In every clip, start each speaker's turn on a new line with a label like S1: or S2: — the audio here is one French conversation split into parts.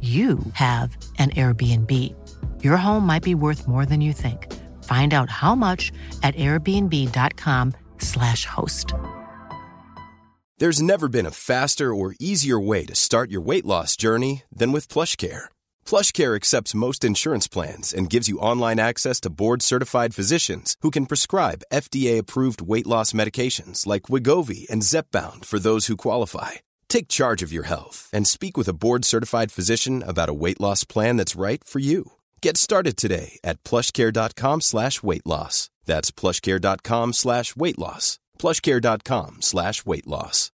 S1: you have an Airbnb. Your home might be worth more than you think. Find out how much at airbnb.com/slash host.
S2: There's never been a faster or easier way to start your weight loss journey than with PlushCare. PlushCare accepts most insurance plans and gives you online access to board-certified physicians who can prescribe FDA-approved weight loss medications like Wigovi and Zepbound for those who qualify Take charge of your health and speak with a board certified physician about a weight loss plan that's right for you. Get started today at plushcare.com slash weight loss. That's plushcare.com slash weight loss. Plushcare.com slash weight loss.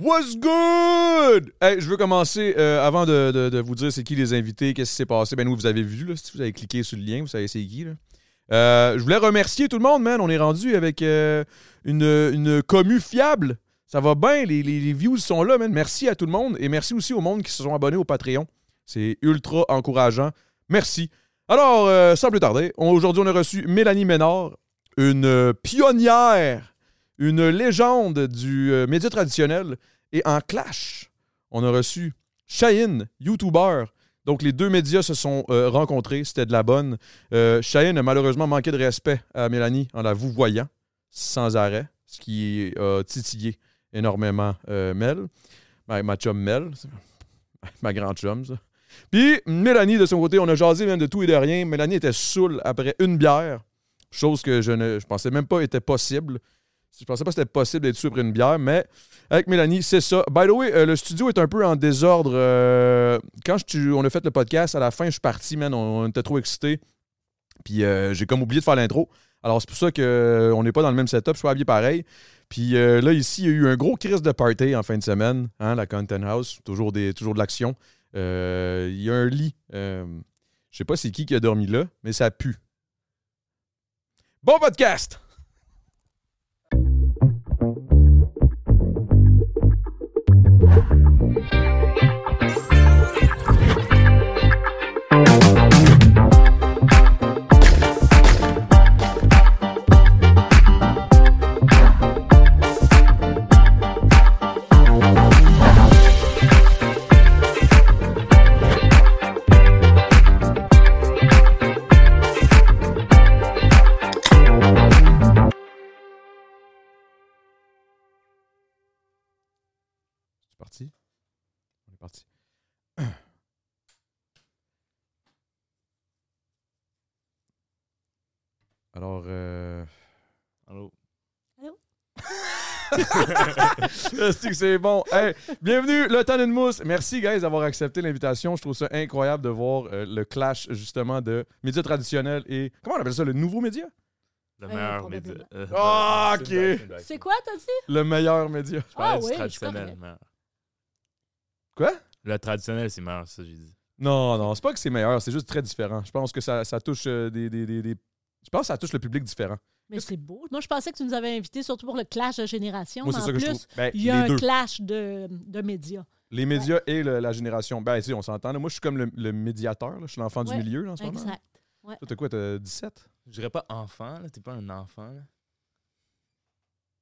S3: What's good? Hey, je veux commencer euh, avant de, de- de vous dire c'est qui les invités, qu'est-ce qui s'est passé. Ben, nous, vous avez vu, là, si vous avez cliqué sur le lien, vous savez c'est qui. Là. Euh, je voulais remercier tout le monde, man. On est rendu avec euh, une, une commu fiable. Ça va bien, les, les- les views sont là, man. Merci à tout le monde et merci aussi au monde qui se sont abonnés au Patreon. C'est ultra encourageant. Merci. Alors, euh, sans plus tarder, on- aujourd'hui, on a reçu Mélanie Ménard, une euh, pionnière, une légende du euh, média traditionnel. Et en clash, on a reçu Shaheen, YouTuber. Donc, les deux médias se sont euh, rencontrés. C'était de la bonne. Euh, Shaheen a malheureusement manqué de respect à Mélanie en la vous voyant sans arrêt, ce qui a titillé énormément euh, Mel. Ma, ma chum Mel. Ma grande chum, ça. Puis, Mélanie, de son côté, on a jasé même de tout et de rien. Mélanie était saoule après une bière, chose que je ne je pensais même pas était possible. Je pensais pas que c'était possible d'être saoul après une bière, mais avec Mélanie, c'est ça. By the way, euh, le studio est un peu en désordre. euh, quand je- tu- on a fait le podcast, à la fin, je suis parti, man. On, on était trop excités. Puis euh, j'ai comme oublié de faire l'intro. Alors c'est pour ça qu'on n'est pas dans le même setup, je suis pas habillé pareil. Puis euh, là, ici, il y a eu un gros crise de party en fin de semaine, hein, la Content House, toujours, des, toujours de l'action. Euh, Il y a un lit. euh, je sais pas c'est qui qui a dormi là, mais ça pue. Bon podcast! C'est parti. On est parti. Alors, euh... Allô?
S4: Allô?
S3: Est-ce que c'est bon? Hey, bienvenue, le temps d'une mousse. Merci, guys, d'avoir accepté l'invitation. Je trouve ça incroyable de voir euh, le clash, justement, de médias traditionnels et... Comment on appelle ça? Le nouveau média?
S5: Le
S4: Ouais,
S5: meilleur
S4: probablement.
S5: média. euh,
S3: Ah,
S5: c'est
S3: ok.
S5: une blague, c'est une blague.
S4: C'est quoi, t'as dit?
S3: Le meilleur média.
S5: Je parlais
S4: Ah
S5: du
S4: oui,
S5: traditionnel.
S4: c'est
S5: mais-
S3: Quoi?
S5: Le traditionnel, c'est meilleur, ça, j'ai dit.
S3: Non, non, c'est pas que c'est meilleur, c'est juste très différent. Je pense que ça, ça touche euh, des, des- des- des- Je pense que ça touche le public différent.
S4: Mais c'est beau. Moi, je pensais que tu nous avais invités surtout pour le clash de génération.
S3: Moi,
S4: mais
S3: c'est
S4: en
S3: ça que
S4: plus,
S3: je trouve. Ben,
S4: il y a
S3: les
S4: un
S3: deux.
S4: clash de, de médias.
S3: Les médias et le- la génération. Ben, tu sais, on s'entend. là. Moi, je suis comme le, le médiateur. là. Je suis l'enfant
S4: Ouais,
S3: du milieu là, en ce moment.
S4: Exact.
S3: Toi, t'as quoi? T'as 17?
S5: Je dirais pas enfant, là. T'es pas un enfant, là.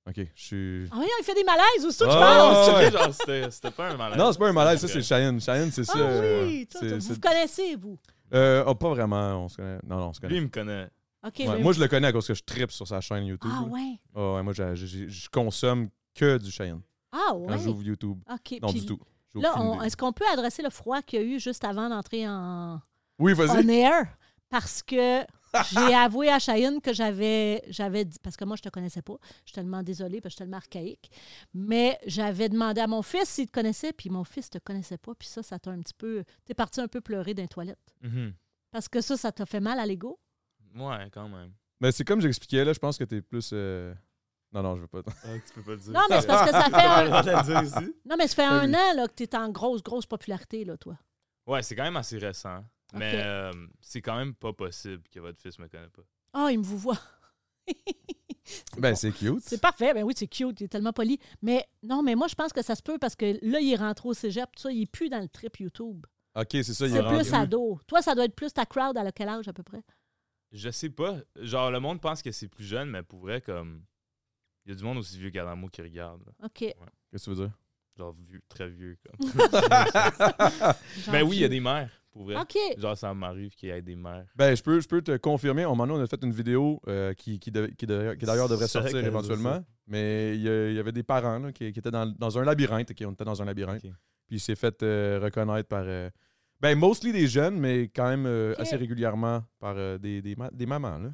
S3: OK, je suis...
S4: Ah oui, il fait des malaises aussi, tu
S3: Ah,
S4: parles.
S3: ouais.
S5: Genre, c'était c'était pas un malaise.
S3: Non, c'est pas un malaise. Ça, c'est Cheyenne. Cheyenne, c'est ça.
S4: Ah
S3: euh,
S4: oui, toi,
S3: c'est-
S4: toi, vous
S3: c'est-
S4: vous connaissez, vous.
S3: Euh, oh, pas vraiment. On se connaît. Non, non, on se
S5: Lui,
S3: connaît.
S5: il me connaît.
S4: OK.
S3: Ouais,
S4: mais-
S3: moi, je le connais à cause que je tripe sur sa chaîne YouTube.
S4: Ah
S3: là.
S4: ouais.
S3: Ah ouais, moi, j'ai- j'ai- je consomme que du Cheyenne.
S4: Ah
S3: Quand
S4: ouais.
S3: j'ouvre YouTube.
S4: OK.
S3: Non,
S4: puis
S3: du tout. J'ai
S4: Là,
S3: aucune
S4: on-
S3: idée.
S4: est-ce qu'on peut adresser le froid qu'il y a eu juste avant d'entrer en
S3: Oui, vas-y.
S4: on air? Parce que J'ai avoué à Chayenne que j'avais, j'avais dit, parce que moi, je te connaissais pas. Je suis tellement désolée, parce que je suis tellement archaïque. Mais j'avais demandé à mon fils s'il te connaissait, puis mon fils te connaissait pas. Puis ça, ça t'a un petit peu. T'es parti un peu pleurer dans les toilettes.
S5: Mhm.
S4: Parce que ça, ça t'a fait mal à l'ego.
S5: Ouais, quand même.
S3: Mais Ben, c'est comme j'expliquais, là, je pense que t'es plus. euh, Non, non, je veux pas.
S5: Ah, tu peux pas le dire.
S4: Non, mais c'est parce que ça fait
S5: T'as
S4: un,
S5: le droit de le dire ici?
S4: non, mais ça fait un
S3: Salut.
S4: an là, que t'es en grosse, grosse popularité, là, toi.
S5: Ouais, c'est quand même assez récent. Mais
S4: Ok.
S5: euh, c'est quand même pas possible que votre fils me connaisse pas.
S4: Ah, il me vous voit.
S3: Ben, c'est cute.
S4: C'est parfait. Ben oui, c'est cute. Il est tellement poli. Mais non, mais moi, je pense que ça se peut parce que là, il est rentré au cégep. Tout ça, il est plus dans le trip YouTube.
S3: Ok, c'est ça, il est
S4: C'est
S3: rendu.
S4: plus ado. Toi, ça doit être plus ta crowd à quel âge à peu près?
S5: Je sais pas. Genre, le monde pense que c'est plus jeune, mais pour vrai, comme. Il y a du monde aussi vieux qu'Adamo qui regarde. là.
S4: OK.
S3: Qu'est-ce que tu veux dire?
S5: Genre, vieux, très vieux. Comme.
S4: Genre,
S5: ben oui, il y a des mères, pour vrai.
S4: OK.
S5: Genre, ça m'arrive qu'il y ait des mères.
S3: Ben, je peux, je peux te confirmer. On, on a fait une vidéo euh, qui, qui, de- qui de- qui d'ailleurs devrait
S5: C'est vrai
S3: sortir
S5: qu'elle a dit
S3: éventuellement.
S5: ça.
S3: Mais il y, a- il y avait des parents là, qui, qui étaient dans, dans un labyrinthe. ok, on était dans un labyrinthe.
S5: Ok.
S3: Puis il s'est fait euh, reconnaître par. euh, ben, mostly des jeunes, mais quand même euh,
S4: Ok.
S3: assez régulièrement par euh, des, des, ma- des mamans. Là.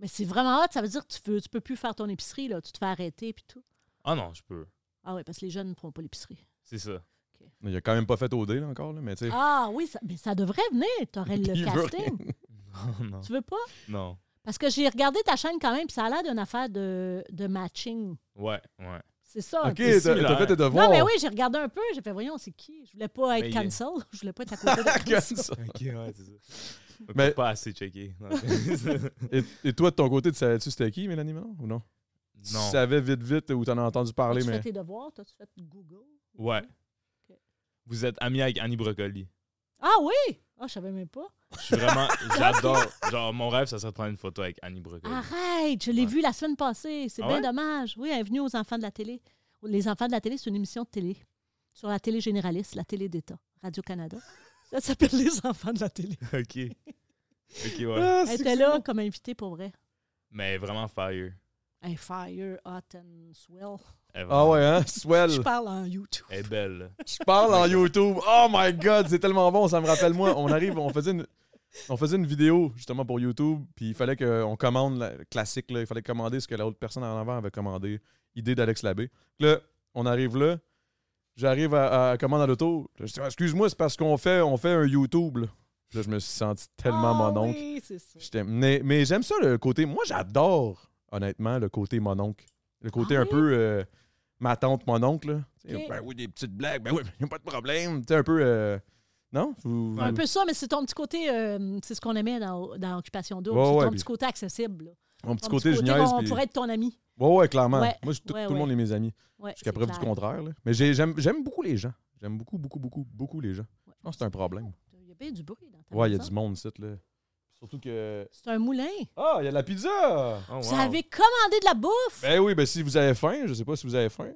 S4: Mais c'est vraiment hot. Ça veut dire que tu, peux, tu peux plus faire ton épicerie. là. Tu te fais arrêter puis tout.
S5: Ah non, je peux.
S4: Ah oui, parce que les jeunes ne font pas l'épicerie.
S5: C'est ça.
S3: Il a quand même pas fait OD là, encore, là, mais tu sais.
S4: Ah oui, ça- mais ça devrait venir. Tu aurais le
S3: Il veut
S4: casting.
S5: Non, non.
S4: Tu veux pas?
S5: Non.
S4: Parce que j'ai regardé ta chaîne quand même, puis ça a l'air d'une affaire de, de matching.
S5: Ouais, ouais.
S4: Ah, C'est ça. un
S3: Ok,
S4: peu.
S3: t'as- t'as
S5: similaire.
S3: fait tes devoirs.
S4: Non, mais oui, j'ai regardé un peu. J'ai fait, voyons, c'est qui? Je voulais pas être
S5: Mais il est-
S4: cancel. Je voulais pas être à côté de cancel.
S5: Ok, ouais, c'est ça.
S3: Mais-
S5: Mais pas assez checké. Non.
S3: Et, et toi, de ton côté, tu savais-tu c'était qui, Mélanie Ménard, ou non? Tu
S5: Non.
S3: savais vite, vite, ou t'en as entendu parler,
S4: tu
S3: mais.
S4: fait tes devoirs? T'as-tu fait Google?
S5: Ouais.
S4: Ok.
S5: Vous êtes ami avec Annie Brocoli.
S4: Ah oui! Ah, je savais même pas.
S5: Je suis vraiment. J'adore. Genre, mon rêve, ça serait de prendre une photo avec Annie Brocoli.
S4: Ah. Arrête! Je l'ai
S5: Ouais.
S4: vu la semaine passée. C'est
S5: Ah
S4: bien
S5: ouais?
S4: dommage. Oui, elle est venue aux enfants de la télé. Les enfants de la télé, c'est une émission de télé. Sur la télé généraliste, la télé d'État, Radio-Canada. Ça s'appelle Les enfants de la télé.
S5: Ok. Ok, ouais.
S3: Ah,
S4: Elle
S3: c'est-
S4: était là comme invitée pour vrai.
S5: Mais vraiment fire.
S4: Un fire, hot and swell.
S5: Elle est
S3: Ah
S5: vraiment-
S3: ouais, hein? Swell.
S4: Je parle en YouTube.
S5: Elle est belle. là.
S3: Je parle en YouTube. Oh my god, c'est tellement bon, ça me rappelle moi. On arrive, on faisait une, on faisait une vidéo justement pour YouTube, puis il fallait qu'on commande la- le classique, là, il fallait commander ce que l'autre personne en avant avait commandé. Idée d'Alex Labbé. Là, on arrive là, j'arrive à, à commande à l'auto. Je dis, excuse-moi, c'est parce qu'on fait, on fait un YouTube. Là, Là, je me suis senti tellement
S4: Ah
S3: mon oncle.
S4: Oui, c'est ça.
S3: J'étais- Mais, mais j'aime ça le côté. Moi, j'adore, honnêtement, le côté mononcle. Le côté
S4: Ah
S3: un
S4: oui?
S3: peu euh, ma tante, mon oncle. là. Tu sais,
S4: Ok.
S3: Ben oui, des petites blagues, ben oui, y a pas de problème. Tu sais, un peu. euh, non? Vous-
S4: Un peu ça, mais c'est ton petit côté, euh, c'est ce qu'on aimait dans, dans Occupation Double.
S3: Ouais,
S4: c'est
S3: ouais,
S4: ton
S3: puis-
S4: petit côté accessible. là.
S3: Mon petit
S4: Ton
S3: côté, je niaise,
S4: qu'on
S3: puis-
S4: pourrait être ton ami.
S3: Ouais, ouais, clairement.
S4: Ouais,
S3: Moi, je- tout,
S4: ouais,
S3: tout le monde
S4: ouais.
S3: est mes amis.
S4: Ouais,
S3: Jusqu'à
S4: c'est
S3: preuve du
S4: clair.
S3: contraire. là. Mais j'ai- j'aime j'aime beaucoup les gens. J'aime beaucoup, beaucoup, beaucoup, beaucoup les gens.
S4: Ouais.
S3: Je pense que c'est un problème.
S4: Il y a bien du bruit dans ta
S3: Ouais, il y a
S4: maison.
S3: du monde, site, là. Surtout que.
S4: C'est un moulin.
S3: Ah, il y a de la pizza!
S5: Oh, wow.
S4: Vous avez commandé de la bouffe.
S3: Ben oui, ben si vous avez faim, je sais pas si vous avez faim.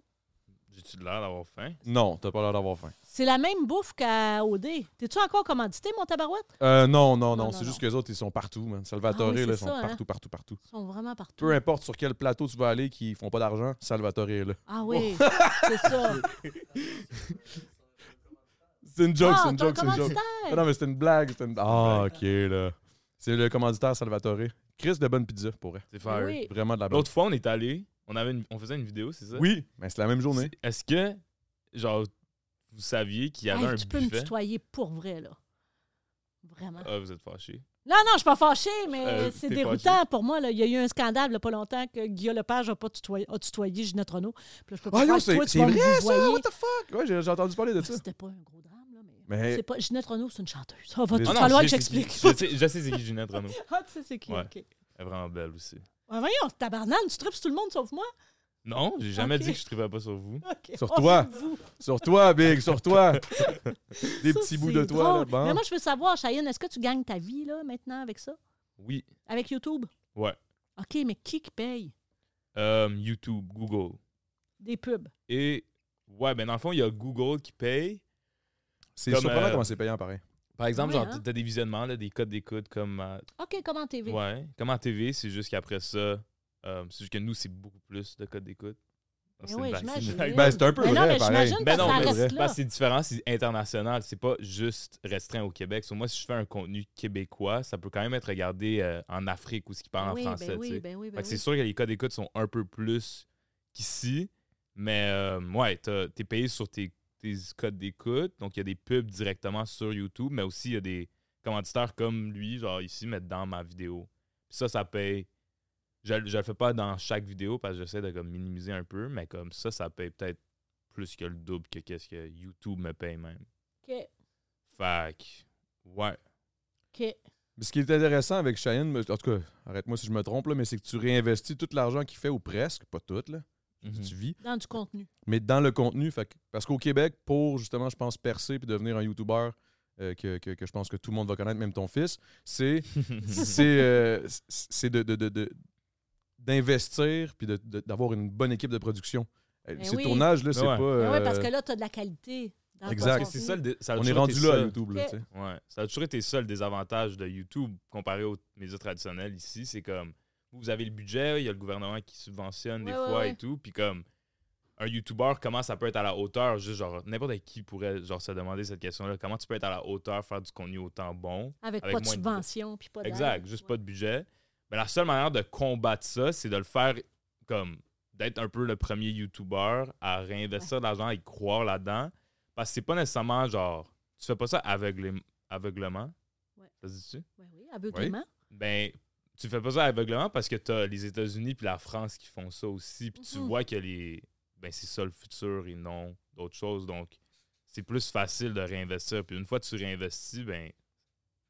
S5: J'ai-tu de l'air d'avoir faim?
S3: Non, t'as pas l'air d'avoir faim.
S4: C'est la même bouffe qu'à OD. T'es-tu encore commandité, mon tabarouette?
S3: Euh, non, non,
S4: Non,
S3: non.
S4: non,
S3: C'est
S4: non.
S3: juste que les autres, ils sont partout, man. Salvatore,
S4: Ah oui,
S3: là, ils
S4: c'est
S3: sont
S4: ça, hein.
S3: partout, partout, partout.
S4: Ils sont vraiment partout.
S3: Peu importe sur quel plateau tu vas aller qui font pas d'argent, Salvatore est là.
S4: Ah oui, c'est ça.
S3: C'est une joke,
S4: Ah,
S3: c'est une
S4: t'as un
S3: joke, c'est une joke.
S4: commanditaire.
S3: Ah non, mais c'est une blague. c'est une- Ah, ok, là. C'est le commanditaire Salvatore. Chris de bonne pizza, pour vrai.
S5: C'est fire.
S4: Oui.
S3: Vraiment de la bonne.
S5: L'autre fois, on est allé. On, avait une- on faisait une vidéo, c'est ça?
S3: Oui, mais c'est la même journée.
S5: C'est- Est-ce que, genre, vous saviez qu'il y avait
S4: Hey,
S5: un
S4: tu peux me
S5: buffet?
S4: tutoyer pour vrai, là. Vraiment.
S3: Euh,
S5: Ah, vous êtes fâchés.
S4: Non, non, je suis pas fâchée, mais
S5: Euh,
S4: c'est
S5: t'es
S4: déroutant pour moi. Là. Il y a eu un scandale il y a pas longtemps que Guillaume Lepage a, pas tutoyé, a tutoyé Ginette Renault. Puis là, je peux pas
S3: Ah non,
S4: croire que
S3: c'est
S4: toi, tu
S3: c'est
S4: vas
S3: vrai
S4: me
S3: ça,
S4: tutoyer.
S3: what the fuck? Ouais, j'ai j'ai entendu parler de ça.
S4: C'était pas un gros drame, là, mais.
S3: Mais
S4: C'est pas... Ginette Renault, c'est une chanteuse. Ça va
S3: Mais-
S4: tout
S3: Ah
S5: non,
S4: falloir
S5: je
S4: que
S5: sais c'est qui-
S4: j'explique.
S5: Je sais, je sais c'est qui Ginette Renaud.
S4: Ah, tu sais, c'est qui?
S5: Ouais.
S4: OK.
S5: Elle est vraiment belle aussi.
S4: Ah, voyons, tabarnane, tu tripes sur tout le monde sauf moi.
S5: Non, j'ai jamais
S4: Ok.
S5: dit que je trivais pas sur vous.
S4: OK.
S3: Sur
S4: Oh,
S3: toi.
S4: vous.
S3: Sur toi, Big, sur toi. Des
S4: Ça,
S3: petits bouts
S4: c'est
S3: de toi, là.
S4: drôle.
S3: bon.
S4: Mais moi, je veux savoir, Chayenne, est-ce que tu gagnes ta vie, là, maintenant, avec ça?
S5: Oui.
S4: Avec YouTube?
S5: Ouais.
S4: OK, mais qui qui paye?
S5: Euh, YouTube, Google.
S4: Des pubs.
S5: Et, ouais, ben dans le fond, il y a Google qui paye.
S3: C'est
S5: Comme,
S3: surprenant
S5: euh,
S3: comment c'est payant, pareil.
S5: Par exemple,
S4: Ouais,
S5: genre,
S4: hein?
S5: t'as des visionnements, là, des codes d'écoute comme à-
S4: OK, comment TV?
S5: Ouais, comme en TV, c'est juste qu'après ça, euh, c'est juste que nous, c'est beaucoup plus de codes d'écoute. C'est
S4: oui,
S5: une vaccine.
S4: j'imagine.
S3: Ben, c'est un peu
S4: Mais non,
S3: vrai,
S4: mais
S3: pareil.
S4: j'imagine
S5: Ben
S4: que
S5: non,
S4: ça
S5: mais
S4: reste là.
S5: Parce que c'est différent, c'est international. C'est pas juste restreint au Québec. Sur moi, si je fais un contenu québécois, ça peut quand même être regardé euh, en Afrique ou ce qui parle
S4: oui,
S5: en français.
S4: ben
S5: tu sais.
S4: oui, ben oui, ben
S5: Fait que C'est
S4: oui.
S5: sûr que les codes d'écoute sont un peu plus qu'ici, mais euh, ouais, t'as- t'es payé sur tes, tes codes d'écoute. Donc, il y a des pubs directement sur YouTube, mais aussi, il y a des commanditaires comme lui, genre ici, mettre dans ma vidéo. Puis ça, ça paye. Je, le- je le fais pas dans chaque vidéo parce que j'essaie de comme, minimiser un peu, mais comme ça, ça paye peut-être plus que le double que qu'est-ce que YouTube me paye même.
S4: OK,
S5: Fait que, ouais.
S4: OK.
S3: Mais ce qui est intéressant avec Cheyenne, mais- en tout cas, arrête-moi si je me trompe, là, mais c'est que tu réinvestis tout l'argent qu'il fait, ou presque, pas tout, là, que tu vis,
S4: Dans du contenu.
S3: mais dans le contenu. fait que- parce qu'au Québec, pour justement, je pense, percer puis devenir un YouTuber euh, que, que- que je pense que tout le monde va connaître, même ton fils, c'est
S5: Mhm.
S3: c'est euh, c- c'est de- de- de- de- d'investir puis de- de- d'avoir une bonne équipe de production. Euh,
S4: Ben
S3: Ces
S4: oui.
S3: tournages, là, c'est
S5: ouais.
S3: pas.
S4: Ben ouais, parce
S3: euh,
S4: que là, tu as de la qualité. Dans ton
S3: Exact.
S4: contenu.
S5: C'est ça, le dé- ça a
S3: on est
S5: toujours
S3: rendu
S5: été
S3: là à
S5: ça.
S3: YouTube, là,
S4: Ok.
S3: tu sais.
S5: Ouais, ça a toujours été ça le désavantage de YouTube comparé aux médias traditionnels ici. C'est comme, vous, vous avez le budget, il y a le gouvernement qui subventionne des
S4: Ouais, ouais,
S5: fois
S4: ouais.
S5: et tout. Puis comme, un YouTuber, comment ça peut être à la hauteur? Juste genre, n'importe qui pourrait genre se demander cette question-là. Comment tu peux être à la hauteur, faire du contenu autant bon?
S4: Avec,
S5: avec
S4: pas de
S5: moins de-
S4: subvention, puis pas d'aide.
S5: Exact, juste pas de budget. Mais la seule manière de combattre ça, c'est de le faire comme d'être un peu le premier YouTuber à réinvestir de l'argent et croire là-dedans. Parce que c'est pas nécessairement genre, tu fais pas ça aveuglé- aveuglement.
S4: Ouais.
S5: Ça se dit-tu?
S4: Ouais, oui, aveuglément.
S5: Ben, tu fais pas ça aveuglement parce que t'as les États-Unis puis la France qui font ça aussi. Puis tu
S4: Mhm.
S5: vois que les. Ben, c'est ça le futur et non d'autres choses. Donc, c'est plus facile de réinvestir. Puis une fois que tu réinvestis, ben.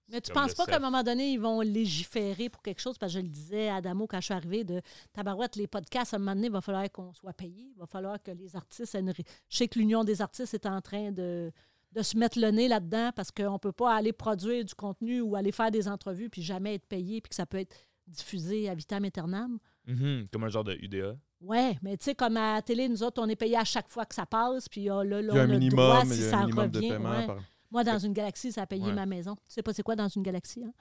S4: Mais tu
S5: comme
S4: penses
S5: le
S4: pas
S5: sel.
S4: qu'à un moment donné, ils vont légiférer pour quelque chose? Parce que je le disais à Adamo quand je suis arrivée de Tabarouette, les podcasts, à un moment donné, il va falloir qu'on soit payé. Il va falloir que les artistes. aient une ré- Je sais que l'Union des artistes est en train de, de se mettre le nez là-dedans parce qu'on ne peut pas aller produire du contenu ou aller faire des entrevues puis jamais être payé puis que ça peut être diffusé à vitam aeternam.
S5: mhm, comme un genre de UDA.
S4: Ouais, mais tu sais, comme à la télé, nous autres, on est payé à chaque fois que ça passe, puis ah, là, là,
S3: Il y a un
S4: on a le droit
S3: minimum,
S4: si
S3: il y a
S4: ça
S3: un minimum de
S4: revient.
S3: paiement.
S4: ouais.
S3: par-
S4: Moi, dans une galaxie, ça a payé
S5: Ouais.
S4: ma maison. Tu sais pas c'est quoi dans une galaxie, hein?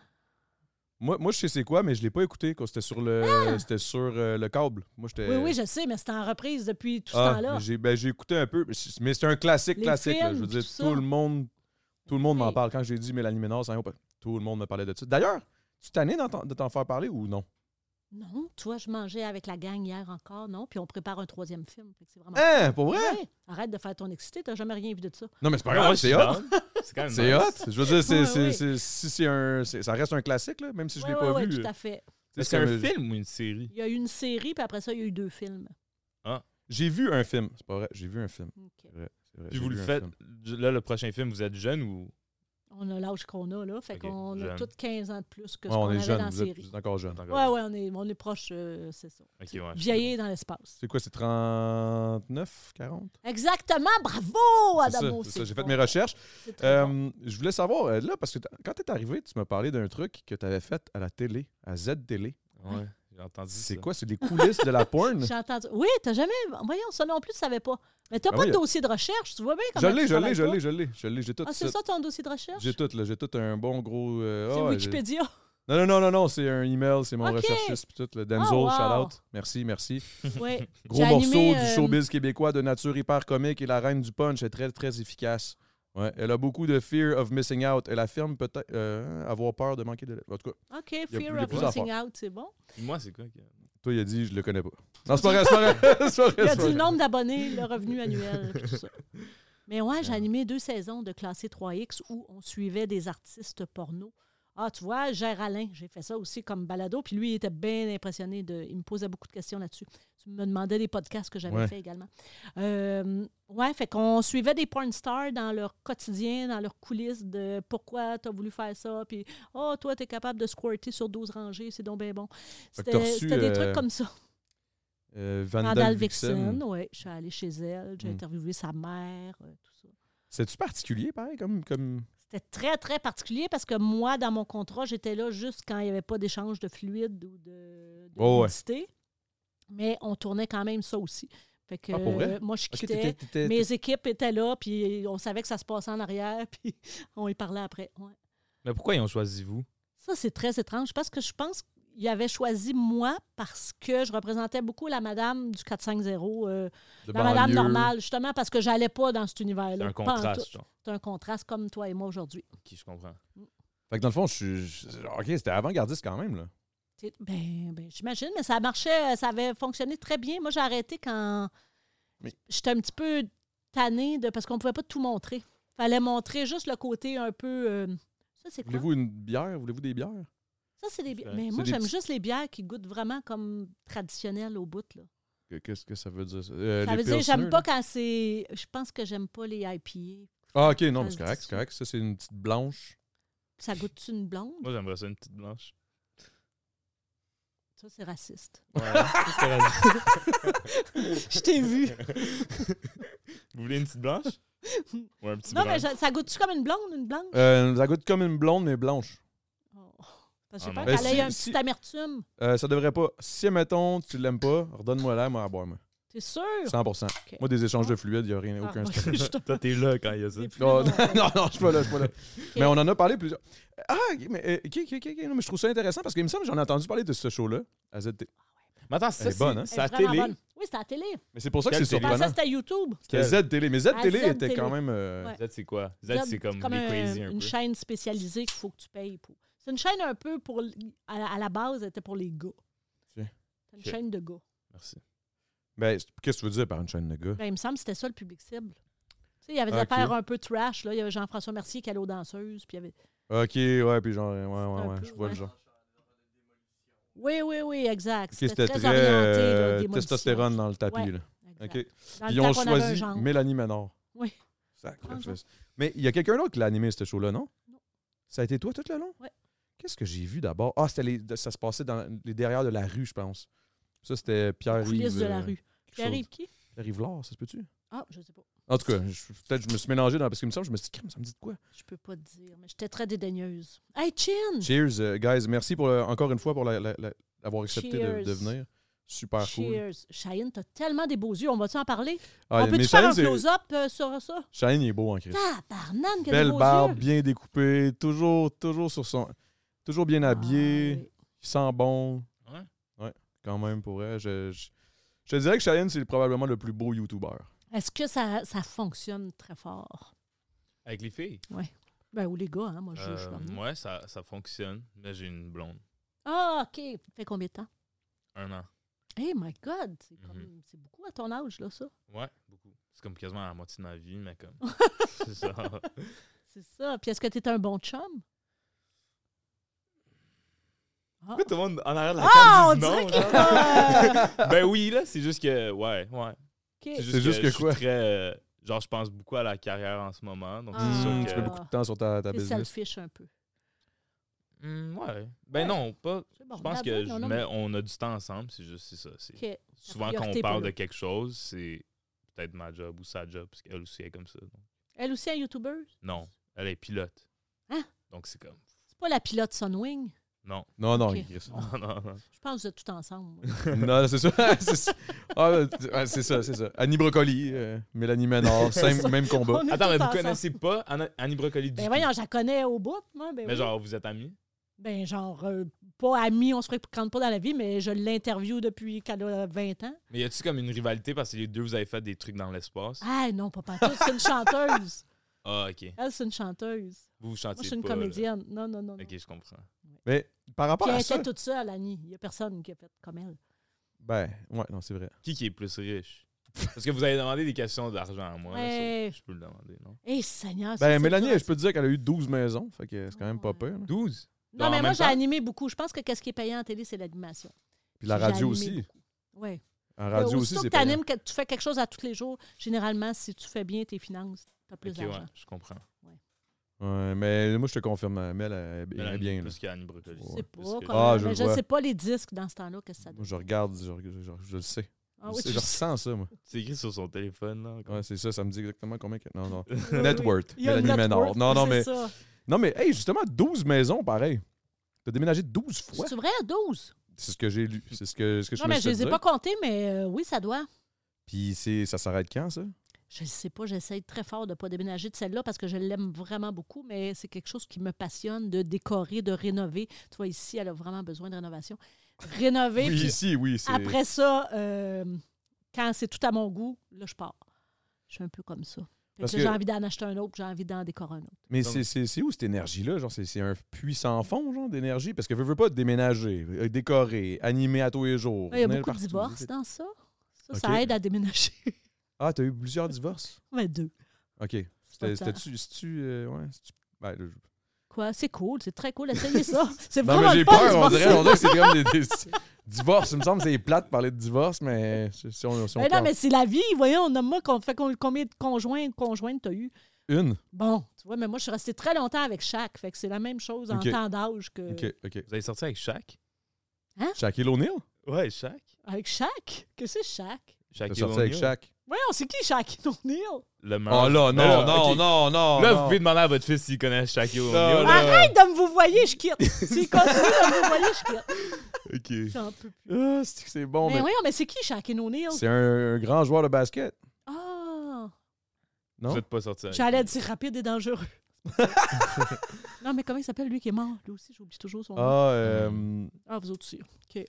S3: Moi, moi, je sais c'est quoi, mais je l'ai pas écouté quand c'était sur le c'était sur euh, le câble. Moi, j'étais.
S4: Ah! Oui, oui, je sais, mais c'était en reprise depuis tout ce
S3: Ah,
S4: temps-là.
S3: mais J'ai ben, j'ai écouté un peu, mais c'est- mais c'est un classique,
S4: Les
S3: classique. là.
S4: films,
S3: je veux dire,
S4: tout ça.
S3: tout le monde, tout le monde m'en
S4: Hey.
S3: parle. Quand j'ai dit Mélanie Ménard, ça y est, tout le monde me parlait de ça. D'ailleurs, tu t'annais de t'en faire parler ou non
S4: Non, tu vois, je mangeais avec la gang hier encore, non? Puis on prépare un troisième film. Fait que c'est vraiment...
S3: Hein, pour vrai
S4: Ouais, Arrête de faire ton excité, t'as jamais rien vu de ça.
S3: Non, mais c'est pas
S5: Ouais,
S3: grave,
S5: ouais,
S3: c'est
S5: je suis
S3: hot.
S5: down. C'est quand même
S3: C'est
S5: nice.
S3: hot. Je veux dire, c'est
S4: Ouais,
S3: c'est-
S4: ouais.
S3: c'est- si c'est un, c'est- ça reste un classique, là, même si je
S4: Oui,
S3: l'ai pas vu.
S4: tout à fait.
S5: Mais C'est un film ou une série?
S4: Il y a eu une série, puis après ça, il y a eu deux films.
S5: Ah.
S3: J'ai vu un film, c'est pas vrai. J'ai vu un film.
S4: OK.
S3: C'est vrai, c'est vrai,
S5: Puis
S3: j'ai
S5: vous
S3: vu
S5: le
S3: un
S5: faites,
S3: film.
S5: là, le prochain film, vous êtes jeune ou...
S4: On a l'âge qu'on a, là. Fait
S5: OK,
S4: qu'on a
S5: jeune.
S4: toutes 15 ans de plus que ce
S3: Ouais,
S4: qu'on
S3: on
S4: avait
S3: est jeune,
S4: dans la
S3: vous êtes,
S4: série.
S3: vous êtes encore jeune.
S4: Oui, oui, on est, on est proche, euh, c'est ça.
S5: Ok, ouais, je-
S4: Vieillir dans l'espace.
S3: C'est quoi, c'est 39, 40?
S4: Exactement, bravo,
S3: C'est ça,
S4: Adamo.
S3: c'est
S4: c'est
S3: ça, j'ai fait
S4: bon.
S3: mes recherches.
S4: C'est très
S3: Euh,
S4: bon.
S3: Je voulais savoir, euh, là, parce que t- quand tu es arrivé, tu m'as parlé d'un truc que tu avais fait à la télé, à Z-Télé.
S5: Ouais, j'ai entendu
S3: C'est
S5: ça.
S3: quoi? C'est des coulisses de la porn?
S4: J'ai entendu. Oui, t'as jamais. Voyons, ça non plus, tu savais pas. Mais t'as
S3: Ah
S4: pas
S3: oui,
S4: de
S3: euh,
S4: dossier de recherche, tu vois bien
S3: Je
S4: comment. tu
S3: l'ai, je l'ai,
S4: travailles
S3: je
S4: pas.
S3: l'ai, je l'ai, je l'ai, j'ai tout
S4: Ah, c'est
S3: ça.
S4: ça ton dossier de recherche?
S3: J'ai tout, là, j'ai tout un bon gros... euh,
S4: C'est
S3: ah, j'ai-
S4: Wikipédia.
S3: Non, non, non, non, non, c'est un email, c'est mon
S4: Ok.
S3: recherchiste, puis tout, le Denzel,
S4: Oh, wow.
S3: shout-out. Merci, merci.
S4: Oui.
S3: Gros
S4: J'ai
S3: morceau
S4: animé,
S3: du
S4: euh,
S3: showbiz québécois de nature hyper comique et la reine du punch est très, très efficace. Ouais, elle a beaucoup de fear of missing out. Elle affirme peut-être euh, avoir peur de manquer de... En tout cas,
S4: OK,
S3: y a
S4: Fear
S3: plus-
S4: of
S3: il y a plus
S4: Missing Out, c'est bon.
S5: Puis Moi, c'est quoi? que-
S3: toi, il a dit, je le connais pas. Non, c'est pas vrai, c'est pas vrai, c'est pas vrai.
S4: Il a
S3: c'est pas
S4: dit le
S3: vrai.
S4: nombre d'abonnés, le revenu annuel, puis tout ça. Mais ouais, j'ai animé deux saisons de Classé 3X où on suivait des artistes porno. Ah, tu vois, Géraldin, j'ai fait ça aussi comme balado, puis lui, il était bien impressionné. De, il me posait beaucoup de questions là-dessus. Tu me demandais des podcasts que j'avais
S3: Ouais.
S4: fait également. Euh, ouais, fait qu'on suivait des porn stars dans leur quotidien, dans leurs coulisses de pourquoi t'as voulu faire ça, puis oh, toi, t'es capable de squirter sur 12 rangées, c'est donc bien bon.
S3: Fait que t'as
S4: C'était
S3: reçu,
S4: c'était des
S3: euh,
S4: trucs comme ça.
S3: Euh, Vandal,
S4: Randall
S3: Vixen.
S4: Vixen, oui. Je suis allée chez elle, j'ai
S3: Mm.
S4: interviewé sa mère, euh, tout ça.
S3: C'est-tu particulier, pareil, comme... comme...
S4: C'était très, très particulier parce que moi, dans mon contrat, j'étais là juste quand il n'y avait pas d'échange de fluide ou de, de
S3: Oh, ouais.
S4: nudité. Mais on tournait quand même ça aussi. Fait que
S3: Ah, pour vrai?
S4: euh, moi, je
S3: Ok,
S4: quittais.
S3: t'étais- t'étais-
S4: Mes équipes étaient là, puis on savait que ça se passait en arrière, puis on y parlait après. Ouais.
S5: Mais pourquoi ils ont choisi vous?
S4: Ça, c'est très étrange parce que je pense il avait choisi moi parce que je représentais beaucoup la madame du 450, euh,
S3: De
S4: la madame
S3: banlieue.
S4: normale, justement parce que j'allais pas dans cet
S5: C'est
S4: univers-là.
S5: un
S4: Pas en
S5: contraste,
S4: tout.
S5: genre.
S4: C'est un contraste comme toi et moi aujourd'hui.
S5: Qui je comprends.
S3: Fait que dans le fond, je suis. je- Ok, c'était avant-gardiste quand même, là.
S4: C'est- Ben, ben, j'imagine, mais ça marchait, euh, ça avait fonctionné très bien. Moi, j'ai arrêté quand
S3: Mais-
S4: j'étais un petit peu tannée de parce qu'on pouvait pas tout montrer. Fallait montrer juste le côté un peu. euh, ça, c'est quoi?
S3: Voulez-vous une bière? Voulez-vous des bières?
S4: Ça, c'est des bières.
S5: Ouais,
S4: Mais
S3: c'est
S4: moi,
S3: des
S4: j'aime
S3: petits-
S4: juste les bières qui goûtent vraiment comme traditionnelles au bout. Là.
S3: Que- Qu'est-ce que ça veut dire? ça? Euh,
S4: Ça
S3: les
S4: veut dire,
S3: pilsner,
S4: j'aime
S3: là.
S4: pas quand c'est. Je pense que j'aime pas les IPA.
S3: Ah, ok, non, mais c'est
S4: Ça,
S3: correct, c'est
S4: c'est-
S3: correct. Ça, c'est une petite blanche.
S4: Ça goûte une blonde?
S5: Moi, j'aimerais ça une petite blanche.
S4: Ça, c'est raciste.
S5: Ouais, c'est radieux.
S4: Je t'ai vu.
S5: Vous voulez une petite blanche? Ou un petit
S4: Non,
S5: brun?
S4: mais je- ça goûte-tu comme une blonde, une blonde?
S3: Euh, ça goûte comme une blonde, mais blanche.
S4: Oh. Parce que j'ai
S5: Ah, non.
S4: peur qu'elle
S3: Ben,
S4: ait
S3: si-
S4: un
S3: si-
S4: petit amertume.
S3: Euh, ça devrait pas. Si, mettons, tu l'aimes pas, redonne-moi l'air, moi, à boire, moi.
S4: T'es sûr?
S3: 100%.
S4: Ok.
S3: Moi, des échanges de fluides, il n'y a rien,
S4: Ah,
S3: aucun
S4: moi,
S3: stress.
S4: je-
S5: Toi, t'es là quand il y a ça.
S4: j'ai plus
S3: Non,
S4: mon-
S3: non, non, je suis pas là, je suis pas là. Mais on en a parlé plusieurs. Ah, ok, mais, euh, ok, ok, ok, ok, non, mais je trouve ça intéressant parce qu'il me semble que j'en ai entendu parler de ce show-là, à ZT.
S5: Mais attends,
S3: Elle
S5: ça,
S3: est
S5: c'est
S3: bonne, hein?
S4: Elle est
S5: c'est à
S4: vraiment
S5: télé.
S4: bonne. Oui, c'est à la télé.
S3: Mais c'est pour ça que c'est
S5: Quelle
S4: Je
S5: télé?
S4: pensais que
S3: surprenant.
S4: Ah, c'était YouTube.
S3: C'était Z-Télé, mais Z-Télé
S4: À
S3: était
S4: Z-Télé.
S3: quand même... euh,
S4: Ouais.
S5: Z, c'est quoi? Z, c'est comme, les
S4: un-
S5: crazy un,
S4: une
S5: peu.
S4: chaîne spécialisée qu'il faut que tu payes pour. C'est une chaîne un peu pour. l- À la, à la base, elle était pour les gars. C'est une
S5: Ok.
S4: chaîne de gars.
S5: Merci.
S3: Ben, c'est- qu'est-ce que tu veux dire par une chaîne de gars?
S4: Ben, il me semble que c'était ça le public cible. Tu sais, il y avait des
S3: Ok.
S4: affaires un peu trash. Là. Il y avait Jean-François Mercier qui allait aux danseuses. Puis il y avait...
S3: Ok, ouais, puis genre, ouais, ouais,
S4: un
S3: ouais,
S4: peu,
S3: je vois le
S4: ouais.
S3: genre.
S4: Oui, oui, oui, exact.
S3: Ok,
S4: c'était très, orienté. là,
S3: euh,
S4: démolition.
S3: testostérone dans le tapis,
S4: Ouais,
S3: là.
S4: Exact.
S3: Ok.
S4: Dans le
S3: Ils
S4: temps
S3: ont
S4: qu'on avait un
S3: choisi
S4: genre.
S3: Mélanie Ménard.
S4: Oui.
S3: Sacrifice. Mais il y a quelqu'un d'autre qui l'a animé, ce show-là, non?
S4: Non.
S3: Ça a été toi tout le long?
S4: Ouais.
S3: Qu'est-ce que j'ai vu d'abord? Ah, c'était les- ça se passait dans les derrière de la rue, je pense. Ça, c'était Pierre-Yves.
S4: Coulisses de la
S3: euh,
S4: rue.
S3: quelque
S4: Qui arrive
S3: chose.
S4: qui?
S3: Pierre-Yves Lard, ça se peut-tu?
S4: Ah, je sais pas.
S3: En tout cas, je- peut-être que je me suis mélangé dans. Parce qu'il me semble, je me suis dit, Crème, ça me dit de quoi?
S4: Je peux pas te dire, mais j'étais très dédaigneuse. Hey, Chin!
S3: Cheers, euh, guys. Merci pour, euh, encore une fois pour la- la- la- avoir accepté de,
S4: Cheers.
S3: de venir. Super cool.
S4: Cheers. Cheyenne, t'as tellement des beaux yeux. On va-tu en parler?
S3: Ah,
S4: On peut-tu
S3: mais
S4: faire
S3: Shane,
S4: un
S3: c'est-
S4: close-up euh, sur ça?
S3: Shane, il est beau en Christ.
S4: Tabarnane, que des
S3: Belle
S4: beaux
S3: barbe,
S4: yeux!
S3: bien découpée, toujours, toujours sur son. Toujours bien habillé.
S4: Ah, oui.
S3: Il sent bon.
S5: Ouais.
S3: Ouais, quand même, pour vrai. Je, je, je te dirais que Cheyenne, c'est probablement le plus beau YouTuber.
S4: Est-ce que ça, ça fonctionne très fort?
S5: Avec les filles?
S4: Ben, ou les gars, hein, moi, je, je suis
S5: Euh,
S4: comme-
S5: ouais, ça, ça fonctionne. Mais j'ai une blonde.
S4: Ah, OK. Fait combien de temps?
S5: Un an.
S4: Hey, my God! C'est comme-
S5: Mhm.
S4: c'est beaucoup à ton âge, là, ça.
S5: Ouais, beaucoup. C'est comme quasiment à la moitié de ma vie, mais comme. c'est ça.
S4: C'est ça. Puis est-ce que t'es un bon chum? Ah,
S5: Pourquoi tout le monde en arrière de la
S4: Ah, on
S5: cam dit
S4: dirait
S5: non,
S4: qu'il est
S5: genre?
S4: pas...
S5: Ben oui, là, c'est juste que. Ouais, ouais.
S4: OK.
S5: C'est juste,
S3: C'est juste que
S5: je suis
S3: quoi?
S5: très, euh, genre, je pense beaucoup à la carrière en ce moment. Donc,
S4: Ah.
S5: c'est sûr
S3: Hum,
S5: que.
S3: Tu mets beaucoup de temps sur ta, ta
S4: T'es
S3: business.
S4: selfish un peu.
S5: Hum, ouais. Ben
S4: Ouais.
S5: non, pas.
S4: C'est bon,
S5: Je pense que
S4: regarde,
S5: je
S4: non, non,
S5: mets- on a du temps ensemble, c'est juste c'est ça. c'est-
S4: mais- OK.
S5: Souvent quand
S4: priorité
S5: on parle
S4: pour
S5: de
S4: eux.
S5: quelque chose, c'est peut-être ma job ou sa job, parce qu'elle aussi est comme ça. donc.
S4: Elle aussi, un YouTubeuse?
S5: Non, elle est pilote.
S4: Hein?
S5: Donc c'est comme,
S4: C'est pas la pilote Sunwing?
S5: non,
S3: Non, non,
S4: Ok.
S3: il Chris.
S5: non, non, non.
S4: Je pense que vous êtes tout ensemble. moi.
S3: non, c'est ça. c'est ça, Ah, euh, ouais, c'est ça. c'est ça. Annie Brocoli, euh, Mélanie Ménard,
S4: ça.
S3: same- même combat.
S4: On est
S5: Attends,
S4: tout
S5: mais vous
S4: ensemble.
S5: connaissez pas Anna- Annie Brocoli du
S4: Ben
S5: tout?
S4: voyons, je la connais au bout, moi. Ben,
S5: Mais
S4: oui.
S5: genre, vous êtes amis?
S4: Ben genre, euh, pas amis, on se fréquente pas dans la vie, mais je l'interview depuis qu'elle a 20 ans.
S5: Mais y a-tu comme une rivalité parce que les deux, vous avez fait des trucs dans l'espace?
S4: Ah non, pas partout, c'est une chanteuse.
S5: Ah, ok.
S4: Elle, c'est une chanteuse.
S5: Vous vous chantez
S4: Moi, je suis une
S5: Ah, pas, là.
S4: comédienne. Non, non, non. non.
S5: Ok, je comprends.
S3: Mais par rapport
S4: Puis elle
S3: à ça.
S4: était toute seule, Annie. Il n'y a personne qui a fait comme elle.
S3: Ben, ouais, non, c'est vrai.
S5: Qui qui est plus riche? Parce que vous avez demandé des questions d'argent à moi. là,
S4: Ouais.
S5: ça, je peux le demander, non?
S4: Hé, Eh, Seigneur, ça,
S3: Ben,
S4: c'est Ah.
S3: Mélanie,
S4: toi.
S3: je peux te dire qu'elle a eu 12 maisons. Fait que c'est quand même pas
S4: Ouais.
S3: peur.
S5: 12?
S4: Non,
S5: en
S4: mais moi,
S5: même
S4: j'ai
S5: temps.
S4: animé beaucoup. Je pense que qu'est-ce qui est payant en télé, c'est l'animation.
S3: Puis la
S4: J'ai
S3: radio
S4: animé
S3: aussi.
S4: beaucoup. Oui.
S3: En radio aussi,
S4: Ben, que
S3: c'est
S4: tu
S3: payant.
S4: animes, que tu fais quelque chose à tous les jours, généralement, si tu fais bien tes finances, tu as plus
S5: ok,
S4: d'argent.
S5: ouais, je comprends.
S3: Ouais, mais moi, je te confirme, euh, Mel, elle, elle est
S5: Mélanie,
S3: bien. là.
S5: Plus qu'Annie Brocoli.
S4: Je
S3: Ouais.
S4: sais pas.
S5: Parce que-
S4: comment,
S3: Ah, je
S4: mais je
S3: vois.
S4: sais pas les disques dans ce temps-là, qu'est-ce que ça
S3: Moi,
S4: donne.
S3: je regarde, je, je- je- je le sais.
S4: Ah,
S3: je,
S4: oui,
S3: sais,
S4: tu
S3: je ressens ça, moi.
S5: C'est écrit sur son téléphone, là. encore.
S3: Ouais, c'est ça, ça me dit exactement combien. que- Non, non.
S4: Oui,
S3: Net
S4: oui.
S3: worth.
S4: Il y a un
S3: Mélanie
S4: net
S3: Ménard.
S4: worth,
S3: Non, non,
S4: c'est
S3: mais-
S4: ça.
S3: Non, mais, hey, justement, 12 maisons, pareil. T'as déménagé 12 fois.
S4: C'est vrai, 12.
S3: C'est ce que j'ai lu. C'est ce que, ce que je
S4: non,
S3: me
S4: mais
S3: suis
S4: je
S3: fait
S4: les ai
S3: dire.
S4: pas comptés, mais euh, oui, ça doit.
S3: Puis c'est- ça s'arrête quand, ça?
S4: Je Je ne sais pas, j'essaie très fort de ne pas déménager de celle-là parce que je l'aime vraiment beaucoup, mais c'est quelque chose qui me passionne de décorer, de rénover. Tu vois, ici, elle a vraiment besoin de rénovation. Rénover,
S3: Oui,
S4: puis
S3: ici, oui. c'est-
S4: après ça, euh, quand c'est tout à mon goût, là, je pars. Je suis un peu comme ça. Fait que
S3: Parce
S4: là,
S3: que-
S4: j'ai envie d'en acheter un autre, j'ai envie d'en décorer un autre.
S3: Mais
S5: Donc-
S3: c'est- c'est c'est où cette énergie-là? Genre, c'est c'est un puits sans fond, genre, d'énergie? Parce que veux, veux pas déménager, euh, décorer, animer à tous les jours.
S4: Il y a
S3: venir
S4: beaucoup de
S3: partout.
S4: divorces dans ça. Ça,
S3: Ok.
S4: ça aide à déménager.
S3: Ah, t'as eu plusieurs divorces?
S4: Mais deux.
S3: OK.
S4: pas
S3: C'était-
S4: tant.
S3: C'était-tu... c'est-tu, euh, ouais, c'est-tu- ben, là, je-
S4: Quoi? C'est cool, c'est très cool. Essayez ça. C'est
S3: Non,
S4: vraiment
S3: mais j'ai
S4: le fun,
S3: peur. On
S4: divorcer.
S3: dirait, on dirait que c'est comme des, des- divorces. Il me semble que c'est plate de parler de divorce, mais si si on, si on
S4: Ben non,
S3: parle-
S4: mais c'est la vie. Voyons, on a moi qu'on fait qu'on- combien de conjoints conjointes t'as eu.
S3: Une?
S4: Bon, tu vois, mais moi, je suis restée très longtemps avec chaque. Fait que c'est la même chose en
S3: Ok.
S4: temps d'âge que.
S3: OK, OK.
S5: Vous avez sorti avec Shaq?
S3: Shaquille O'Neal?
S5: Ouais, Shaq.
S4: Avec chaque? Que c'est chaque?
S5: Shaq
S3: T'as sorti avec Shaq?
S4: Voyons, c'est qui chaque? O'Neill?
S5: Le meilleur.
S3: Oh là, non,
S5: Mais là,
S3: non,
S5: ok.
S3: non, non,
S5: Là,
S3: non.
S5: vous pouvez demander à votre fils s'il connaît Shaq
S3: Non,
S5: O'Neal.
S3: là.
S4: Arrête de me vous voyer, je quitte. S'il continue de me vous voyer, je quitte.
S5: OK.
S4: J'en peux plus.
S3: Ah, c'est que c'est bon,
S4: mais
S3: mais
S4: voyons, mais c'est qui Shaquille O'Neal?
S3: c'est un, un grand joueur de basket,
S4: Ah!
S3: non?
S5: Vous êtes pas sorti avec
S4: J'allais dire rapide et dangereux. non, mais comment il s'appelle lui qui est mort? Lui aussi, j'oublie toujours son nom.
S3: Ah, euh,
S4: Ah, vous autres aussi. OK.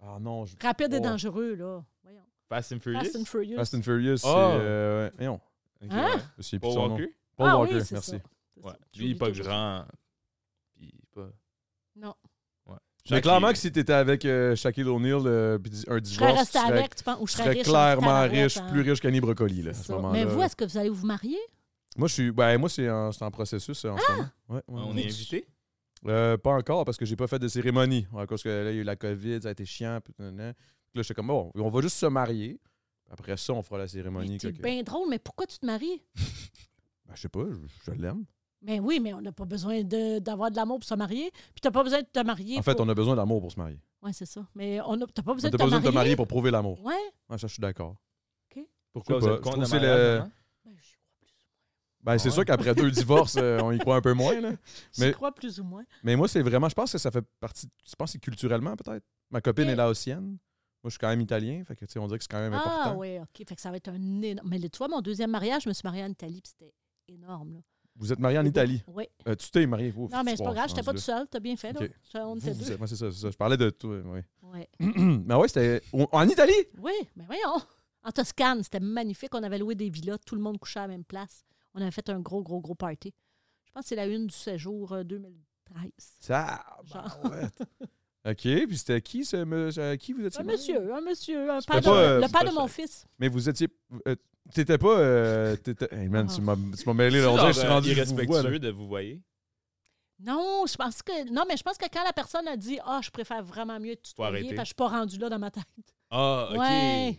S3: ah non, je...
S4: Rapide et
S3: Oh.
S4: dangereux, là. Voyons.
S5: Fast and Furious.
S4: Fast and Furious.
S3: Fast and Furious, c'est...
S5: Ah.
S3: euh, ouais, voyons,
S5: Ok,
S4: Hein?
S5: ouais.
S3: je sais plus
S5: Paul
S3: son nom.
S5: Walker.
S3: Paul
S4: Ah
S3: Walker,
S4: oui, c'est
S3: merci.
S4: ça. C'est
S5: Ouais.
S4: ça.
S5: Lui, il est pas
S4: J'oublie toujours.
S5: grand. Puis, il est pas.
S4: Non.
S5: Ouais.
S3: Mais
S5: Shaq,
S3: clairement
S5: il-
S3: que si t'étais avec euh, Shaquille O'Neal, euh, puis dis- un
S4: Je serais
S3: divorce, tu
S4: resté
S3: serais,
S4: avec, tu penses, ou je
S3: tu
S4: serais,
S3: serais
S4: riche en
S3: clairement
S4: tabarouette,
S3: riche,
S4: hein.
S3: plus riche qu'Annie Brocoli, là, à
S4: C'est
S3: ce
S4: ça.
S3: moment-là.
S4: Mais vous, est-ce que vous allez vous marier?
S3: Moi, je suis. Ben, moi, c'est en, c'est en processus euh, en
S4: Ah!
S3: ce moment. Ouais, ouais,
S5: On
S3: ouais.
S5: est invité.
S3: Euh, pas encore parce que j'ai pas fait de cérémonie. À cause que là, il y a eu la COVID, ça a été chiant. Puis, nan, nan. Puis là, j'étais comme, bon, on va juste se marier. Après ça, on fera la cérémonie.
S4: C'est
S3: que-
S4: bien drôle, mais pourquoi tu te maries?
S3: Ben, je sais pas, je, je l'aime.
S4: Ben oui, mais on n'a pas besoin de- d'avoir de, l'amour pour se marier. Puis t'as pas besoin de te marier.
S3: En fait,
S4: pour...
S3: on a besoin d'amour pour se marier.
S4: Ouais, c'est ça. Mais on a... t'as pas
S3: Mais
S4: besoin
S3: T'as
S4: de
S3: pas
S4: te
S3: besoin de te marier
S4: marier.
S3: pour prouver l'amour.
S4: Ouais.
S3: Ouais, ça, je suis d'accord.
S4: OK.
S3: Pourquoi
S5: Vous
S3: pas?
S5: êtes
S3: Je
S5: contre
S3: trouve que
S5: le
S3: c'est le-
S5: mariage, hein? Ah
S4: Ben, j'y crois plus.
S3: Ben, c'est
S5: Ouais.
S3: sûr qu'après deux divorces, euh, on y croit un peu moins. Là.
S4: J'y
S3: Mais-
S4: crois plus ou moins.
S3: Mais moi, c'est vraiment, je pense que ça fait partie. Je pense que c'est culturellement, peut-être. Ma copine
S4: Mais-
S3: est laotienne. Moi, je suis quand même italien. Fait que, tu sais, on dirait que c'est quand même
S4: Ah
S3: important.
S4: oui, OK. Fait que ça va être un énorme. Mais là, tu vois, mon deuxième mariage, je me suis mariée en Italie, puis c'était énorme. Là.
S3: Vous êtes marié en Italie.
S4: Oui.
S3: Euh, tu t'es marié. Ouf,
S4: Non, mais
S3: tu
S4: c'est pas
S3: vois,
S4: grave, j'étais
S3: rendu
S4: pas
S3: là.
S4: tout seul. T'as bien fait, là.
S3: OK.
S4: Ça, On
S3: Vous,
S4: était
S3: vous
S4: deux.
S3: êtes- moi, c'est ça, c'est ça. Je parlais de toi. Oui.
S4: Ouais.
S3: mais ouais, c'était au- en Italie.
S4: Oui, mais voyons. En Toscane, c'était magnifique. On avait loué des villas, tout le monde couchait à la même place. On avait fait un gros, gros, gros party. Je pense que c'est la une du séjour euh, 2013.
S3: Ça. bah,
S4: Genre.
S3: ouais. OK, puis c'était qui ce me- ce- à qui vous étiez
S4: Un
S3: marié?
S4: monsieur, un monsieur, un
S3: C'est
S4: père
S3: pas,
S4: de-
S3: euh,
S4: le
S3: c'est
S4: père
S5: pas
S4: de mon
S5: ça.
S4: fils.
S3: Mais vous étiez euh, t'étais pas euh, t'étais- Hey
S4: Ah.
S3: man, tu m'as tu m'as mêlé là, on dirait que je suis
S5: genre,
S3: rendu
S5: euh,
S3: je vous vois, là.
S5: irrespectueux de vous voyez.
S4: Non, je pense que non, mais je pense que quand la personne a dit Ah, je préfère vraiment mieux te tutoyer
S5: arrêter.
S4: parce que je suis pas rendu là dans ma tête.
S5: Ah, OK.
S4: Ouais.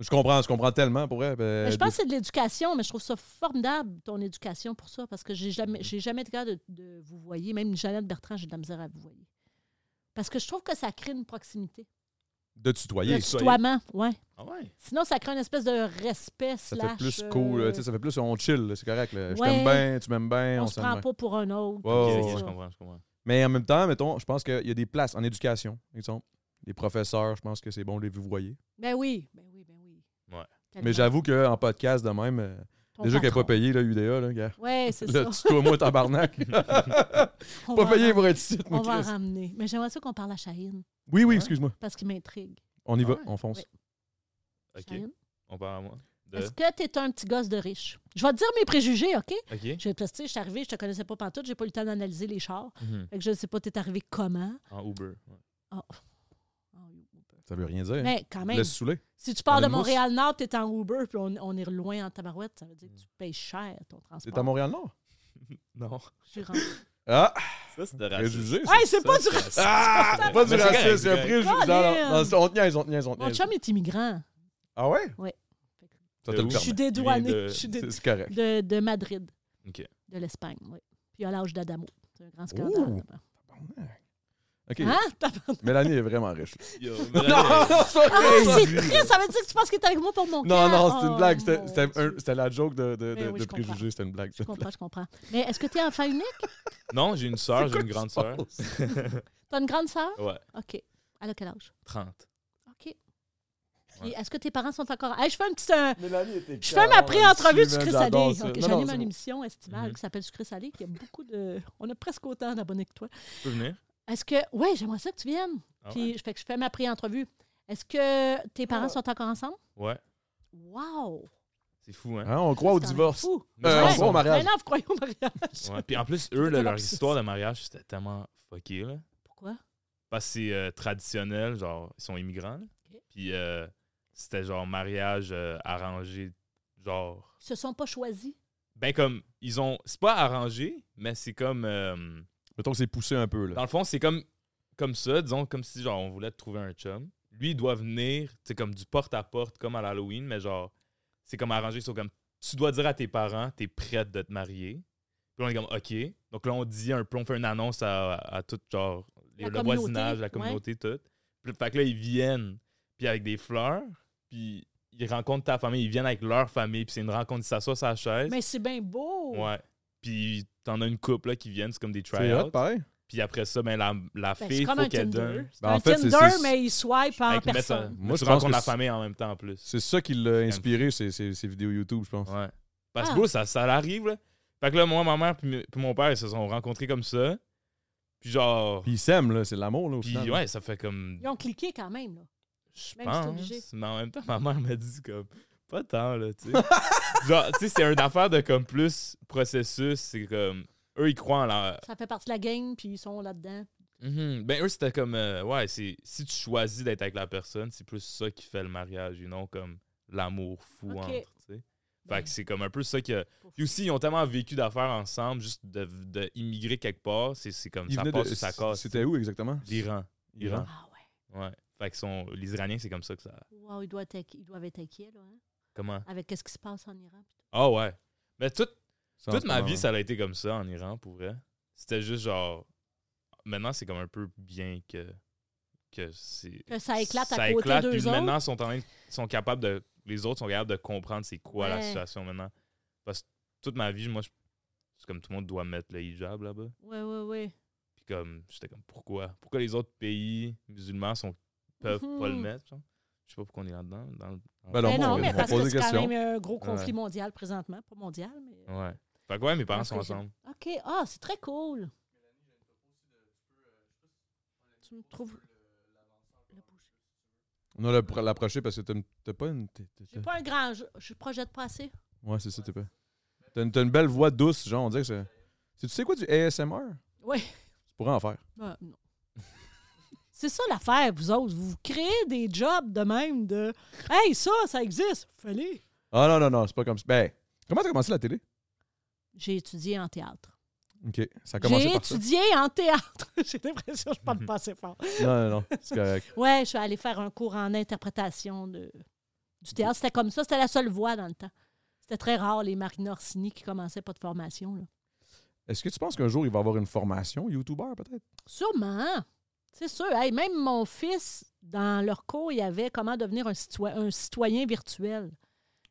S3: Je comprends, je comprends tellement pour elle. ben,
S4: Mais je
S3: des-
S4: pense que c'est de l'éducation, mais je trouve ça formidable, ton éducation pour ça, parce que j'ai jamais,
S3: Mm-hmm.
S4: j'ai jamais été capable de, de vous voyez. Même Jeannette Bertrand, j'ai de la misère à vous voyez. Parce que je trouve que ça crée une proximité.
S3: de tutoyer.
S4: Le tutoiement, ouais.
S5: Ah ouais.
S4: Sinon, ça crée une espèce de respect.
S3: Ça
S4: slash,
S3: fait plus
S4: euh,
S3: cool, là, tu sais, ça fait plus on chill, là, c'est correct. là. Je
S4: Ouais.
S3: t'aime bien, tu m'aimes bien,
S4: on,
S3: on,
S4: se
S3: s'aime
S4: prend
S3: bien.
S4: pas pour un autre.
S3: Ouais,
S4: c'est
S3: ouais,
S5: OK,
S3: ouais.
S4: ça.
S5: je comprends, je comprends.
S3: Mais en même temps, mettons, je pense qu'il y a des places en éducation, exemple. Les professeurs, je pense que c'est bon de les vous voyez.
S4: Ben oui, ben oui, ben oui.
S5: Ouais.
S3: Mais j'avoue qu'en podcast de même, euh, déjà qu'elle n'est pas payée, là, UDA, là, gars.
S4: Ouais, c'est
S3: Là,
S4: ça.
S3: tu toi, moi, tabarnak.
S4: On
S3: pas
S4: va
S3: payé
S4: en-
S3: pour être ici,
S4: On
S3: moi,
S4: va en
S3: Chris.
S4: ramener. Mais j'aimerais ça qu'on parle à Chahine,
S3: Oui, oui,
S5: Ouais.
S3: excuse-moi.
S4: parce qu'il m'intrigue.
S3: On y va,
S5: Ouais.
S3: on fonce.
S4: Ouais.
S5: OK,
S4: Chahine,
S5: on parle à moi. De-
S4: est-ce que tu es un petit gosse de riche? Je vais te dire mes préjugés, OK?
S5: OK.
S4: Je, parce que, tu sais, je suis arrivée, je te connaissais pas pantoute, j'ai pas eu le temps d'analyser les chars.
S5: Mhm.
S4: Fait que je ne sais pas, tu es arrivé comment.
S5: En Uber. ouais.
S4: Ah. Ah, Uber.
S3: Ça veut rien dire.
S4: Mais quand même,
S3: Laisse saouler.
S4: si tu pars
S3: Dans
S4: de
S3: les mousses.
S4: Montréal-Nord, tu es en Uber, puis on, on est loin en Tabarouette, ça veut dire que tu payes cher ton transport.
S3: C'est Mm. à Montréal-Nord.
S5: Non.
S4: J'ai rentré.
S3: Ah,
S5: Ça, c'était
S3: préjugé. ça.
S4: Hey, c'est pas du
S5: c'est-
S4: racisme!
S3: Ah, pas du
S5: Mais c'est
S3: racisme,
S5: correct,
S3: c'est un
S5: c'est
S3: préjugé. Non,
S4: correct.
S3: non, non, c'est- on te niaise, on te niaise, on te
S4: Mon
S3: niaise.
S4: chum est immigrant.
S3: Ah ouais?
S4: Ouais.
S3: Ça te le
S5: Je
S4: Je suis
S3: permet.
S4: dédouanée.
S5: Il vient de-
S4: Je suis dé-
S3: C'est c'est correct.
S4: de, de Madrid,
S5: OK.
S4: de l'Espagne, oui. Puis à l'âge d'Adamo. C'est un grand
S3: Ouh.
S4: scandale. là-bas.
S3: OK.
S4: Hein? Tabarnak.
S3: Mélanie est vraiment riche.
S5: Yo,
S3: Non, non,
S5: vraiment.
S3: c'est pas
S4: Ah,
S3: vrai.
S4: c'est triste! Ça veut dire que tu penses qu'il est avec moi pour mon
S3: Non,
S4: camp.
S3: non, c'était une
S4: Oh,
S3: blague. C'était-
S4: mon
S3: C'était un-
S4: Dieu.
S3: c'était la joke de, de,
S4: Mais
S3: de,
S4: oui,
S3: de
S4: je comprends.
S3: préjugé. C'était une blague.
S4: Je comprends, je comprends. Mais est-ce que tu es enfant unique?
S5: Non, j'ai une
S3: Ah,
S5: soeur, j'ai une grande soeur.
S4: Tu as une grande sœur?
S5: Ouais,
S4: OK. Elle a quel âge?
S5: 30.
S4: OK. Puis est-ce que tes parents sont encore. Hey, je fais un petit. un-
S6: Mélanie était
S4: Je
S3: Ah,
S4: fais ma pré-entrevue du
S6: Suivant,
S4: Chris Salé.
S6: j'adore ça.
S4: Ok,
S6: Non, non,
S4: J'anime
S6: c'est
S4: une
S6: bon.
S4: émission estivale
S5: Mhm.
S4: qui s'appelle du Chris Salé, qui a beaucoup de. On a presque autant d'abonnés que toi.
S5: Tu peux venir?
S4: Est-ce que. Oui, j'aimerais ça que tu viennes.
S5: Ah
S4: Puis je fais que je fais ma pré-entrevue. Est-ce que tes
S3: Ah.
S4: parents sont encore ensemble?
S5: Ouais,
S4: Wow!
S5: c'est fou, hein?
S3: Hein, on croit au
S4: C'est quand même
S3: divorce.
S4: fou.
S3: Euh,
S4: Ouais.
S3: on croit au mariage.
S4: Maintenant, vous croyez au mariage.
S5: Ouais. Puis en plus, eux, là,
S4: C'était
S5: leur
S4: l'absurde.
S5: histoire de mariage, c'était tellement fucké, là.
S4: Pourquoi?
S5: Parce que c'est euh, traditionnel, genre, ils sont immigrants. là.
S4: Ok.
S5: Puis euh, c'était genre mariage euh, arrangé, genre.
S4: Ils se sont pas choisis.
S5: Ben comme, ils ont. C'est pas arrangé, mais c'est comme. euh,
S3: Mettons que c'est poussé un peu.
S5: Dans
S3: Là.
S5: le fond, c'est comme, comme ça, disons, comme si genre on voulait te trouver un chum. Lui, il doit venir, c'est comme du porte-à-porte, comme à l'Halloween, mais genre, c'est comme arrangé, c'est comme, tu dois dire à tes parents, t'es prête de te marier. Puis là, on est comme, OK. Donc là, on dit un peu, on fait une annonce à, à tout, genre, les-
S4: La
S5: le
S4: communauté,
S5: voisinage, la communauté, tout. Puis, fait que là, ils viennent, puis avec des fleurs, puis ils rencontrent ta famille, ils viennent avec leur famille, puis c'est une rencontre, ils s'assoient sur la chaise.
S4: Mais c'est bien beau. Ben,
S5: Ouais. Puis t'en as une couple là, qui viennent, c'est comme des
S3: C'est hot,
S5: try-outs.
S3: pareil.
S5: Puis après ça, ben, la,
S4: Ben,
S5: la fille,
S4: c'est
S5: il
S4: comme
S5: faut
S4: un
S5: qu'elle
S4: Tinder.
S5: donne.
S4: C'est
S3: Ben, en
S4: un
S3: fait, c'est-
S4: Tinder,
S3: c'est-
S4: mais ils swipe en
S5: Avec- mais ça-
S4: personne.
S3: Moi,
S5: tu
S3: je pense
S5: rencontres
S3: que
S5: la
S3: c'est-
S5: famille en même temps, en plus.
S3: C'est ça qui l'a inspiré, ces, ces- ces vidéos YouTube, je pense.
S5: Ouais. Parce que
S4: Ah.
S5: bro, ça, ça arrive, là. Fait que là, moi, ma mère puis, m- puis mon père, ils se sont rencontrés comme ça. Puis genre...
S3: Puis ils s'aiment, là, c'est de l'amour. Là, au
S5: Puis
S3: final.
S5: ouais, ça fait comme...
S4: Ils ont cliqué quand même. Là. Même si
S5: Je
S4: t'es
S5: pense.
S4: obligé.
S5: mais en même temps, ma mère m'a dit comme pas tant là, tu sais. Genre, tu sais, c'est une affaire de comme plus processus. C'est comme eux, ils croient en la.
S4: Ça fait partie de la game, puis ils sont là-dedans.
S5: Mhm. Ben eux, c'était comme euh, ouais, c'est si tu choisis d'être avec la personne, c'est plus ça qui fait le mariage, et non comme l'amour fou
S4: Ok.
S5: entre. tu sais. Fait
S4: Ben.
S5: que c'est comme un peu ça que. Puis aussi, ils ont tellement vécu d'affaires ensemble, juste de, de immigrer quelque part, c'est c'est comme
S3: Ils
S5: ça
S3: venaient
S5: passe
S3: de-
S5: ou ça casse.
S3: C'était où exactement
S5: L'Iran. Iran.
S4: Ah ouais.
S5: Ouais. Fait que sont, les Iraniens, c'est comme ça que ça.
S4: Wow, ils doivent être, ils doivent être inquiets, là, hein,
S5: Comment
S4: avec quest ce qui se passe en Iran.
S5: Ah ouais. Mais tout,
S3: Ça, en
S5: Toute
S3: ce
S5: ma
S3: moment,
S5: vie,
S3: ouais.
S5: ça a été comme ça en Iran, pour vrai. C'était juste genre. Maintenant, c'est comme un peu bien que. Que, c'est-
S4: Que ça éclate à
S5: ça
S4: côté
S5: éclate,
S4: d'eux
S5: puis
S4: autres.
S5: Maintenant, sont en train de- sont capables de. Les autres sont capables de comprendre c'est quoi la
S4: Ouais.
S5: situation maintenant. Parce que toute ma vie, moi, je- c'est comme tout le monde doit mettre le hijab là-bas.
S4: Oui, oui, oui.
S5: Puis comme, j'étais comme, pourquoi Pourquoi les autres pays musulmans sont, peuvent pas le
S4: Mhm.
S5: mettre genre? Je sais pas pourquoi on est là-dedans. Dans, le-
S3: Ben Alors,
S4: mais
S3: bon,
S4: non,
S3: on
S4: mais
S3: va
S4: parce
S3: poser
S4: que c'est
S3: des
S4: quand
S3: questions.
S4: même un gros conflit
S5: Ouais.
S4: mondial présentement. Pas mondial, mais.
S5: Ouais. Fait que ouais, mes parents
S4: Ah,
S5: sont
S4: c'est-
S5: ensemble.
S4: OK. Ah, c'est très cool. euh, Tu me trouves.
S3: On a l'appro- l'approché parce que t'as une- t'as pas une. t'as- t'as-
S4: J'ai pas un grand. Je, je projette pas assez.
S3: Ouais, c'est ça, t'es pas. T'as une, t'as une belle voix douce, genre, on dirait que c'est. c'est- Tu sais quoi du ASMR
S4: Oui.
S3: Tu pourrais en faire.
S4: Ben, non. C'est ça l'affaire, vous autres. Vous créez des jobs de même de Hey, ça, ça existe. Fallait.
S3: Ah non, non, non, c'est pas comme ça. Ben, comment t'as commencé la télé
S4: J'ai étudié en théâtre.
S3: Ok, ça a commencé
S4: J'ai
S3: par ça. Mhm.
S4: étudié en théâtre. J'ai l'impression que je parle pas assez fort.
S3: Non, non, non, c'est correct.
S4: Ouais, je suis allée faire un cours en interprétation de, du théâtre. C'était comme ça. C'était la seule voie dans le temps. C'était très rare, les Marina Orsini qui commençaient pas de formation. là.
S3: Est-ce que tu penses qu'un jour il va avoir une formation YouTuber, peut-être
S4: Sûrement. C'est sûr. Hey, même mon fils, dans leur cours, il y avait comment devenir un, citoy- un citoyen virtuel.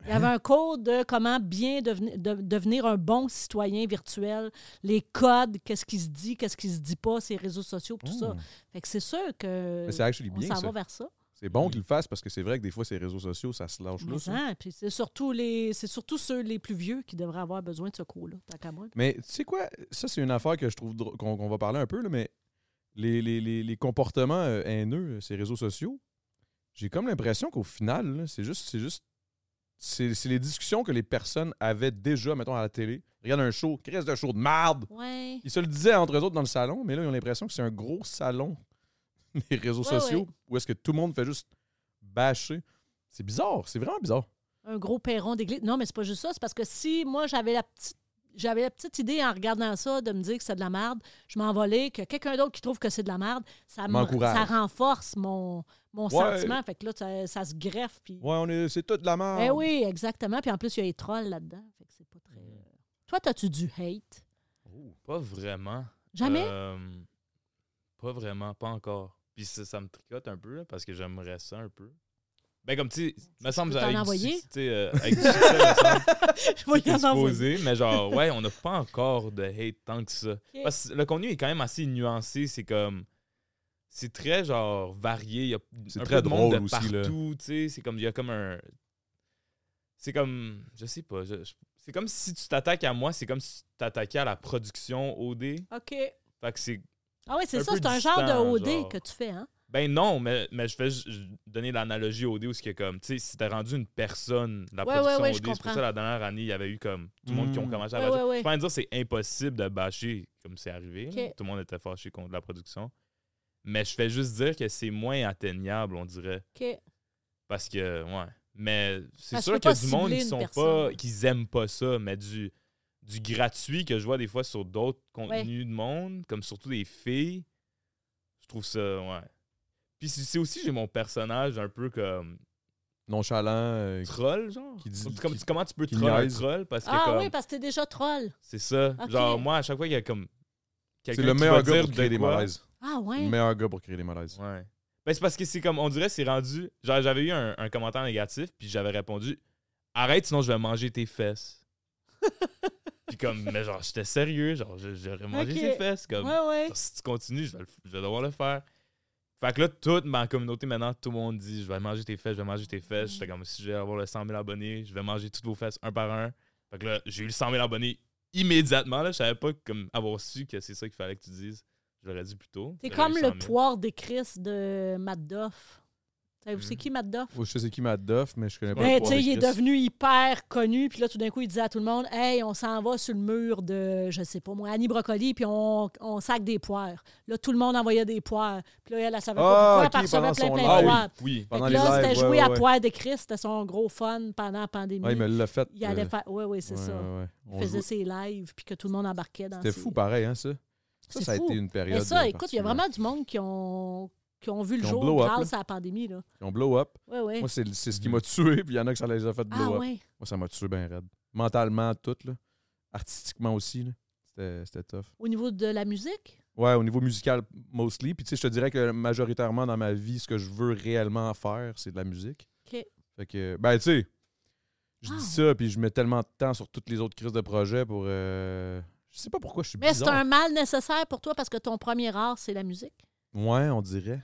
S4: Il y avait un cours de comment bien deveni- de- devenir un bon citoyen virtuel, les codes, qu'est-ce qui se dit, qu'est-ce qui se dit pas, ces réseaux sociaux, tout ça. Fait que c'est sûr que
S3: Hmm. Mais c'est actually
S4: on
S3: bien,
S4: s'en
S3: ça.
S4: va vers ça.
S3: C'est bon qu'il le fasse parce que c'est vrai que des fois, ces réseaux sociaux, ça se lâche là.
S4: Mais
S3: ça.
S4: hein, puis c'est surtout les c'est surtout ceux les plus vieux qui devraient avoir besoin de ce cours-là. Tant qu'à moi.
S3: Mais tu sais quoi, ça c'est une affaire que je trouve drô- qu'on qu'on va parler un peu, là, mais les, les- les- les comportements euh, haineux, euh, ces réseaux sociaux, j'ai comme l'impression qu'au final, là, c'est juste. C'est juste. C'est c'est les discussions que les personnes avaient déjà, mettons, à la télé. Regarde un show, reste de show de marde.
S4: Ouais.
S3: Ils se le disaient entre eux autres dans le salon, mais là, ils ont l'impression que c'est un gros salon, les réseaux
S4: Ouais,
S3: sociaux,
S4: ouais.
S3: où est-ce que tout le monde fait juste bâcher. C'est bizarre, c'est vraiment bizarre.
S4: un gros perron d'église. Non, mais c'est pas juste ça. C'est parce que si moi, j'avais la petite. J'avais la petite idée en regardant ça de me dire que c'est de la merde. Je m'envolais, que quelqu'un d'autre qui trouve que c'est de la merde, ça, me-
S3: M'encourage.
S4: ça renforce mon, mon
S3: Ouais.
S4: sentiment. Fait que là, ça, ça se greffe. Puis...
S3: Ouais, on est, c'est toute la merde.
S4: Eh oui, exactement. Puis en plus, il y a les trolls là-dedans. Fait que c'est pas très. Toi, t'as-tu du hate?
S5: Pas vraiment.
S4: Jamais?
S5: Euh, pas vraiment, pas encore. Puis ça, ça me tricote un peu, là, parce que j'aimerais ça un peu. Ben, comme, tu sais, me semble
S4: peux t'en
S5: avec du
S4: envoyer?
S5: succès, tu sais, euh, avec du succès, me semble,
S4: Je vais y en
S5: c'est
S4: envoyer.
S5: supposé, mais genre, ouais, on n'a pas encore de hate tant que ça.
S4: Ok.
S5: Parce que le contenu est quand même assez nuancé, c'est comme. c'est très genre varié. Il y a
S3: C'est
S5: un
S3: très
S5: peu de monde
S3: drôle
S5: de
S3: aussi, là.
S5: partout, tu sais. C'est comme il y a comme un. C'est comme. Je sais pas. je- je- c'est comme si tu t'attaques à moi, c'est comme si tu t'attaquais à la production OD.
S4: OK.
S5: Fait que c'est.
S4: Ah oui, c'est
S5: Un
S4: ça,
S5: peu
S4: c'est un genre
S5: distant,
S4: de OD
S5: genre.
S4: que tu fais, hein?
S5: Ben non, mais, mais je vais ju- ju- donner l'analogie OD où ce qui est comme. Tu sais, si t'as rendu une personne, la
S4: Ouais, ouais,
S5: production
S4: ouais, je
S5: OD, c'est pour
S4: comprends.
S5: ça la dernière année, il y avait eu comme. Tout le monde qui ont
S3: Mm.
S5: commencé à
S4: Ouais,
S5: bâcher.
S4: ouais, ouais.
S5: Je suis pas en train de dire c'est impossible de bâcher comme c'est arrivé. là.
S4: Ok.
S5: Tout le monde était fâché contre la production. Mais je fais juste dire que c'est moins atteignable, on dirait.
S4: OK.
S5: Parce que, ouais. Mais c'est
S4: Parce que
S5: sûr
S4: tu peux
S5: qu'il y a
S4: pas
S5: du monde
S4: cibler
S5: qui
S4: une
S5: sont
S4: personne.
S5: pas. qui aiment pas ça, mais du, du gratuit que je vois des fois sur d'autres contenus de monde, comme surtout des filles, je trouve ça, ouais. Puis c'est c'est aussi, j'ai mon personnage un peu comme
S3: Nonchalant. euh,
S5: troll, genre.
S3: Qui dit-
S5: comme,
S3: qui-
S5: comment tu peux
S3: qui
S5: troll un
S3: niaise.
S5: troll? Parce que,
S4: Ah
S5: comme,
S4: oui, parce que t'es déjà troll.
S5: c'est ça.
S4: Ok.
S5: Genre, moi, à chaque fois qu'il y a comme.
S3: c'est
S5: quelqu'un
S3: le
S5: qui
S3: meilleur
S5: va
S3: gars
S5: dire
S3: pour
S5: de
S3: créer des
S5: quoi,
S3: malaises.
S4: Ah
S3: Le
S4: ouais.
S3: meilleur gars pour créer des malaises.
S5: Ouais. Ben, c'est parce que c'est comme, on dirait, c'est rendu. Genre, j'avais eu un, un commentaire négatif, puis j'avais répondu Arrête, sinon je vais manger tes fesses. puis comme, mais genre, j'étais sérieux, genre, je- j'aurais mangé
S4: Ok.
S5: tes fesses. Comme,
S4: Ouais, ouais.
S5: genre, si tu continues, je vais, le f- je vais devoir le faire. Fait que là, toute ma communauté, maintenant, tout le monde dit Je vais manger tes fesses, je vais manger tes fesses. J'étais comme, si je vais avoir le 100 000 abonnés, je vais manger toutes vos fesses un par un. Fait que là, j'ai eu le 100 000 abonnés immédiatement. Là, je savais pas comme, avoir su que c'est ça qu'il fallait que tu dises. Je l'aurais dit plus tôt.
S4: T'es
S5: J'aurais
S4: comme
S5: eu 100
S4: le
S5: 000.
S4: poire des Chris de Mad Doff. Savez-vous C'est
S5: Hmm.
S4: qui Mad Doff?
S3: Oh, je sais qui Matt Duff, mais je connais pas.
S4: Ben,
S3: le
S4: tu
S3: pouvoir
S4: sais,
S3: des
S4: il est
S3: Chris.
S4: devenu hyper connu, puis là, tout d'un coup, il disait à tout le monde Hey, on s'en va sur le mur de, je sais pas moi, Annie Brocoli, puis on, on sac des poires. Là, tout le monde envoyait des poires. Puis là, elle, elle savait
S3: Ah,
S4: pas pourquoi,
S3: ok,
S4: puis elle
S3: pendant
S4: recevait
S3: son
S4: plein,
S3: live.
S4: plein de
S3: Ah
S4: poires.
S5: Oui.
S4: Fait
S3: Pendant
S4: que
S3: les
S4: là,
S3: lives,
S4: c'était
S3: ouais,
S4: joué
S3: ouais,
S4: à
S3: ouais.
S4: poire de Christ, c'était son gros fun pendant la pandémie.
S3: Ouais, il me l'a fait.
S4: Il allait
S3: euh,
S4: faire. Oui, oui, c'est
S3: ouais,
S4: ça.
S3: ouais, ouais. On
S4: Il faisait
S3: jouait-
S4: ses lives, puis que tout le monde embarquait dans
S3: C'était
S4: ses-
S3: fou, pareil, hein, ça. Ça,
S4: C'est
S3: ça a
S4: fou.
S3: été une
S4: Mais
S3: période.
S4: ça,
S3: euh,
S4: écoute, il y
S3: particulière.
S4: a vraiment du monde qui ont, qui ont vu le
S3: Qui ont
S4: jour
S3: blow up,
S4: grâce à la pandémie. Là.
S3: Ils ont blow up.
S4: Ouais, ouais.
S3: Moi, c'est c'est ce qui m'a tué, puis il y en a que ça les a fait blow
S4: ah,
S3: up.
S4: ouais.
S3: Moi, ça m'a tué bien raide. Mentalement, tout, là. Artistiquement aussi, là. C'était- C'était tough.
S4: Au niveau de la musique?
S3: Ouais, au niveau musical, mostly. Puis, tu sais, je te dirais que majoritairement dans ma vie, ce que je veux réellement faire, c'est de la musique.
S4: OK.
S3: Fait que, ben, tu sais, je
S4: Ah.
S3: dis ça, puis je mets tellement de temps sur toutes les autres crises de projet pour. euh, Je sais pas pourquoi je suis
S4: Mais c'est
S3: bizarre.
S4: un mal nécessaire pour toi parce que ton premier art, c'est la musique.
S3: Ouais, on dirait.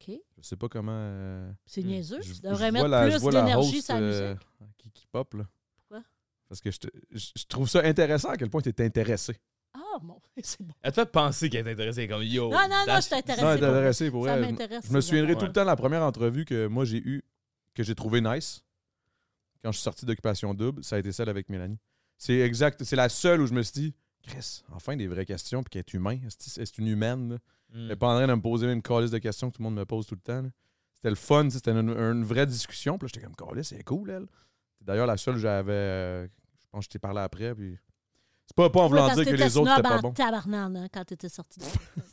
S4: OK.
S3: Je sais pas comment. euh,
S4: C'est
S5: Hmm.
S4: niaiseux.
S3: je-
S4: Tu
S3: je
S4: devrais
S3: vois
S4: mettre
S3: la- je
S4: plus
S3: vois la
S4: d'énergie
S3: host,
S4: sur la musique.
S3: euh, qui, qui pop, là.
S4: Pourquoi?
S3: Parce que je, te- je- je trouve ça intéressant à quel point tu es intéressé.
S4: Ah, bon, c'est bon.
S5: Elle te fait penser qu'elle est intéressée comme yo.
S4: Non, non, non, je
S5: that's-
S4: suis intéressée.
S3: Non,
S4: pour-
S3: intéressé pour
S4: Ça
S3: elle.
S4: m'intéresse.
S3: Je me
S4: ces
S3: souviendrai tout
S4: affaires.
S3: le temps de la première entrevue que moi j'ai eue, que j'ai trouvé nice, quand je suis sorti d'Occupation Double, ça a été celle avec Mélanie. C'est exact, c'est la seule où je me suis dit, Chris, enfin des vraies questions, puis qu'elle est humain, est-ce est une humaine? là?
S5: Mm.
S3: Elle est pas en train de me poser une calice de questions que tout le monde me pose tout le temps. là. C'était le fun, tu sais, c'était une, une vraie discussion, puis là, j'étais comme, calice, c'est cool, elle. C'est D'ailleurs, la seule, j'avais, euh, je pense que je t'ai parlé après, puis. C'est pas, pas en
S4: Ouais,
S3: voulant
S4: parce
S3: dire que
S4: t'étais
S3: les autres,
S4: snob
S3: c'était pas
S4: en
S3: bon.
S4: tabarnane, hein, quand t'étais sorti. de- Mm.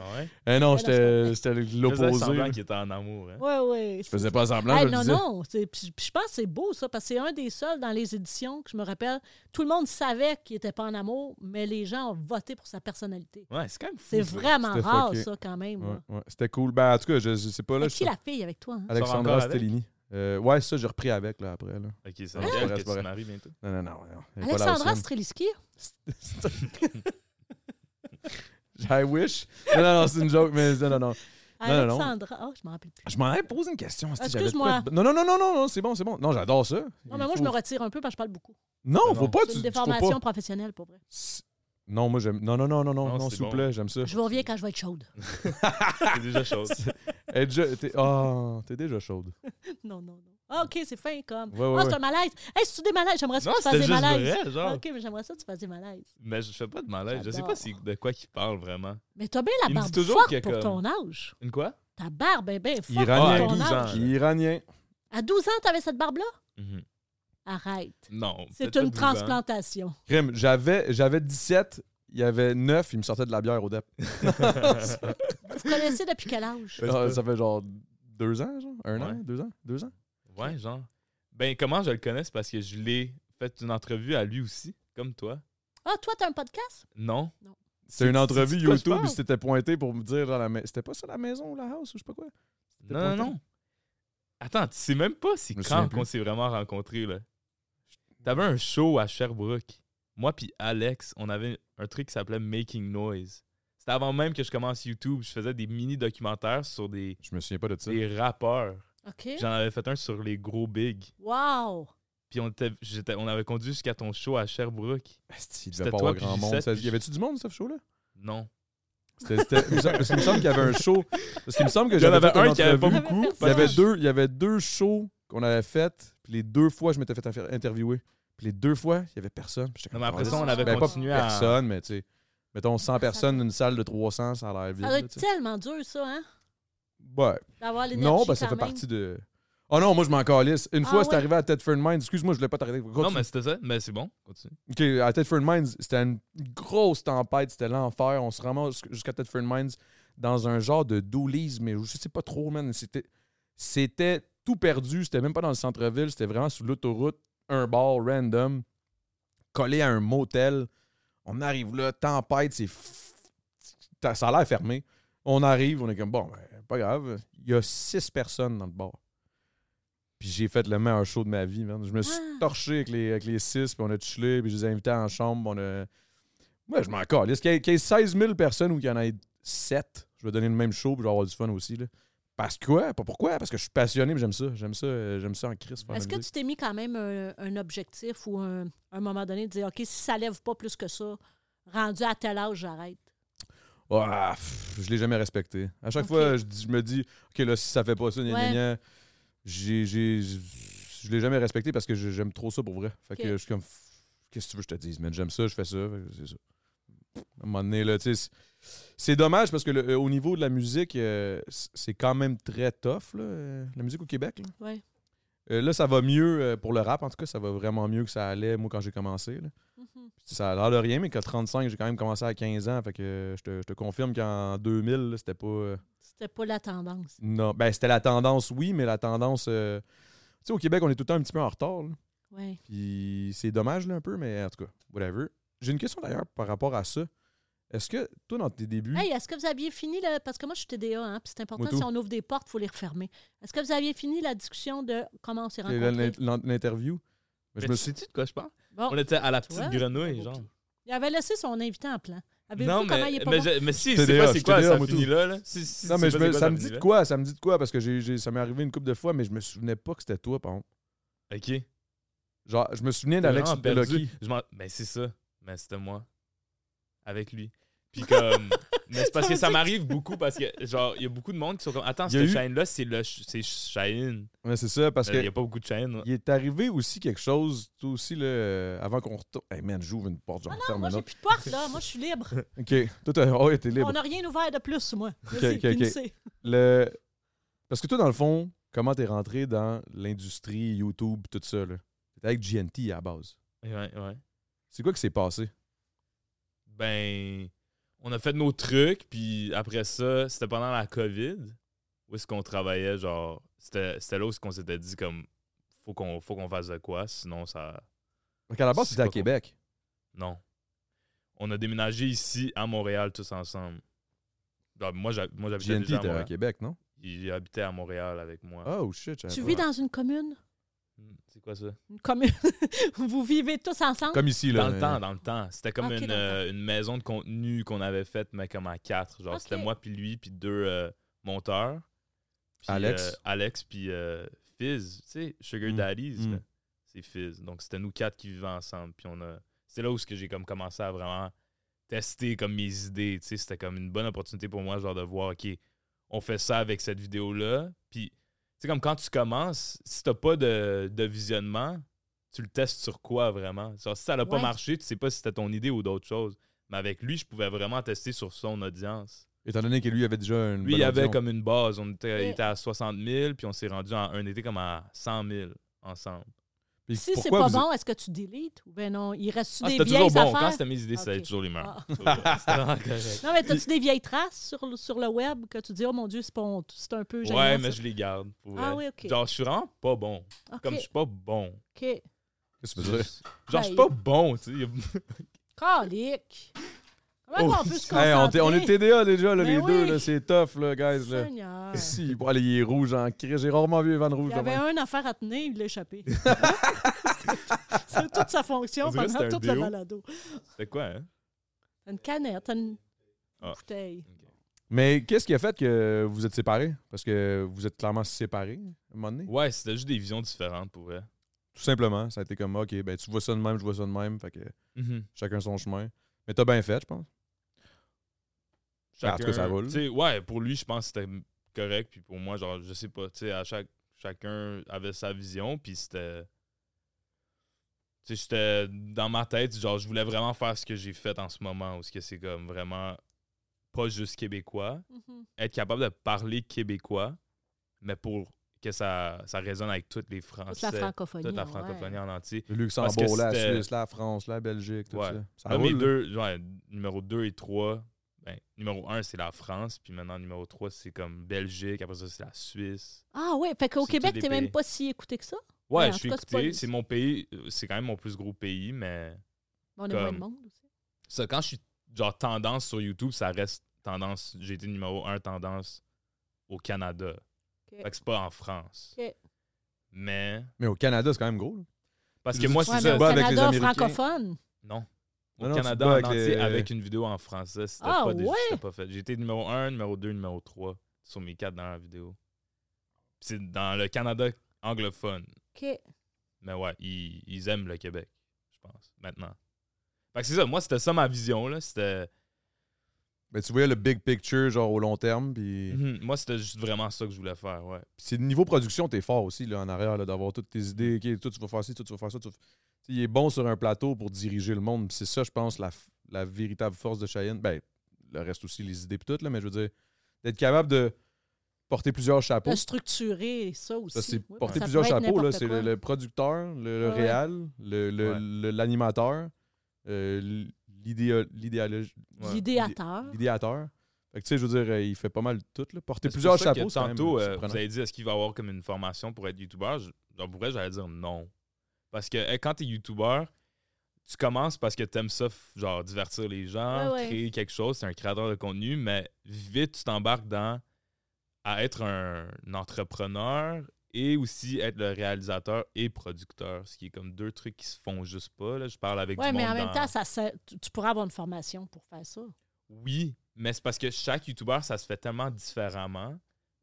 S5: Ah ouais?
S3: Eh non,
S4: Ouais,
S3: j'étais c'était
S5: Je faisais
S3: l'opposé. là.
S5: semblant qu'il était en amour. Hein?
S4: Ouais, ouais.
S3: Je faisais pas semblant,
S4: Hey,
S3: je le
S4: non,
S3: disais.
S4: non. c'est- Puis puis je pense que c'est beau, ça, parce que c'est un des seuls dans les éditions que je me rappelle. Tout le monde savait qu'il n'était pas en amour, mais les gens ont voté pour sa personnalité.
S5: Ouais, c'est quand même fou.
S4: C'est
S5: ça.
S4: vraiment
S3: C'était
S4: rare,
S3: fucké.
S4: ça, quand même.
S3: Ouais,
S4: là.
S3: ouais. C'était cool. Ben, en tout cas, je, je sais pas. Là,
S4: Mais
S3: je sais-
S4: qui la fille avec toi? hein?
S5: Sort
S3: Alexandra
S5: encore avec?
S3: Stellini. Euh, ouais, ça, j'ai repris avec là, après. Là.
S5: Ok, c'est
S3: Ouais.
S5: vrai
S3: Ouais.
S5: que tu
S3: Ouais.
S5: te maries bientôt.
S3: Non, non, non. non. Elle est pas là
S4: Alexandra
S3: aussi.
S4: Streliski?
S3: I wish. Non, non, non, c'est une joke, mais non, non, non. Non, non, non.
S4: Alexandra. Oh, je m'en rappelle plus.
S3: Je m'en ai posé une question. si j'avais de
S4: Excuse-moi.
S3: quoi de- Non, non, non, non, non, non, c'est bon, c'est bon. Non, j'adore ça.
S4: Non,
S3: Il
S4: mais moi, je
S3: faut-
S4: me retire un peu parce que je parle beaucoup.
S3: Non,
S5: Ah
S3: faut
S5: non.
S3: pas.
S4: C'est
S3: Tu,
S4: une
S3: tu- faut
S4: déformation
S3: pas.
S4: professionnelle, pour vrai.
S3: C'est- Non, moi, j'aime. Non, non, non, non, non,
S5: Non,
S3: non,
S5: c'est
S3: s'il vous
S5: bon.
S3: plaît, j'aime ça.
S4: Je vous reviens quand je vais être chaude.
S5: C'est déjà chose.
S3: Elle est déjà- T'es oh, t'es déjà chaude.
S4: non, non, non. Ah, OK, c'est fin comme.
S3: Ouais, ouais,
S4: Ah,
S3: ouais.
S4: c'est un malaise. Hey, c'est-tu des malaises? J'aimerais ça
S5: non,
S4: que tu fasses
S5: c'était
S4: des
S5: juste
S4: malaises.
S5: vrai, genre.
S4: Ah, OK, mais j'aimerais ça que tu fasses des malaises.
S5: Mais je fais pas de malaise. Je sais pas
S4: J'adore.
S5: si de quoi qu'il parle vraiment.
S4: Mais t'as bien la
S5: Il me dit
S4: barbe
S5: toujours qu'il y
S4: forte
S5: a
S4: pour
S5: comme-
S4: ton âge.
S5: Une quoi?
S4: Ta barbe est bien forte pour
S3: Iranien.
S4: ton
S5: Ah, à 12
S4: âge.
S5: ans.
S3: Iranien.
S4: À 12 ans, t'avais cette barbe-là?
S5: Mhm.
S4: Arrête.
S5: Non.
S4: C'est
S5: peut-être pas
S4: une
S5: 12 ans.
S4: transplantation.
S3: Crime, j'avais j'avais 17, il y avait 9, il me sortait de la bière au E DEP.
S4: Vous connaissez depuis quel âge?
S5: Ouais,
S3: Ah,
S5: Ben, c'est
S3: ça fait genre deux ans, genre? Un an?
S5: Ouais.
S3: Deux ans? Deux ans?
S5: Ouais, genre. Ben, comment je le connais? C'est parce que je l'ai fait une entrevue à lui aussi, comme toi.
S4: Ah, toi, t'as un podcast?
S5: Non?
S3: C'est une entrevue
S5: c'est de quoi je
S3: YouTube,
S5: parle?
S3: puis c'était pointé pour me dire dans la maison. C'était pas ça la maison ou la house ou je sais pas quoi? C'était
S5: Non, non,
S3: pointé.
S5: non. Attends, tu sais même pas c'est
S3: Je me
S5: quand
S3: souviens
S5: qu'on
S3: plus.
S5: s'est vraiment rencontrés, là. T'avais un show à Sherbrooke. Moi puis Alex, on avait un truc qui s'appelait Making Noise. C'était C'était avant même que je commence YouTube, je faisais des mini-documentaires sur des,
S3: Je me souviens pas de ça.
S5: des rappeurs.
S4: OK.
S5: J'en avais fait un sur les gros bigs.
S4: Wow!
S5: Puis on, était, j'étais- on avait conduit jusqu'à ton show à Sherbrooke.
S3: Asti, Il
S5: C'était
S3: devait pas
S5: toi
S3: avoir
S5: puis
S3: grand monde.
S5: Gisette,
S3: Ça-
S5: puis
S3: Y avait-tu du monde, ce show-là?
S5: Non.
S3: C'était, c'était- il me semble- parce qu'il me semble qu'il y avait un show. Parce qu'il me semble que
S5: Il y en
S3: j'avais
S5: avait
S3: fait
S5: un
S3: une
S5: qui avait pas
S3: entrevue.
S5: beaucoup.
S3: Il y avait deux, il y avait deux shows qu'on avait fait, puis les deux fois je m'étais fait affaire- interviewer, puis les deux fois il y avait personne. Puis j'étais
S5: Non,
S3: comme,
S5: mais après
S3: Ah,
S5: ça, on
S3: c'est-
S5: avait
S3: ben,
S5: continué
S3: pas
S5: à-
S3: personne, mais tu sais, mettons 100 personnes dans une salle de 300, ça a l'air vide.
S4: Ça
S3: là,
S4: doit être
S3: tu sais.
S4: tellement dur, ça, hein?
S3: Ouais.
S4: D'avoir l'énergie.
S3: Non, parce que ça
S4: quand
S3: fait
S4: même.
S3: partie de. Oh non, moi je m'en calisse. Une
S4: Ah
S3: fois, c'est
S4: ouais.
S3: arrivé à Ted Mines. Excuse-moi, je voulais pas t'arrêter. Continue.
S5: Non, mais c'était ça. Mais c'est bon, continue.
S3: OK, à Tedford Mines, c'était une grosse tempête, c'était l'enfer. On se ramasse jusqu'à Tedford Mines dans un genre de doulise, mais je sais pas trop, man. C'était, c'était tout perdu, c'était même pas dans le centre-ville, c'était vraiment sur l'autoroute, un bar random, collé à un motel. On arrive là, tempête, c'est. f- Ça ça a l'air fermé. On arrive, on est comme, bon, ben, pas grave. Il y a six personnes dans le bar. Puis j'ai fait le meilleur show de ma vie, man. Je me suis
S4: Ah.
S3: torché avec les, avec les six, puis on a chillé, puis je les ai invités en chambre. puis On a... Moi, je m'en calisse. Qu'il y, ait- qu'il y ait 16 000 personnes ou qu'il y en ait 7, je vais donner le même show, puis je vais avoir du fun aussi, là. Parce que quoi? Pas pourquoi? Parce que je suis passionné, mais j'aime ça. J'aime ça, euh, j'aime ça en crise. faire de la
S4: Est-ce que tu
S3: musique.
S4: t'es mis quand même un, un objectif ou un, un moment donné de dire, OK, si ça lève pas plus que ça, rendu à tel âge, j'arrête?
S3: Ah, pff, je l'ai jamais respecté. À chaque
S4: Ok.
S3: fois, je, dis- je me dis, OK, là, si ça fait pas ça, gna, gna,
S4: Ouais.
S3: gna, j'ai, j'ai- je je l'ai jamais respecté parce que je- j'aime trop ça pour vrai. Fait
S4: Ok.
S3: que je suis comme, Pff, qu'est-ce que tu veux que je te dise, man? J'aime ça, je fais ça, fait que c'est ça. À un moment donné, là, tu sais, c'est- c'est dommage parce que le- au niveau de la musique, euh, c- c'est quand même très tough, là, euh, la musique au Québec. Là.
S4: Ouais.
S3: Euh, là, ça va mieux euh, pour le rap, en tout cas, ça va vraiment mieux que ça allait, moi, quand j'ai commencé. là.
S4: Mhm.
S3: Ça a l'air de rien, mais qu'à 35, j'ai quand même commencé à 15 ans. Fait que euh, je te, je te confirme qu'en 2000, là, c'était pas. euh,
S4: C'était pas la tendance.
S3: non, ben c'était la tendance, oui, mais la tendance. euh, tu sais, au Québec, on est tout le temps un petit peu en retard. là.
S4: Ouais.
S3: Puis c'est dommage, là, un peu, mais en tout cas, whatever. J'ai une question d'ailleurs par rapport à ça. Est-ce que, toi, dans tes
S5: Mmh.
S3: débuts.
S4: Hey, est-ce que vous aviez fini, là, parce que moi, je suis TDA, hein, puis c'est important,
S3: Moi tout.
S4: si on ouvre des portes, il faut les refermer. Est-ce que vous aviez fini la discussion de comment on s'est
S3: t'es là,
S4: rencontrés?
S3: l'in- l'in- l'interview.
S5: Mais
S3: je
S5: tu
S3: me suis.
S5: sais-tu de quoi je parle?
S4: Bon,
S5: On était à la petite
S4: Toi, c'est
S5: grenouille,
S4: pas
S5: genre.
S4: Oh. beau. il avait laissé son invité en plan. Avez-vous
S5: Non,
S4: vu comment il
S5: mais,
S4: est pas
S5: mais,
S4: bon?
S5: je- mais si,
S3: TDA,
S5: c'est quoi, c'est
S3: je
S5: quoi,
S3: TDA,
S5: ça
S3: moi, tout.
S5: finit là, là? Si- si,
S3: Non, mais
S5: c'est pas
S3: je
S5: c'est
S3: me-
S5: quoi,
S3: ça me dit
S5: finit
S3: de
S5: là.
S3: quoi Ça me dit de quoi Parce que j'ai- j'ai- ça m'est arrivé une couple de fois, mais je me souvenais pas que c'était toi, par contre.
S5: Ok.
S3: Genre, je me souvenais
S5: T'as
S3: d'Alex
S5: vraiment perdu.
S3: Belloki.
S5: Je m'en- Ben, c'est ça. Ben, c'était moi. Avec lui. Puis comme. mais c'est parce que ça m'arrive beaucoup parce que, genre, il y a beaucoup de monde qui sont comme. Attends,
S3: Il y a
S5: cette
S3: eu-
S5: chaîne-là, c'est le. ch- C'est Shine.
S3: Ouais, c'est ça, parce
S5: Ben, Il n'y
S3: que
S5: a pas beaucoup de chaînes.
S3: Il est arrivé aussi quelque chose, toi aussi, là, euh, avant qu'on retourne. Hey man, j'ouvre une porte, j'en ferme
S4: Ah Moi,
S3: une
S4: j'ai
S3: autre.
S4: plus de porte, là. Moi, je suis libre.
S3: Ok, toi, t'as- oh, ouais, t'es libre.
S4: On n'a rien ouvert de plus, moi.
S3: Ok,
S4: Vas-y,
S3: ok, ok.
S5: Ben,
S4: finissez.
S3: Le... Parce que toi, dans le fond, comment t'es rentré dans l'industrie, YouTube, tout ça, là? T'étais avec GNT à la base.
S5: Ouais, ouais.
S3: C'est quoi qui s'est passé?
S5: Ben. On a fait nos trucs, puis après ça, c'était pendant la COVID. Où est-ce qu'on travaillait, genre. C'était c'était là où est-ce qu'on s'était dit, comme. Faut qu'on faut qu'on fasse de quoi, sinon ça.
S3: Donc, à la base,
S5: C'est
S3: c'était à
S5: quoi qu'on-
S3: Québec.
S5: Non. On a déménagé ici, à Montréal, tous ensemble. Ah, moi, j'ha- moi, j'habitais
S3: GNT
S5: déjà à
S3: était à
S5: Montréal.
S3: Québec, non?
S5: Il habitait à Montréal avec moi.
S3: Oh shit, j'avais
S4: Tu
S3: pas-
S4: vis dans une commune?
S5: Hmm, C'est quoi ça?
S4: Une commune? Vous vivez tous ensemble?
S3: Comme ici, là.
S5: Dans le
S3: euh,
S5: temps, dans le temps. C'était comme
S4: Ah, Ok, dans
S5: une,
S4: le
S5: euh, une maison de contenu qu'on avait faite, mais comme à quatre. Genre,
S4: Ok.
S5: c'était moi, puis lui, puis deux euh, monteurs. Puis,
S3: Alex.
S5: euh, Alex, puis euh, Fizz. Tu sais, Sugar
S3: Mm.
S5: Daddies,
S3: Mm.
S5: là, c'est Fizz. Donc, c'était nous quatre qui vivions ensemble. Puis on a... C'est là où ce que j'ai comme commencé à vraiment tester comme mes idées. Tu sais, c'était comme une bonne opportunité pour moi, genre de voir, OK, on fait ça avec cette vidéo-là. Puis, tu sais, comme quand tu commences, si t'as pas de, de visionnement, tu le testes sur quoi vraiment? Genre, si ça n'a pas
S4: Ouais.
S5: marché, tu sais pas si c'était ton idée ou d'autres choses. Mais avec lui, je pouvais vraiment tester sur son audience.
S3: Étant donné que lui avait déjà une.
S5: Lui, il
S3: bonne
S5: avait
S3: audience.
S5: comme une base. On était, il
S4: Et-
S5: était à 60 000, puis on s'est rendu en un été comme à 100 000 ensemble.
S3: Puis
S4: si c'est
S3: pourquoi
S4: pas
S3: vous-
S4: bon, est-ce que tu délites? Ou bien non, il reste
S5: Ah,
S4: des
S5: c'était
S4: vieilles
S5: toujours bon. Quand
S4: affaires?
S5: c'était mes idées, c'était
S4: Ok.
S5: toujours les mêmes.
S4: Ah.
S5: C'était vraiment correct.
S4: Non, mais t'as-tu des vieilles traces sur, le- sur le web que tu dis, oh mon Dieu, c'est pas honte, c'est un peu gênant,
S5: Ouais,
S4: ça.
S5: mais je les garde. pour vrai.
S4: Ah oui, ok.
S5: Genre, je suis vraiment pas bon.
S4: Ok,
S5: Comme je suis pas bon.
S4: ok.
S3: Qu'est-ce que tu veux dire?
S5: Genre, je suis pas bon, tu sais.
S4: Calique! Comment
S5: Oh.
S4: on peut se concentrer?
S3: Hey, on, t'est- on est TDA déjà, là,
S4: Mais
S3: les
S4: Ben oui.
S3: deux, là, c'est tough, là, guys. Là.
S4: Seigneur.
S3: Si, bon, allez, il est rouge en crise. J'ai rarement vu Evan rouge.
S4: Il y
S3: de
S4: avait
S3: même.
S4: un affaire à tenir, il l'a échappé. c'est toute sa fonction
S5: On dirait que
S4: pendant
S5: c'était un
S4: tout le
S5: déo.
S4: balado.
S5: C'était quoi, hein?
S4: Une canette, une...
S5: Ah.
S4: bouteille.
S3: Mais qu'est-ce qui a fait que vous êtes séparés? Parce que vous êtes clairement séparés, à un moment donné.
S5: Ouais, c'était juste des visions différentes pour vrai.
S3: Tout simplement, ça a été comme, OK, ben tu vois ça de même, je vois ça de même, fait que
S5: Mhm.
S3: chacun son chemin. Mais t'as bien fait, je pense. Ah, en tout cas, ça roule.
S5: tu sais, Ouais, pour lui, je pense que c'était correct. Puis pour moi, genre, je sais pas. Tu sais, à chaque, chacun avait sa vision. Puis c'était. Tu sais, j'étais dans ma tête, genre, je voulais vraiment faire ce que j'ai fait en ce moment. Ou ce que c'est comme vraiment pas juste québécois.
S4: Mhm.
S5: Être capable de parler québécois, mais pour que ça, ça résonne avec toutes les
S4: Toute
S5: Français.
S4: la francophonie.
S5: toute la
S4: ouais.
S5: francophonie en entier.
S3: Le Luxembourg, la
S5: c'était-
S3: Suisse, la France, la Belgique, tout
S5: Ouais.
S3: ça. Ça
S5: Là, mes
S3: roule, là.
S5: deux, ouais, numéro 2 et 3, numéro 1, c'est la France, puis maintenant, numéro 3, c'est comme Belgique, après ça, c'est la Suisse.
S4: Ah ouais, fait qu'au
S5: C'est
S4: Québec,
S5: tous des
S4: t'es même
S5: pays.
S4: pas si écouté que ça.
S5: Ouais,
S4: Ouais, en
S5: je suis
S4: tout cas, c'est pas
S5: écouté,
S4: le-
S5: c'est mon pays, euh, c'est quand même mon plus gros pays, mais
S4: On est moins de
S5: Comme-
S4: monde aussi.
S5: ça, quand je suis genre tendance sur YouTube, ça reste tendance, j'ai été numéro 1 tendance au Canada.
S4: Ok.
S5: Fait que c'est pas en France.
S4: Ok.
S5: Mais,
S3: Mais au Canada, c'est quand même gros. là.
S5: parce que
S3: Juste
S5: moi,
S3: tu
S4: Ouais,
S5: c'est
S4: mais
S5: ça.
S4: au
S3: bats avec les
S4: Canada
S3: Américains.
S4: francophone.
S5: Non. Au
S3: Ah Non, non, tu euh, te
S5: Canada
S3: bats
S5: en
S3: avec
S5: entier,
S3: les-
S5: avec une vidéo en français, c'était
S4: Ah,
S5: pas, des-
S4: ouais?
S5: c'était pas fait. J'étais numéro 1, numéro 2, numéro 3 sur mes 4 dans la vidéo. Puis C'est dans le Canada anglophone.
S4: OK.
S5: Oh. Mais ouais, ils, ils aiment le Québec, je pense, maintenant. Fait que c'est ça, moi, c'était ça ma vision, là. C'était...
S3: Mais Ben, tu voyais le big picture, genre au long terme, puis...
S5: Mhm, Moi, c'était juste vraiment ça que je voulais faire, ouais.
S3: Puis c'est niveau production, t'es fort aussi là, en arrière, là, d'avoir toutes tes idées. OK, toi, tu vas faire ci, toi, tu vas faire ça. tu vas- Tu sais, Il est bon sur un plateau pour diriger le monde. puis C'est ça, je pense, la, f- la véritable force de Cheyenne. Ben, le reste aussi, les idées, pis tout, là, mais je veux dire, d'être capable de porter plusieurs chapeaux.
S4: De structurer ça aussi.
S3: Ça, c'est
S4: Ouais, ben,
S3: porter
S4: ça
S3: plusieurs
S4: peut être
S3: chapeaux. là.
S4: n'importe
S3: C'est
S4: quoi.
S3: le, le producteur, le, le
S4: Ouais, ouais.
S3: réal, le- le-
S5: Ouais.
S3: le- l'animateur, euh, l- l'idéo- l'idéologie- ouais,
S4: L'idéateur.
S3: l'idéateur. Fait que, tu sais, je veux dire, euh, il fait pas mal tout. Là. Porter
S5: C'est
S3: plusieurs
S5: pour ça que
S3: chapeaux, c'est quand même,
S5: Tantôt,
S3: euh,
S5: euh, vous
S3: surprenant.
S5: avez dit, est-ce qu'il va y avoir comme une formation pour être youtubeur? Je- Genre, pour vrai, j'allais dire non. Parce que hey, quand t'es youtubeur, tu commences parce que t'aimes ça, f- genre, divertir les gens,
S4: Ouais, ouais.
S5: créer quelque chose, t'es un créateur de contenu, mais vite, tu t'embarques dans à être un, un entrepreneur et aussi être le réalisateur et producteur, ce qui est comme deux trucs qui se font juste pas. Là. Je parle avec
S4: Oui,
S5: du
S4: mais
S5: monde
S4: en même
S5: dans-
S4: temps, ça, sert- tu tu pourrais avoir une formation pour faire ça.
S5: oui, mais c'est parce que chaque youtubeur, ça se fait tellement différemment.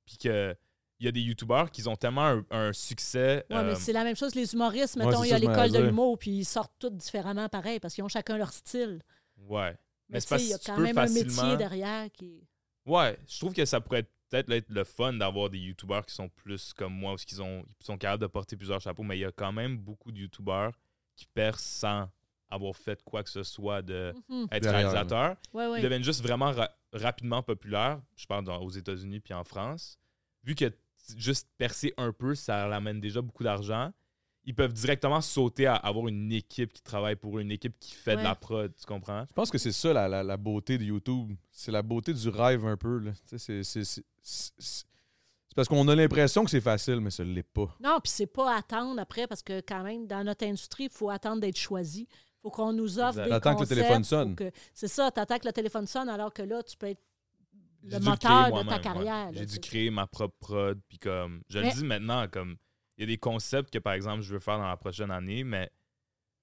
S5: Puis que il y a des youtubeurs qui ont tellement un, un succès.
S4: Oui,
S5: euh,
S4: mais c'est la même chose, les humoristes.
S3: ouais,
S4: Mettons,
S3: c'est
S4: il y a
S3: ça, je m'en
S4: l'école de
S3: allais.
S4: l'humour, puis ils sortent tous différemment pareil, parce qu'ils ont chacun leur style.
S5: ouais.
S4: Mais,
S5: Mais
S4: tu sais,
S5: c'est parce
S4: il y a
S5: que tu
S4: quand
S5: peux
S4: même un métier
S5: facilement-
S4: derrière qui.
S5: Ouais, je trouve que ça pourrait être- peut-être être le fun d'avoir des youtubeurs qui sont plus comme moi, parce qu'ils ont, ils sont capables de porter plusieurs chapeaux, mais il y a quand même beaucoup de youtubeurs qui perdent sans avoir fait quoi que ce soit de
S4: Mhm.
S5: être
S3: Derrière, là.
S5: réalisateur.
S4: Ouais, ouais.
S5: ils deviennent juste vraiment ra- rapidement populaires, je parle dans- aux États-Unis puis en France, vu que t- juste percer un peu, ça l'amène déjà beaucoup d'argent, ils peuvent directement sauter à avoir une équipe qui travaille pour eux, une équipe qui fait
S4: Ouais.
S5: de la prod, tu comprends?
S3: Je pense que c'est ça la, la- la beauté de YouTube. C'est la beauté du rêve un peu. là. Tu sais, C'est c'est- c'est- c'est- c'est- c'est parce qu'on a l'impression que c'est facile, mais ça ne l'est pas.
S4: Non, puis c'est pas attendre après, parce que quand même, dans notre industrie, il faut attendre d'être choisi. Il faut qu'on nous offre
S5: Exact.
S4: des
S3: T'attends que le
S4: concepts,
S3: téléphone
S4: faut
S3: sonne.
S4: que- C'est ça, t'attends que le téléphone sonne, alors que là, tu peux être
S5: J'ai
S4: le
S5: dû créer
S4: moteur de
S5: moi-même,
S4: ta
S5: ouais.
S4: carrière. là,
S5: J'ai
S4: tu
S5: dû
S4: sais.
S5: créer ma propre prod, puis comme, je
S4: Mais-
S5: le dis maintenant, comme, il y a des concepts que, par exemple, je veux faire dans la prochaine année, mais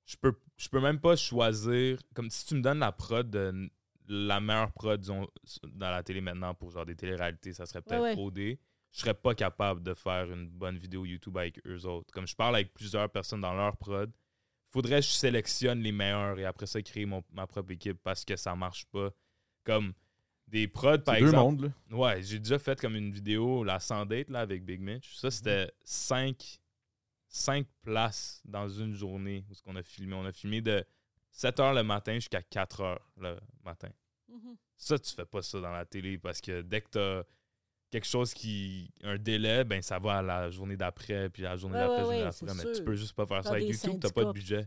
S5: je peux, je peux même pas choisir, comme si tu me donnes la prod de- la meilleure prod, disons, dans la télé maintenant pour genre des téléréalités, ça serait peut-être
S4: Ouais, ouais.
S5: OD. Je serais pas capable de faire une bonne vidéo YouTube avec eux autres. Comme je parle avec plusieurs personnes dans leur prod, faudrait que je sélectionne les meilleurs et après ça, créer mon- ma propre équipe parce que ça marche pas. Comme des prods, par
S3: C'est deux
S5: exemple.
S3: mondes. là.
S5: Ouais, j'ai déjà fait comme une vidéo, la 100 date là, avec Big Mitch.
S4: Mhm.
S5: Ça, c'était cinq, cinq places dans une journée où ce qu'on a filmé. On a filmé de 7 h le matin jusqu'à 4 h le matin.
S4: Mhm.
S5: Ça, tu fais pas ça dans la télé parce que dès que t'as quelque chose qui. un délai, ben ça va à la journée d'après, puis à la journée
S4: Ouais,
S5: d'après,
S4: ouais,
S5: journée
S4: ouais,
S5: d'après.
S4: c'est
S5: Mais tu
S4: sûr.
S5: peux juste pas faire ça
S4: Faire
S5: avec
S4: des
S5: YouTube, t'as pas
S4: syndicats,
S5: de budget.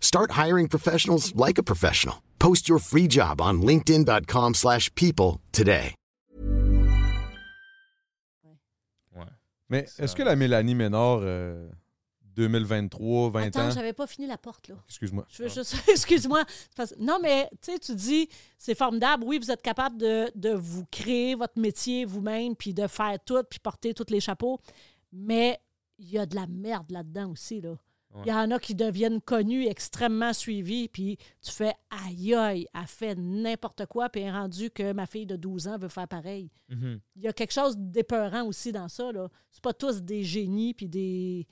S7: Start hiring professionals like a professional. Post your free job on linkedin.com/people slash people today.
S5: Ouais.
S3: Mais
S5: Ça-
S3: est-ce que la Mélanie Ménard, euh, 2023, 20
S4: Attends,
S3: ans.
S4: j'avais pas fini la porte, là.
S3: Excuse-moi.
S4: Je veux juste, excuse-moi. parce- Non, mais tu sais, tu dis, c'est formidable. Oui, vous êtes capable de, de vous créer votre métier vous-même, puis de faire tout, puis porter tous les chapeaux. Mais il y a de la merde là-dedans aussi, là. Il y en a qui deviennent connus, extrêmement suivis, puis tu fais aïe aïe, elle fait n'importe quoi, puis elle est rendu que ma fille de 12 ans veut faire pareil. Il y a quelque chose d'épeurant aussi dans ça, là. C'est pas tous des génies, puis des,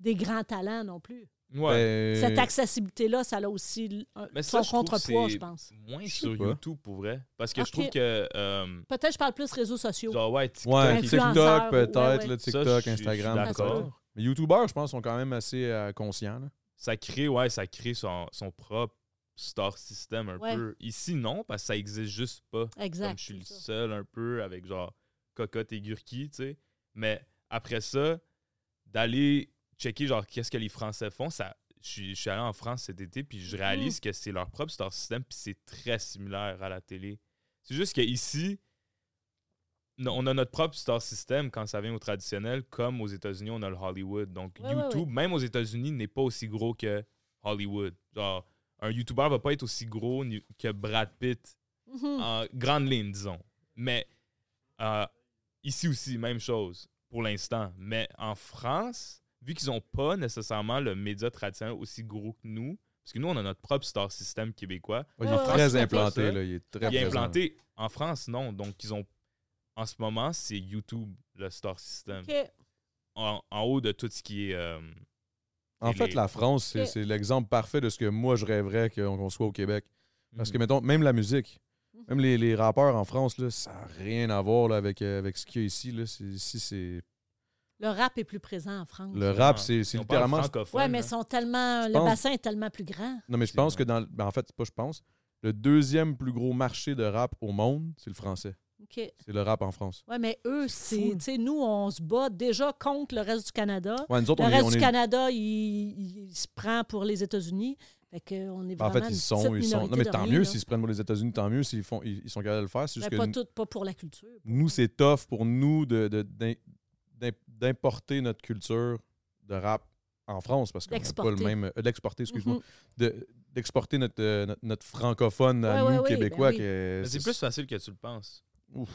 S4: des grands talents non plus.
S5: Ah. Ouais.
S3: Euh,
S4: Cette accessibilité-là, ça a aussi l- un-
S5: Mais
S4: son
S5: ça, je trouve que
S4: contrepoids,
S5: c'est
S4: je pense.
S5: Moins
S3: Je sais
S5: sur
S3: pas.
S5: YouTube pour vrai. Parce que
S4: Ok.
S5: je trouve que. euh,
S4: Peut-être je parle plus réseaux sociaux.
S5: genre, ouais, TikTok,
S3: Ouais,
S4: TikTok,
S3: TikTok
S4: influenceur,
S3: peut-être,
S4: ouais, ouais.
S3: là,
S5: Ça,
S3: TikTok,
S5: je- je suis
S3: Instagram.
S5: d'accord.
S3: peut-être. Mais YouTubeurs, je pense, sont quand même assez euh, conscients. là.
S5: ça crée, ouais, ça crée son, son propre star system un
S4: Ouais.
S5: peu. Ici, non, parce que ça existe juste pas.
S4: Exact,
S5: Comme je suis le
S4: c'est ça.
S5: seul un peu avec genre cocotte et gurki, tu sais. Mais après ça, d'aller checker genre qu'est-ce que les Français font, ça. Je suis, je suis allé en France cet été, puis
S4: Mhm.
S5: je réalise que c'est leur propre star system, puis c'est très similaire à la télé. C'est juste qu'ici, on a notre propre star system quand ça vient au traditionnel, comme aux États-Unis, on a le Hollywood. Donc,
S4: Ouais, ouais,
S5: YouTube, même aux États-Unis, n'est pas aussi gros que Hollywood. Genre, un YouTuber va pas être aussi gros ni- que Brad Pitt
S4: Mhm.
S5: en grande ligne, disons. Mais euh, ici aussi, même chose pour l'instant. Mais en France, vu qu'ils n'ont pas nécessairement le média traditionnel aussi gros que nous, parce que nous, on a notre propre star system québécois,
S3: Ouais, il
S4: Ouais,
S3: est
S4: ouais,
S3: très
S5: ouais.
S3: implanté.
S5: Ça,
S3: Là, il est très
S5: bien
S3: présent.
S5: implanté. En France, non. Donc, ils ont. En ce moment, c'est YouTube, le star system.
S4: OK.
S5: En, en haut de tout ce qui est. euh,
S3: En
S5: Et
S3: fait,
S5: les-
S3: la France, c'est
S4: Ok.
S3: c'est l'exemple parfait de ce que moi, je rêverais qu'on qu'on soit au Québec. Parce
S5: Mhm.
S3: que, mettons, même la musique,
S4: Mhm.
S3: même les, les rappeurs en France, là, ça n'a rien à voir là, avec, euh, avec ce qu'il y a ici. Là. C'est- Ici, c'est.
S4: Le rap est plus présent en France.
S3: Le rap,
S5: Ah,
S3: c'est c'est
S5: on parle
S3: littéralement.
S5: francophone,
S4: Oui, mais
S5: là.
S4: sont tellement,
S3: Je
S4: le
S3: pense-
S4: bassin est tellement plus grand.
S3: Non, mais je
S5: C'est
S3: pense
S5: vrai.
S3: que dans. le- ben, en fait, c'est pas je pense. Le deuxième plus gros marché de rap au monde, c'est le français.
S4: OK.
S3: C'est le rap en France.
S4: Oui, mais eux, c'est. Tu sais, nous, on se bat déjà contre le reste du Canada.
S3: Ouais, nous autres,
S4: Le
S3: on est-
S4: reste
S3: on
S4: du
S3: est-
S4: Canada, il, il se prend pour les États-Unis. Fait que on est
S3: Ben, En
S4: vraiment
S3: fait,
S4: une
S3: ils sont. Ils
S4: petite
S3: sont...
S4: minorité
S3: Non, mais
S4: de
S3: tant
S4: rien,
S3: mieux
S4: là.
S3: s'ils se prennent pour les États-Unis, tant mieux s'ils font... ils ils sont capables de le faire. C'est
S4: Mais
S3: juste que
S4: pas,
S3: nous-
S4: tout- pas pour la culture.
S3: nous, c'est tough pour nous de, de- d'im- d'im- d'importer notre culture de rap en France parce qu'on n'a pas le
S4: D'exporter.
S3: même. euh, d'exporter, excuse-moi.
S4: Mhm.
S3: de- d'exporter notre, euh, notre, notre francophone à
S4: Ouais,
S3: nous,
S4: ouais, ouais,
S3: Québécois.
S4: ben oui.
S3: que
S5: Mais C'est plus facile que tu le penses.
S3: Ouf,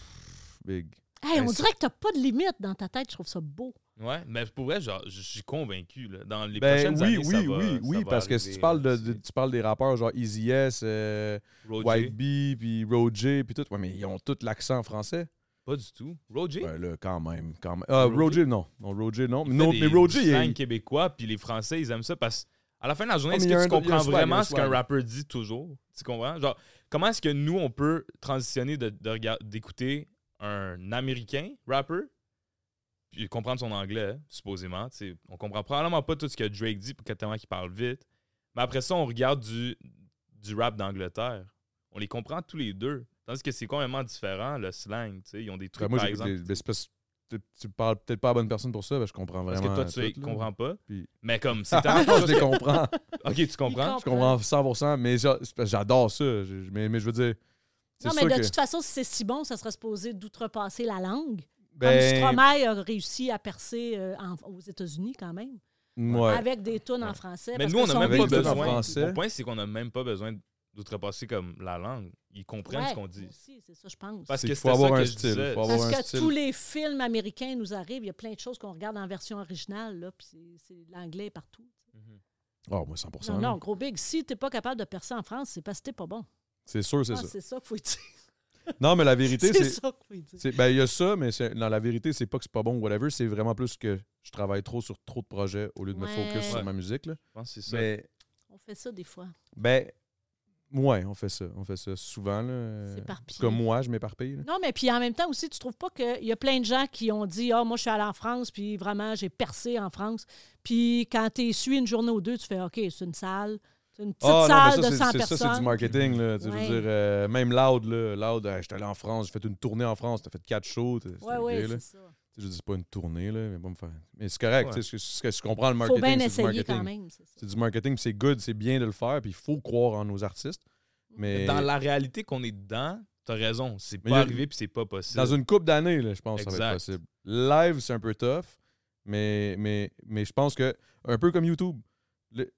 S3: big.
S4: Mm-hmm. Hey,
S3: Ben,
S4: on
S3: c'est-
S4: dirait que tu pas de limite dans ta tête. Je trouve ça beau.
S5: Ouais, mais pour vrai, genre, je suis convaincu. Là, dans les
S3: Ben
S5: prochaines
S3: oui,
S5: années,
S3: oui,
S5: ça
S3: oui,
S5: va- ça
S3: oui,
S5: va
S3: parce que si
S5: arriver,
S3: tu parles, de,
S5: là,
S3: de-
S5: c'est-
S3: tu parles des rappeurs genre Easy S, euh,
S5: Roger,
S3: White Bee, puis Roger, puis tout, ouais, mais ils ont tous l'accent français.
S5: pas du tout. Roger,
S3: Ben là, quand même, quand même. Ah, Roger?
S5: Roger?
S3: non. Non, Roger, non.
S5: il
S3: Non,
S5: fait
S3: mais
S5: des-
S3: Roger,
S5: du
S3: il est-
S5: slang québécois, puis les Français, ils aiment ça parce à la fin de la journée,
S3: Ah,
S5: est-ce
S3: mais il y a
S5: que tu
S3: un- il y a un
S5: comprends
S3: swag, il y a un
S5: vraiment ce qu'un
S3: swag.
S5: rapper dit toujours Tu comprends Genre, comment est-ce que nous, on peut transitionner de- de rega- d'écouter un Américain rapper puis comprendre son anglais, supposément. tu sais. on comprend probablement pas tout ce que Drake dit, puis tellement qu'il parle vite. Mais après ça, on regarde du, du rap d'Angleterre. On les comprend tous les deux. Tandis que c'est complètement différent, le slang. tu sais. Ils ont des
S3: Ben,
S5: trucs,
S3: moi,
S5: par
S3: j'écoute
S5: exemple.
S3: des- ben, c'est parce que tu- tu parles peut-être pas à la bonne personne pour ça, ben, je comprends
S5: Parce
S3: vraiment.
S5: que toi, tu
S3: tout, là.
S5: comprends pas.
S3: Puis-
S5: Mais comme c'est tellement
S3: je
S5: chose
S3: les
S5: que-
S3: comprends.
S5: Ok, tu comprends?
S4: comprend.
S3: Je comprends 100%, mais j'a- c'est parce que j'adore ça. Je- je- Mais, mais je veux dire. c'est
S4: Non, mais
S3: sûr
S4: de
S3: que-
S4: toute façon, si c'est si bon, ça serait supposé d'outrepasser la langue. Comme
S3: ben,
S4: Stromae a réussi à percer euh, en- aux États-Unis quand même,
S3: ouais.
S4: avec des tunes en français.
S5: Mais
S4: parce
S5: nous,
S4: que
S5: on n'a
S4: son
S5: même
S3: beat
S5: pas
S4: beat-
S3: est en
S5: besoin.
S3: français.
S5: Mon point, c'est qu'on n'a même pas besoin d'outrepasser comme la langue. Ils comprennent
S4: Ouais,
S5: ce qu'on dit.
S4: aussi, c'est ça, je pense.
S5: Parce
S3: C'est
S5: que
S3: qu'il faut
S5: c'était ça
S3: avoir
S5: que
S3: un
S5: je
S3: style,
S5: disais.
S3: faut avoir
S4: Parce
S3: un
S4: que
S3: style.
S4: tous les films américains nous arrivent, il y a plein de choses qu'on regarde en version originale, là, puis c'est- c'est l'anglais partout.
S3: Oh, moi, 100%.
S4: Non,
S3: là.
S4: non, gros big, si t'es pas capable de percer en France, c'est parce que t'es pas bon.
S3: C'est sûr, c'est
S4: Ah,
S3: ça.
S4: C'est ça qu'il faut dire.
S3: Non, mais la vérité,
S4: C'est
S3: c'est.
S4: ça qu'il faut dire.
S3: c'est- Ben, il y a ça, mais c'est- non, la vérité, c'est pas que c'est pas bon ou whatever. C'est vraiment plus que je travaille trop sur trop de projets au lieu de me
S4: Ouais.
S3: focus sur
S5: Ouais.
S3: ma musique. Là.
S5: Je pense que c'est ça.
S3: Mais,
S4: On fait ça des fois.
S3: ben, Ouais, on fait ça. On fait ça souvent. Là.
S4: C'est par
S3: Comme
S4: pied.
S3: moi, je m'éparpille. là.
S4: Non, mais puis en même temps aussi, tu trouves pas qu'il y a plein de gens qui ont dit Ah, moi, je suis allé en France, puis vraiment, j'ai percé en France. Puis quand tu suis une journée ou deux, tu fais OK, c'est une salle, c'est une petite
S3: Ah
S4: salle
S3: non, mais
S4: de
S3: ça, c'est-
S4: 100
S3: c'est-
S4: personnes.
S3: ça, c'est du marketing. Là, Tu sais,
S4: Ouais.
S3: je veux dire, euh, même Loud, là, Loud, hey, j'étais allé en France, j'ai fait une tournée en France, t'as fait quatre shows. t'as- c'était
S4: Ouais,
S3: gay,
S4: ouais,
S3: là.
S4: c'est ça.
S3: Tu sais, Je dis c'est pas une tournée, là, mais pas me faire. Mais c'est correct,
S5: Ouais.
S3: tu sais, je, je- je comprends le
S4: Faut
S3: marketing.
S4: bien
S3: c'est du
S4: essayer
S3: marketing.
S4: quand même. c'est ça.
S3: C'est du marketing, puis c'est good, c'est bien de le faire, puis il faut croire en nos artistes.
S4: Mm.
S3: Mais
S5: Dans la réalité qu'on est dedans, t'as raison. C'est
S3: Mais y
S5: pas
S3: a-
S5: arrivé puis c'est pas possible.
S3: dans une coupe d'années, là, je pense que ça va être
S5: Exact.
S3: possible. Live, c'est un peu tough, mais, mais, mais je pense que, un peu comme YouTube, le-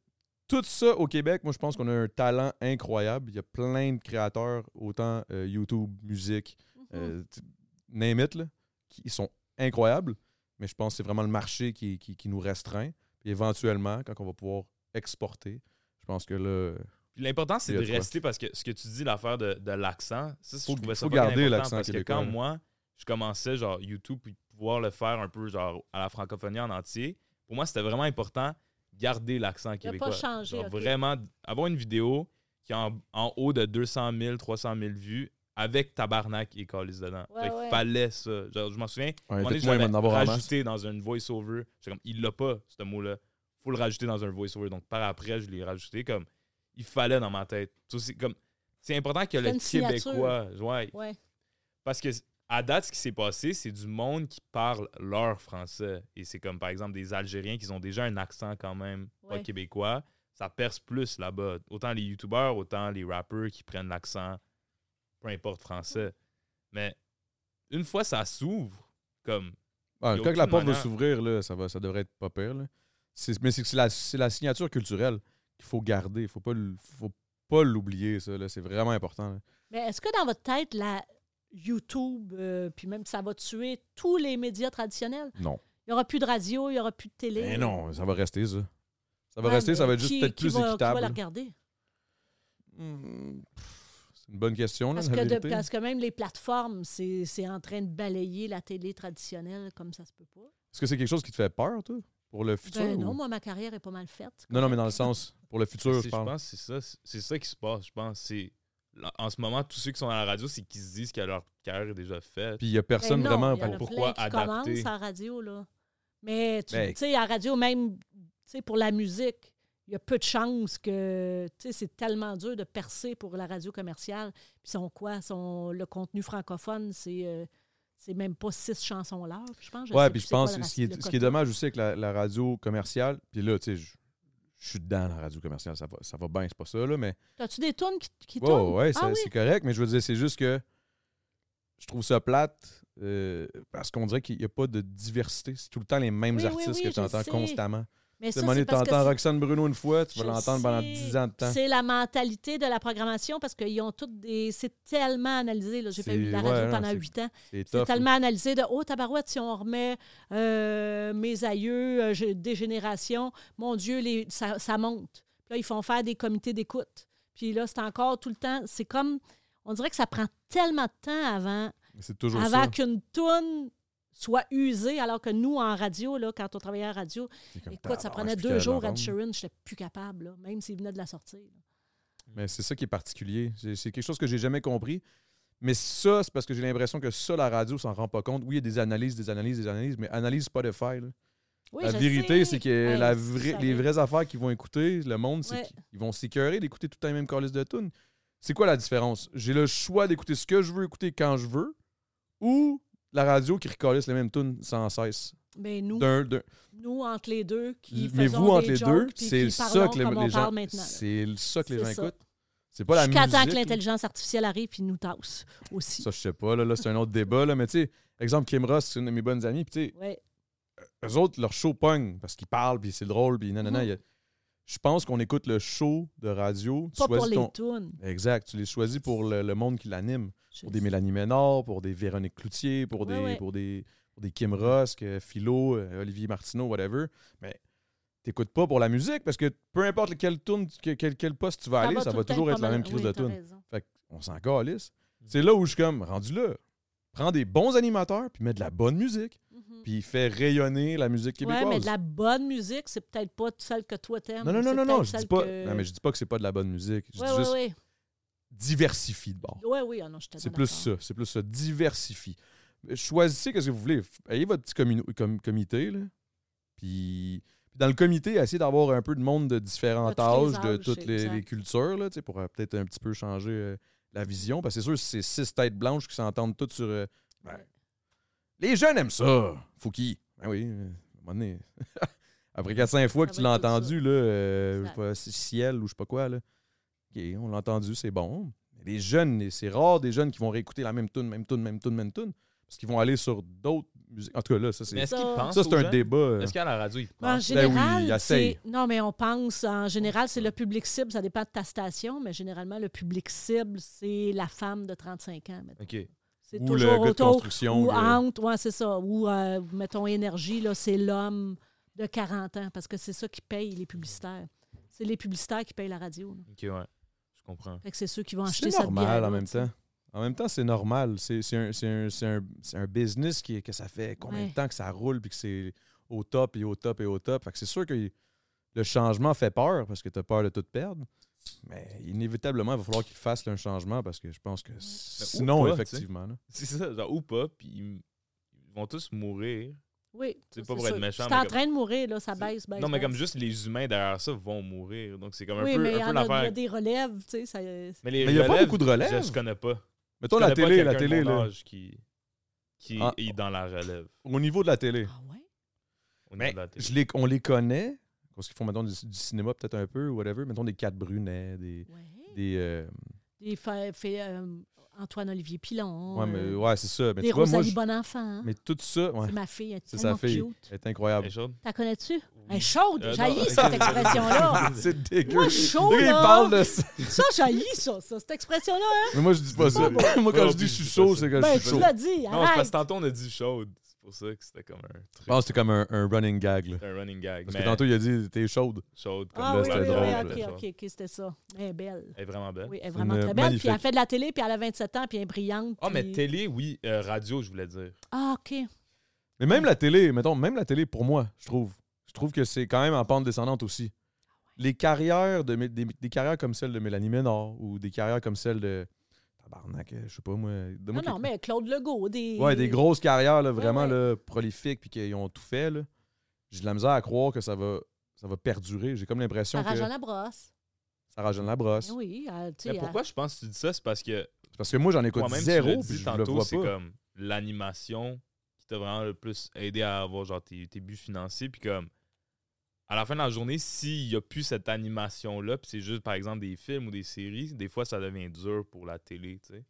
S3: tout ça au Québec, moi, je pense qu'on a un talent incroyable. Il y a plein de créateurs, autant euh, YouTube, musique, euh, t- name it, là, qui ils sont incroyables, mais je pense que c'est vraiment le marché qui, qui, qui nous restreint. Puis éventuellement, quand on va pouvoir exporter, je pense que là,
S5: Puis L'important, c'est
S3: Il y
S5: de
S3: a de quoi.
S5: rester parce que ce que tu dis, l'affaire de, de l'accent, ça,
S3: Faut-
S5: je trouvais ça
S3: faut
S5: fucking
S3: garder
S5: important
S3: l'accent
S5: Parce que
S3: québécois, hein.
S5: quand
S3: là.
S5: moi, je commençais genre YouTube puis pouvoir le faire un peu genre à la francophonie en entier, pour moi, c'était vraiment important garder l'accent québécois.
S4: changé,
S5: Genre
S4: ok.
S5: Vraiment, avoir une vidéo qui est en, en haut de 200 000, 300 000 vues avec tabarnak et colis dedans.
S4: Ouais,
S5: Fait qu'il
S4: ouais.
S5: fallait ça. Genre, je m'en souviens, un moment donné,
S3: dites-moi, il va en
S5: j'avais
S3: avoir en masse.
S5: rajouté dans un voice-over. J'étais comme, il l'a pas, ce mot-là. faut le rajouter dans un voice-over. Donc, par après, je l'ai rajouté comme, il fallait dans ma tête. Ça, C'est comme, c'est important que
S4: C'est
S5: le
S4: une signature.
S5: Québécois. Ouais.
S4: Ouais.
S5: Parce que, à date, ce qui s'est passé, c'est du monde qui parle leur français. Et c'est comme, par exemple, des Algériens qui ont déjà un accent quand même pas
S4: Ouais.
S5: québécois. Ça perce plus là-bas. Autant les YouTubers, autant les rappers qui prennent l'accent, peu importe français. Mais une fois ça s'ouvre, comme
S3: Ah,
S5: Y a
S3: quand que la
S5: aucune
S3: porte va
S5: manière.
S3: s'ouvrir, là, ça, va, ça devrait être pas pire. là. C'est- Mais c'est que c'est la, c'est la signature culturelle qu'il faut garder. Faut pas, l- faut pas l'oublier, ça. là. C'est vraiment important. là.
S4: Mais est-ce que dans votre tête, la YouTube, euh, puis même ça va tuer tous les médias traditionnels?
S3: Non.
S4: Il n'y aura plus de radio, il n'y aura plus de télé.
S3: Mais Ben non, ça va rester, ça. Ça va
S4: Ouais,
S3: rester, ça
S4: mais
S3: va être juste
S4: qui-
S3: peut-être
S4: qui
S3: plus
S4: va- Qui va
S3: équitable.
S4: la
S3: là.
S4: regarder?
S3: Hmm, pff, C'est une bonne question, là,
S4: Parce
S3: la
S4: que, de-
S3: vérité.
S4: parce que même les plateformes, c'est c'est en train de balayer la télé traditionnelle comme ça se peut pas.
S3: Est-ce que c'est quelque chose qui te fait peur, toi, pour le futur?
S4: Ben
S3: ou-
S4: non, moi, ma carrière est pas mal faite.
S3: non, non, mais dans le sens, pour le futur,
S5: C'est-
S3: je
S5: je
S3: parle.
S5: pense que c'est ça, c'est- c'est ça qui se passe. Je pense c'est là, en ce moment tous ceux qui sont dans la radio, c'est qu'ils se disent que leur carrière est déjà faite.
S3: Puis il y a personne
S4: Ben non,
S3: vraiment.
S4: il y en a
S3: pour-
S5: pourquoi
S4: plein qui
S5: adapter?
S4: commencent en radio, là. Mais tu
S3: Ben-
S4: tu sais, à radio, même tu sais, pour la musique, il y a peu de chances que. Tu sais, c'est tellement dur de percer pour la radio commerciale. Puis sont quoi? Sont, le contenu francophone, c'est. euh, c'est même pas six chansons l'heure, je pense.
S3: ouais,
S4: sais
S3: puis
S4: plus
S3: je
S4: c'est quoi
S3: pense
S4: le
S3: que
S4: rac-
S3: ce qui
S4: le
S3: est, ce qui est
S4: quota.
S3: dommage aussi avec la, la radio commerciale, puis là, tu sais, je je suis dedans la radio commerciale, ça va, ça va bien, c'est pas ça, là, mais.
S4: T'as-tu des tunes qui, qui
S3: Ouais,
S4: tournent?
S3: ouais,
S4: ah,
S3: ça-
S4: oui.
S3: c'est correct, mais je veux dire, c'est juste que je trouve ça plate euh, parce qu'on dirait qu'il n'y a pas de diversité. C'est tout le temps les mêmes
S4: Oui, oui,
S3: artistes
S4: oui,
S3: que
S4: je
S3: tu entends
S4: sais.
S3: constamment.
S4: Mais
S3: Tu
S4: ça,
S3: sais, à un moment
S4: c'est
S3: donné,
S4: parce que
S3: t'entends
S4: c'est-
S3: Roxane Bruno une fois, tu vas
S4: Je
S3: l'entendre pendant
S4: sais.
S3: 10 ans de temps.
S4: C'est la mentalité de la programmation parce qu'ils ont toutes des. C'est tellement analysé. là. J'ai fait
S3: C'est-
S4: la radio
S3: ouais, non,
S4: pendant
S3: c'est-
S4: huit ans.
S3: C'est
S4: C'est
S3: tough, là.
S4: tellement analysé de Oh, tabarouette, si on remet euh, mes aïeux, euh, j'ai- des générations, mon Dieu, les, ça, ça monte. Puis là, ils font faire des comités d'écoute. Puis là, c'est encore tout le temps. C'est comme. On dirait que ça prend tellement de temps avant,
S3: C'est toujours
S4: avant
S3: ça.
S4: qu'une toune soit usée, alors que nous, en radio, là, quand on travaillait en radio,
S3: C'est comme,
S4: écoute, ça
S3: tabarnak,
S4: prenait
S3: je suis
S4: deux
S3: capable d'en
S4: jours à
S3: rendre.
S4: Sheeran, je n'étais plus capable, là, même s'il venait de la sortir.
S3: Mais c'est ça qui est particulier. C'est c'est quelque chose que j'ai jamais compris. Mais ça, c'est parce que j'ai l'impression que ça, la radio s'en rend pas compte. Oui, il y a des analyses, des analyses, des analyses, mais analyse Spotify. là.
S4: Oui,
S3: la
S4: je
S3: vérité,
S4: sais.
S3: c'est que
S4: Hey,
S3: la
S4: si tu
S3: vraie-
S4: savais.
S3: les vraies affaires qu'ils vont écouter, le monde, c'est
S4: Ouais.
S3: qu'ils vont s'écœurer d'écouter tout le temps les mêmes calices de tunes. C'est quoi la différence? J'ai le choix d'écouter ce que je veux écouter quand je veux ou la radio qui recalisse les mêmes tunes sans cesse.
S4: Mais Ben, nous,
S3: D'un- d'un-
S4: nous, entre les deux, qui
S3: Mais
S4: faisons
S3: vous, entre
S4: des
S3: les
S4: jokes,
S3: deux,
S4: puis
S3: c'est
S4: qui
S3: ça
S4: parlons
S3: que les,
S4: comme on
S3: les gens,
S4: parle maintenant. là.
S3: c'est ça que les gens
S4: C'est ça.
S3: écoutent. C'est pas la
S4: Jusqu'à temps que
S3: musique, là.
S4: l'intelligence artificielle arrive puis nous tasse aussi.
S3: Ça, je sais pas. Là, là, c'est un autre débat. Là, mais tu sais, exemple, Kim Ross, c'est une de mes bonnes amies. Puis tu
S4: Ouais.
S3: sais, eux autres, leur show pogne parce qu'ils parlent, puis c'est drôle, puis nanana.
S4: Mhm.
S3: il y a- Je pense qu'on écoute le show de radio. Tu
S4: Pas pour
S3: choisis
S4: les
S3: ton-
S4: tunes.
S3: Exact. Tu les choisis pour le, le monde qui l'anime.
S4: Je
S3: Pour des
S4: sais.
S3: Mélanie Ménard, pour des Véronique Cloutier, pour,
S4: Ouais,
S3: des,
S4: ouais.
S3: Pour, des, pour des Kim Ross, que Philo, euh, Olivier Martineau, whatever. Mais t'écoutes pas pour la musique parce que peu importe quel, tourne, quel, quel- quel poste tu vas aller, ça
S4: tout
S3: va
S4: le temps
S3: toujours
S4: pas
S3: être la
S4: mal.
S3: même crise
S4: Oui,
S3: de
S4: t'as
S3: tune.
S4: raison. Mm.
S3: Fait qu'on s'en calisse. C'est là où je suis comme, rendu là. Prends des bons animateurs, puis mets de la bonne musique, puis fais rayonner la musique
S4: Mm-hmm. Ouais,
S3: québécoise.
S4: mais de la bonne musique, c'est peut-être pas celle que toi t'aimes.
S3: Non, non, non,
S4: c'est
S3: non, non, je
S4: peut-être
S3: dis
S4: celle
S3: pas.
S4: que-
S3: Non, mais je dis pas que c'est pas de la bonne musique. Je
S4: Ouais,
S3: dis
S4: ouais,
S3: juste,
S4: ouais.
S3: diversifie de bord.
S4: Oui, oui, ah non, je te
S3: C'est plus euh, ça. C'est plus ça. Diversifie. Choisissez ce que vous voulez. F- Ayez votre petit communi- com- comité. Là. Puis dans le comité, essayez d'avoir un peu de monde de différents
S4: De tous les
S3: âges, de
S4: âges,
S3: toutes les,
S4: exact.
S3: les cultures, là, tu sais, pour euh, peut-être un petit peu changer euh, la vision. Parce que c'est sûr, c'est six têtes blanches qui s'entendent toutes sur. euh, ben, les jeunes aiment ça. Fouki. Ben oui, euh, à un moment donné. Après 4-5 fois
S4: Ça
S3: que tu
S4: va
S3: l'as
S4: être tout
S3: entendu, là, euh, je
S4: Exact.
S3: sais pas, c- ciel ou je sais pas quoi, là. OK, on l'a entendu, c'est bon. Mais les jeunes, c'est rare des jeunes qui vont réécouter la même tune, même tune, même tune, même tune. Parce qu'ils vont aller sur d'autres musiques. En tout cas, là, ça,
S5: Mais
S3: c'est
S5: est-ce
S4: Ça,
S5: qu'ils pensent
S3: ça, c'est
S5: aux
S3: un
S5: gens?
S3: débat. euh.
S5: Est-ce qu'à la radio, ils
S4: en
S5: pensent?
S4: général,
S3: ben oui, il
S4: c'est-
S3: essaye.
S4: non, mais on pense, en général, c'est le public cible, ça dépend de ta station, mais généralement, le public cible, c'est la femme de 35 ans. mettons.
S5: OK.
S4: C'est
S3: Ou le gars de construction,
S4: Ou
S3: le-
S4: entre, ouais, c'est ça. Ou, euh, mettons, énergie, là, c'est l'homme de 40 ans, parce que c'est ça qui paye les publicitaires. C'est les publicitaires qui payent la radio. là.
S5: OK, ouais. Je comprends.
S4: Fait que c'est ceux qui vont acheter
S3: C'est
S4: cette
S3: normal
S4: bière-là,
S3: en même
S4: tu sais.
S3: temps. En même temps, c'est normal. C'est c'est un, c'est un- c'est un- c'est un business qui, que ça fait combien
S4: Ouais.
S3: de temps que ça roule puis que c'est au top et au top et au top. Fait que c'est sûr que le changement fait peur parce que tu as peur de tout perdre. Mais inévitablement, il va falloir qu'il fasse un changement parce que je pense que sinon,
S5: pas, tu sais.
S3: effectivement. là.
S5: C'est ça, genre, ou pas, puis ils ils vont tous mourir.
S4: Oui.
S5: C'est
S4: ça,
S5: pas pour être
S4: sûr.
S5: méchant,
S4: C'est
S5: mais
S4: en
S5: comme-
S4: train de mourir, là, ça baisse, baisse.
S5: non, mais comme
S4: baisse.
S5: juste les humains derrière ça vont mourir. Donc, c'est comme un
S4: Oui,
S5: peu,
S4: mais il y
S5: un peu
S4: en a- il y a
S5: l'affaire.
S4: des relèves, tu sais. ça- euh,
S5: Mais les
S3: Mais il y a pas
S5: relèves,
S3: beaucoup de relèves.
S5: Je, je connais pas.
S3: Mettons
S5: Je
S3: la
S5: connais pas
S3: télé, la
S5: quelqu'un de
S3: télé.
S5: mon
S3: là.
S5: âge qui, qui
S3: Ah.
S5: est dans la relève.
S3: Au niveau de la télé.
S4: Ah ouais?
S5: au niveau
S3: Mais
S5: de la télé.
S3: je les, on les connaît. Parce qu'ils font, mettons, du, du cinéma peut-être un peu, whatever. Mettons des quatre brunets, des.
S4: Ouais.
S3: des euh,
S4: Des fa- fait, euh, Antoine-Olivier Pilon.
S3: ouais,
S4: euh,
S3: mais- ouais, c'est ça. Mais
S4: des
S3: tu vois, moi,
S4: Rosalie
S3: je-
S4: Bonenfant. hein.
S3: Mais tout ça, ouais,
S4: C'est ma fille, elle est
S3: c'est sa
S4: tellement
S3: fille.
S4: cute.
S3: Elle est incroyable.
S5: Elle est chaude?
S4: T'as connais-tu? Elle
S5: Oui.
S4: est chaude,
S5: Euh, non,
S4: j'haïs
S5: ok.
S4: cette expression-là.
S3: C'est dégueu.
S4: Moi, je suis chaud,
S3: Lui, il
S4: là.
S3: parle de ça.
S4: ça, j'haïs ça, ça, cette expression-là. Hein?
S3: Mais moi, je dis pas ça. moi, quand
S5: Ouais,
S3: je dis
S5: puis
S3: je suis
S5: c'est
S3: chaud,
S5: pas ça.
S3: c'est que je
S4: Ben,
S3: suis
S4: tu
S3: chaud.
S4: l'as dit,
S5: Non, c'est parce que
S4: arrête.
S5: tantôt on a dit chaude. C'est pour ça que c'était comme un
S3: Je
S5: truc.
S3: pense que c'est comme un, un running gag. Là.
S5: C'est un running gag.
S3: Parce
S5: mais
S3: que tantôt, il a dit t'es chaude.
S5: chaude comme
S4: Ah
S3: là,
S4: oui,
S3: c'était
S4: oui,
S3: drôle,
S4: oui,
S3: là.
S4: ok,
S5: Genre,
S4: ok, ok, c'était ça. Elle est belle.
S5: Elle est vraiment belle.
S4: Oui, elle est vraiment
S3: une euh,
S4: très belle.
S3: magnifique.
S4: Puis elle fait de la télé, puis elle a 27 ans, puis elle est brillante.
S5: Ah, mais
S4: puis-
S5: télé, oui. euh, radio, je voulais dire.
S4: Ah, ok.
S3: Mais même la télé, mettons, même la télé pour moi, je trouve. Je trouve que c'est quand même en pente descendante aussi.
S4: Ah
S3: Les carrières de, Mé- des, des carrières comme celle de Mélanie Ménard ou des carrières comme celle de. Tabarnak, euh, je sais pas moi.
S4: Non,
S3: donne-moi
S4: non,
S3: quelque-
S4: mais Claude Legault, des.
S3: Ouais, des grosses carrières, là, vraiment
S4: ouais.
S3: là, prolifiques, puis qu'ils ont tout fait. là. J'ai de la misère à croire que ça va, ça va perdurer. J'ai comme l'impression que
S4: Sarah Jeanne Labrosse.
S3: Sarah Jeanne Labrosse.
S4: Eh Oui, elle, tu sais.
S5: Mais pourquoi je pense que tu dis ça? C'est parce que
S3: C'est Parce que moi, j'en écoute
S5: toi-même, tu
S3: zéro,
S5: l'as
S3: puis
S5: dit
S3: je le
S5: tantôt,
S3: vois
S5: c'est
S3: pas.
S5: comme l'animation qui t'a vraiment le plus aidé à avoir genre tes, tes buts financiers. Puis comme, à la fin de la journée, s'il n'y a plus cette animation-là, puis c'est juste, par exemple, des films ou des séries, des fois, ça devient dur pour la télé, tu sais.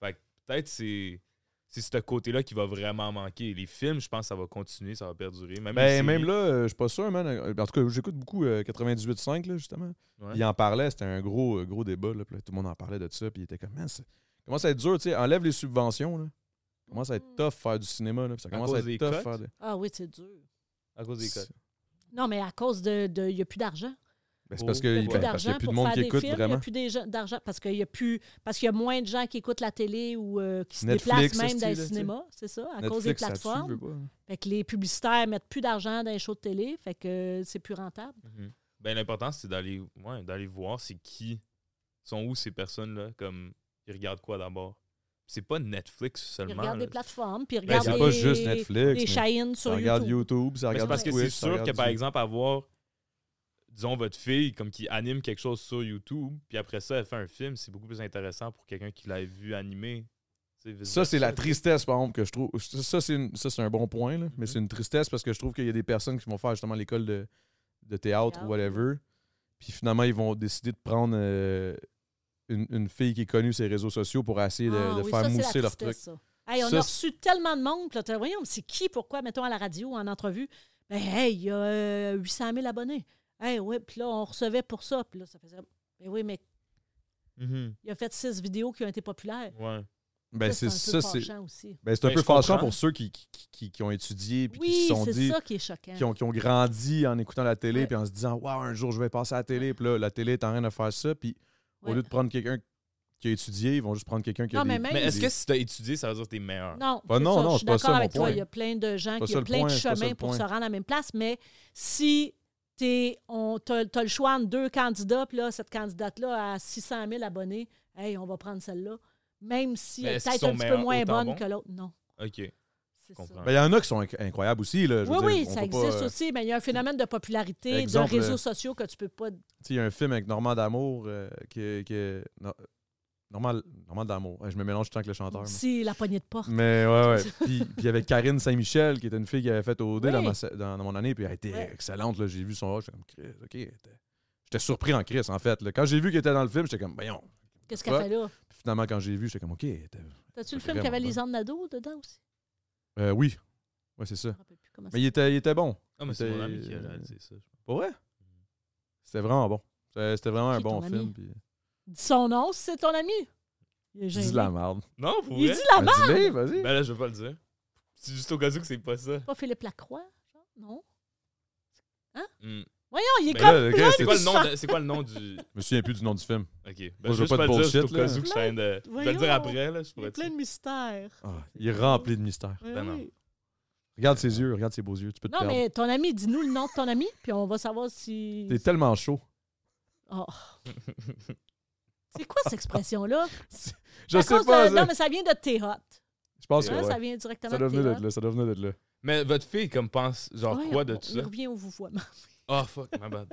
S5: Fait que peut-être c'est... C'est ce côté-là qui va vraiment manquer. Les films, je pense que ça va continuer, ça va perdurer. Même, les
S3: Ben,
S5: séries.
S3: même là, euh, je suis pas sûr, man. Euh, En tout cas, j'écoute beaucoup euh, 98.5, là, justement.
S5: Ouais.
S3: Il en parlait, c'était un gros, euh, gros débat. Là, puis là, tout le monde en parlait de ça. Puis il était comme, man, ça commence à être dur, tu sais. Enlève les subventions, là. Ça commence à
S4: Hmm.
S3: être tough faire du cinéma, là. puis ça
S5: À
S3: commence à,
S5: cause
S3: être
S5: des
S3: tough
S5: cotes?
S3: faire de-
S4: Ah oui, c'est dur.
S5: À cause des codes.
S4: Non, mais à cause de. de- Il n'y a plus d'argent.
S3: Ben, c'est parce
S5: Oh.
S3: que-
S4: Il n'y
S3: ben,
S4: a plus
S3: parce qu'il n'y
S4: d'argent
S3: a plus de
S4: pour
S3: monde
S4: faire
S3: qui
S4: des
S3: écoute
S4: films. Il n'y a
S3: vraiment.
S4: plus des gens- d'argent parce qu'il y a plus parce qu'il y a moins de gens qui écoutent la télé ou euh, qui se
S3: Netflix,
S4: déplacent même
S3: hostie,
S4: dans
S3: là,
S4: les
S3: tu sais.
S4: cinémas, c'est ça, à cause des
S3: Netflix, ça tue,
S4: plateformes.
S3: veux pas, hein.
S4: Fait que les publicitaires mettent plus d'argent dans les shows de télé, fait que euh, c'est plus rentable.
S5: Mhm. Ben, l'important, c'est d'aller ouais, d'aller voir c'est qui sont où ces personnes-là, comme ils regardent quoi d'abord. C'est pas Netflix
S4: Ils
S5: seulement.
S4: regardent
S5: là.
S4: des plateformes, puis ils
S5: Ben,
S4: regardent
S3: c'est
S4: des,
S3: pas juste Netflix.
S4: des
S3: mais
S4: Shine
S3: Ça
S4: sur
S3: regarde
S4: YouTube.
S3: YouTube, ça
S5: Mais Ben, c'est
S3: regarde
S5: parce que c'est
S3: Twitch, ça
S5: sûr
S3: regarde
S5: que par
S3: du-
S5: exemple, avoir, disons, votre fille, comme qui anime quelque chose sur YouTube, puis après ça, elle fait un film, c'est beaucoup plus intéressant pour quelqu'un qui l'a vu animer. Tu sais, vice-versa.
S3: Ça, c'est la tristesse, par exemple, que je trouve. Ça, ça, c'est une- ça, c'est un bon point, là,
S4: Mm-hmm.
S3: mais c'est une tristesse parce que je trouve qu'il y a des personnes qui vont faire justement l'école de, de théâtre
S4: Théâtre,
S3: ou whatever. Puis finalement, ils vont décider de prendre euh, une, une fille qui est connue sur les réseaux sociaux pour essayer de,
S4: Ah
S3: de
S4: oui,
S3: faire
S4: ça, c'est la
S3: mousser leur truc.
S4: tristesse, ça. Hey, on
S3: Ça,
S4: a reçu tellement de monde. puis Là, t'as- voyons, c'est qui, pourquoi, mettons, à la radio, en entrevue? Ben, hey, il y a euh, 800 000 abonnés. Hey, ouais, puis là, on recevait pour ça. Puis là, ça faisait. Ben oui, mais
S5: Mhm.
S4: il a fait six vidéos qui ont été populaires.
S5: Ouais.
S3: Ben, c'est
S4: ça, c'est un peu
S3: ça, c'est.
S4: fâchant aussi.
S3: ben, c'est un
S5: Ben,
S3: peu
S5: je
S3: fâchant
S5: comprends.
S3: pour ceux qui, qui, qui- qui ont étudié puis qui
S4: Oui,
S3: se sont
S4: c'est
S3: dit.
S4: ça qui est choquant.
S3: Qui ont, qui ont grandi en écoutant la télé
S4: Ouais.
S3: puis en se disant Waouh, un jour je vais passer à la télé. Puis là, la télé est en train de faire ça. Puis au
S4: Ouais.
S3: lieu de prendre quelqu'un qui a étudié, ils vont juste prendre quelqu'un qui a
S4: Non, mais
S3: des-
S4: même-
S5: Mais est-ce
S3: des-
S5: que si t'as étudié, ça veut dire que t'es meilleur?
S4: Ben, Non,
S3: Ben
S4: c'est
S3: non,
S4: ça,
S3: non,
S4: je
S3: c'est
S4: suis
S3: pas ça,
S4: d'accord
S3: mon
S4: avec toi.
S3: point.
S4: Il y a plein de gens
S3: pas
S4: qui
S3: ça
S4: ont
S3: le
S4: plein
S3: point,
S4: de
S3: c'est pas ça
S4: chemins
S3: le
S4: pour
S3: point.
S4: se rendre à la même place, mais si tu as le choix entre deux candidats, puis là, cette candidate-là a 600 000 abonnés, hey, on va prendre celle-là, même si
S5: Mais
S4: elle est
S5: est-ce qu'ils
S4: peut-être
S5: sont
S4: un petit peu
S5: meilleurs-
S4: moins
S5: autant
S4: bonne
S5: bons?
S4: que l'autre. Non,
S5: OK.
S4: c'est ça.
S5: Comprends.
S3: Ben, Il y en a qui sont inc- incroyables aussi. Là, Je veux
S4: Oui,
S3: dire,
S4: oui,
S3: on
S4: ça
S3: peut pas,
S4: existe
S3: euh,
S4: aussi, mais il y a un phénomène de popularité,
S3: Exemple,
S4: de réseaux
S3: euh,
S4: sociaux que tu peux pas.
S3: Tu sais, Il y a un film avec Normand D'Amour euh, que. que no- Normand, Normand D'Amour. Ouais, Je me mélange tout le temps avec le chanteur. mais-
S4: Si la poignée de porte.
S3: Mais ouais, ouais. Puis, puis il y avait Karine Saint-Michel, qui était une fille qui avait fait OD
S4: Oui.
S3: dans, ma, sa- dans, dans mon année, puis elle était
S4: Ouais.
S3: excellente. là. J'ai vu son âge, j'étais comme Chris, ok. elle était- J'étais surpris en Chris, en fait. là. Quand j'ai vu qu'elle était dans le film, j'étais comme, voyons.
S4: Qu'est-ce qu'elle fait là?
S3: Puis finalement, quand j'ai vu, j'étais comme, ok. elle était-
S4: T'as-tu
S3: C'est
S4: le film qui
S3: vraiment
S4: avait
S3: bon.
S4: Lisanne Nadeau dedans aussi?
S3: Euh, oui. Ouais, c'est ça.
S4: Je me rappelle plus comment ça
S3: Mais il était, il était bon.
S5: Ah, mais c'est
S3: C'était-
S5: mon ami qui a réalisé ça.
S3: Pour vrai? C'était vraiment bon. C'était c'était vraiment un
S4: Qui,
S3: bon
S4: ton
S3: film.
S4: ami?
S3: Puis...
S4: Dis son nom, si c'est ton ami. Il est
S3: Dis
S4: gêné.
S3: de la merde.
S5: Non, pour
S4: Il
S5: vrai?
S4: dit la
S3: Ben, dis-le,
S4: merde!
S3: vas-y.
S5: Ben là, je vais pas le dire. C'est juste au cas où que c'est pas ça.
S4: Pas Philippe Lacroix, genre? Non?
S5: Hmm.
S4: Voyons, il est
S5: Ben
S4: comme
S3: là, le gars,
S4: plein
S5: C'est
S4: de
S5: quoi le nom
S4: sang.
S5: de- C'est quoi le nom du.
S3: Je me souviens plus du nom du film.
S5: Ok.
S3: Moi,
S5: Ben,
S3: je
S5: je
S3: veux
S5: vais
S3: pas
S5: pas
S3: de
S5: le dire, c'est au
S3: bullshit, là.
S5: cas où que je traîne de. Je vais le dire
S4: Voyons.
S5: après, là. Je
S4: Il y
S5: pourrais
S4: a plein de mystères.
S3: Ah, il est rempli de mystères.
S4: Oui,
S5: Ben non.
S4: oui.
S3: Regarde ses yeux, regarde ses beaux yeux. Tu peux te
S4: Non,
S3: perdre.
S4: mais ton ami, dis-nous le nom de ton ami, puis on va savoir si.
S3: T'es tellement chaud.
S4: Oh. C'est quoi cette expression-là?
S3: Je
S4: À
S3: sais
S4: cause
S3: pas.
S4: de-
S3: ça-
S4: Non, mais ça vient de T-Hot.
S3: Je pense que
S4: Hein,
S3: ouais.
S4: Ça vient directement
S3: ça doit
S4: de hein?
S3: venir de
S4: T-Hot.
S3: là. Ça doit venir de là.
S5: Mais votre fille, comme, pense genre
S4: Ouais,
S5: quoi de
S4: on-
S5: tout
S4: Il
S5: ça?
S4: revient au vouvoiement.
S5: Oh fuck, ma bad.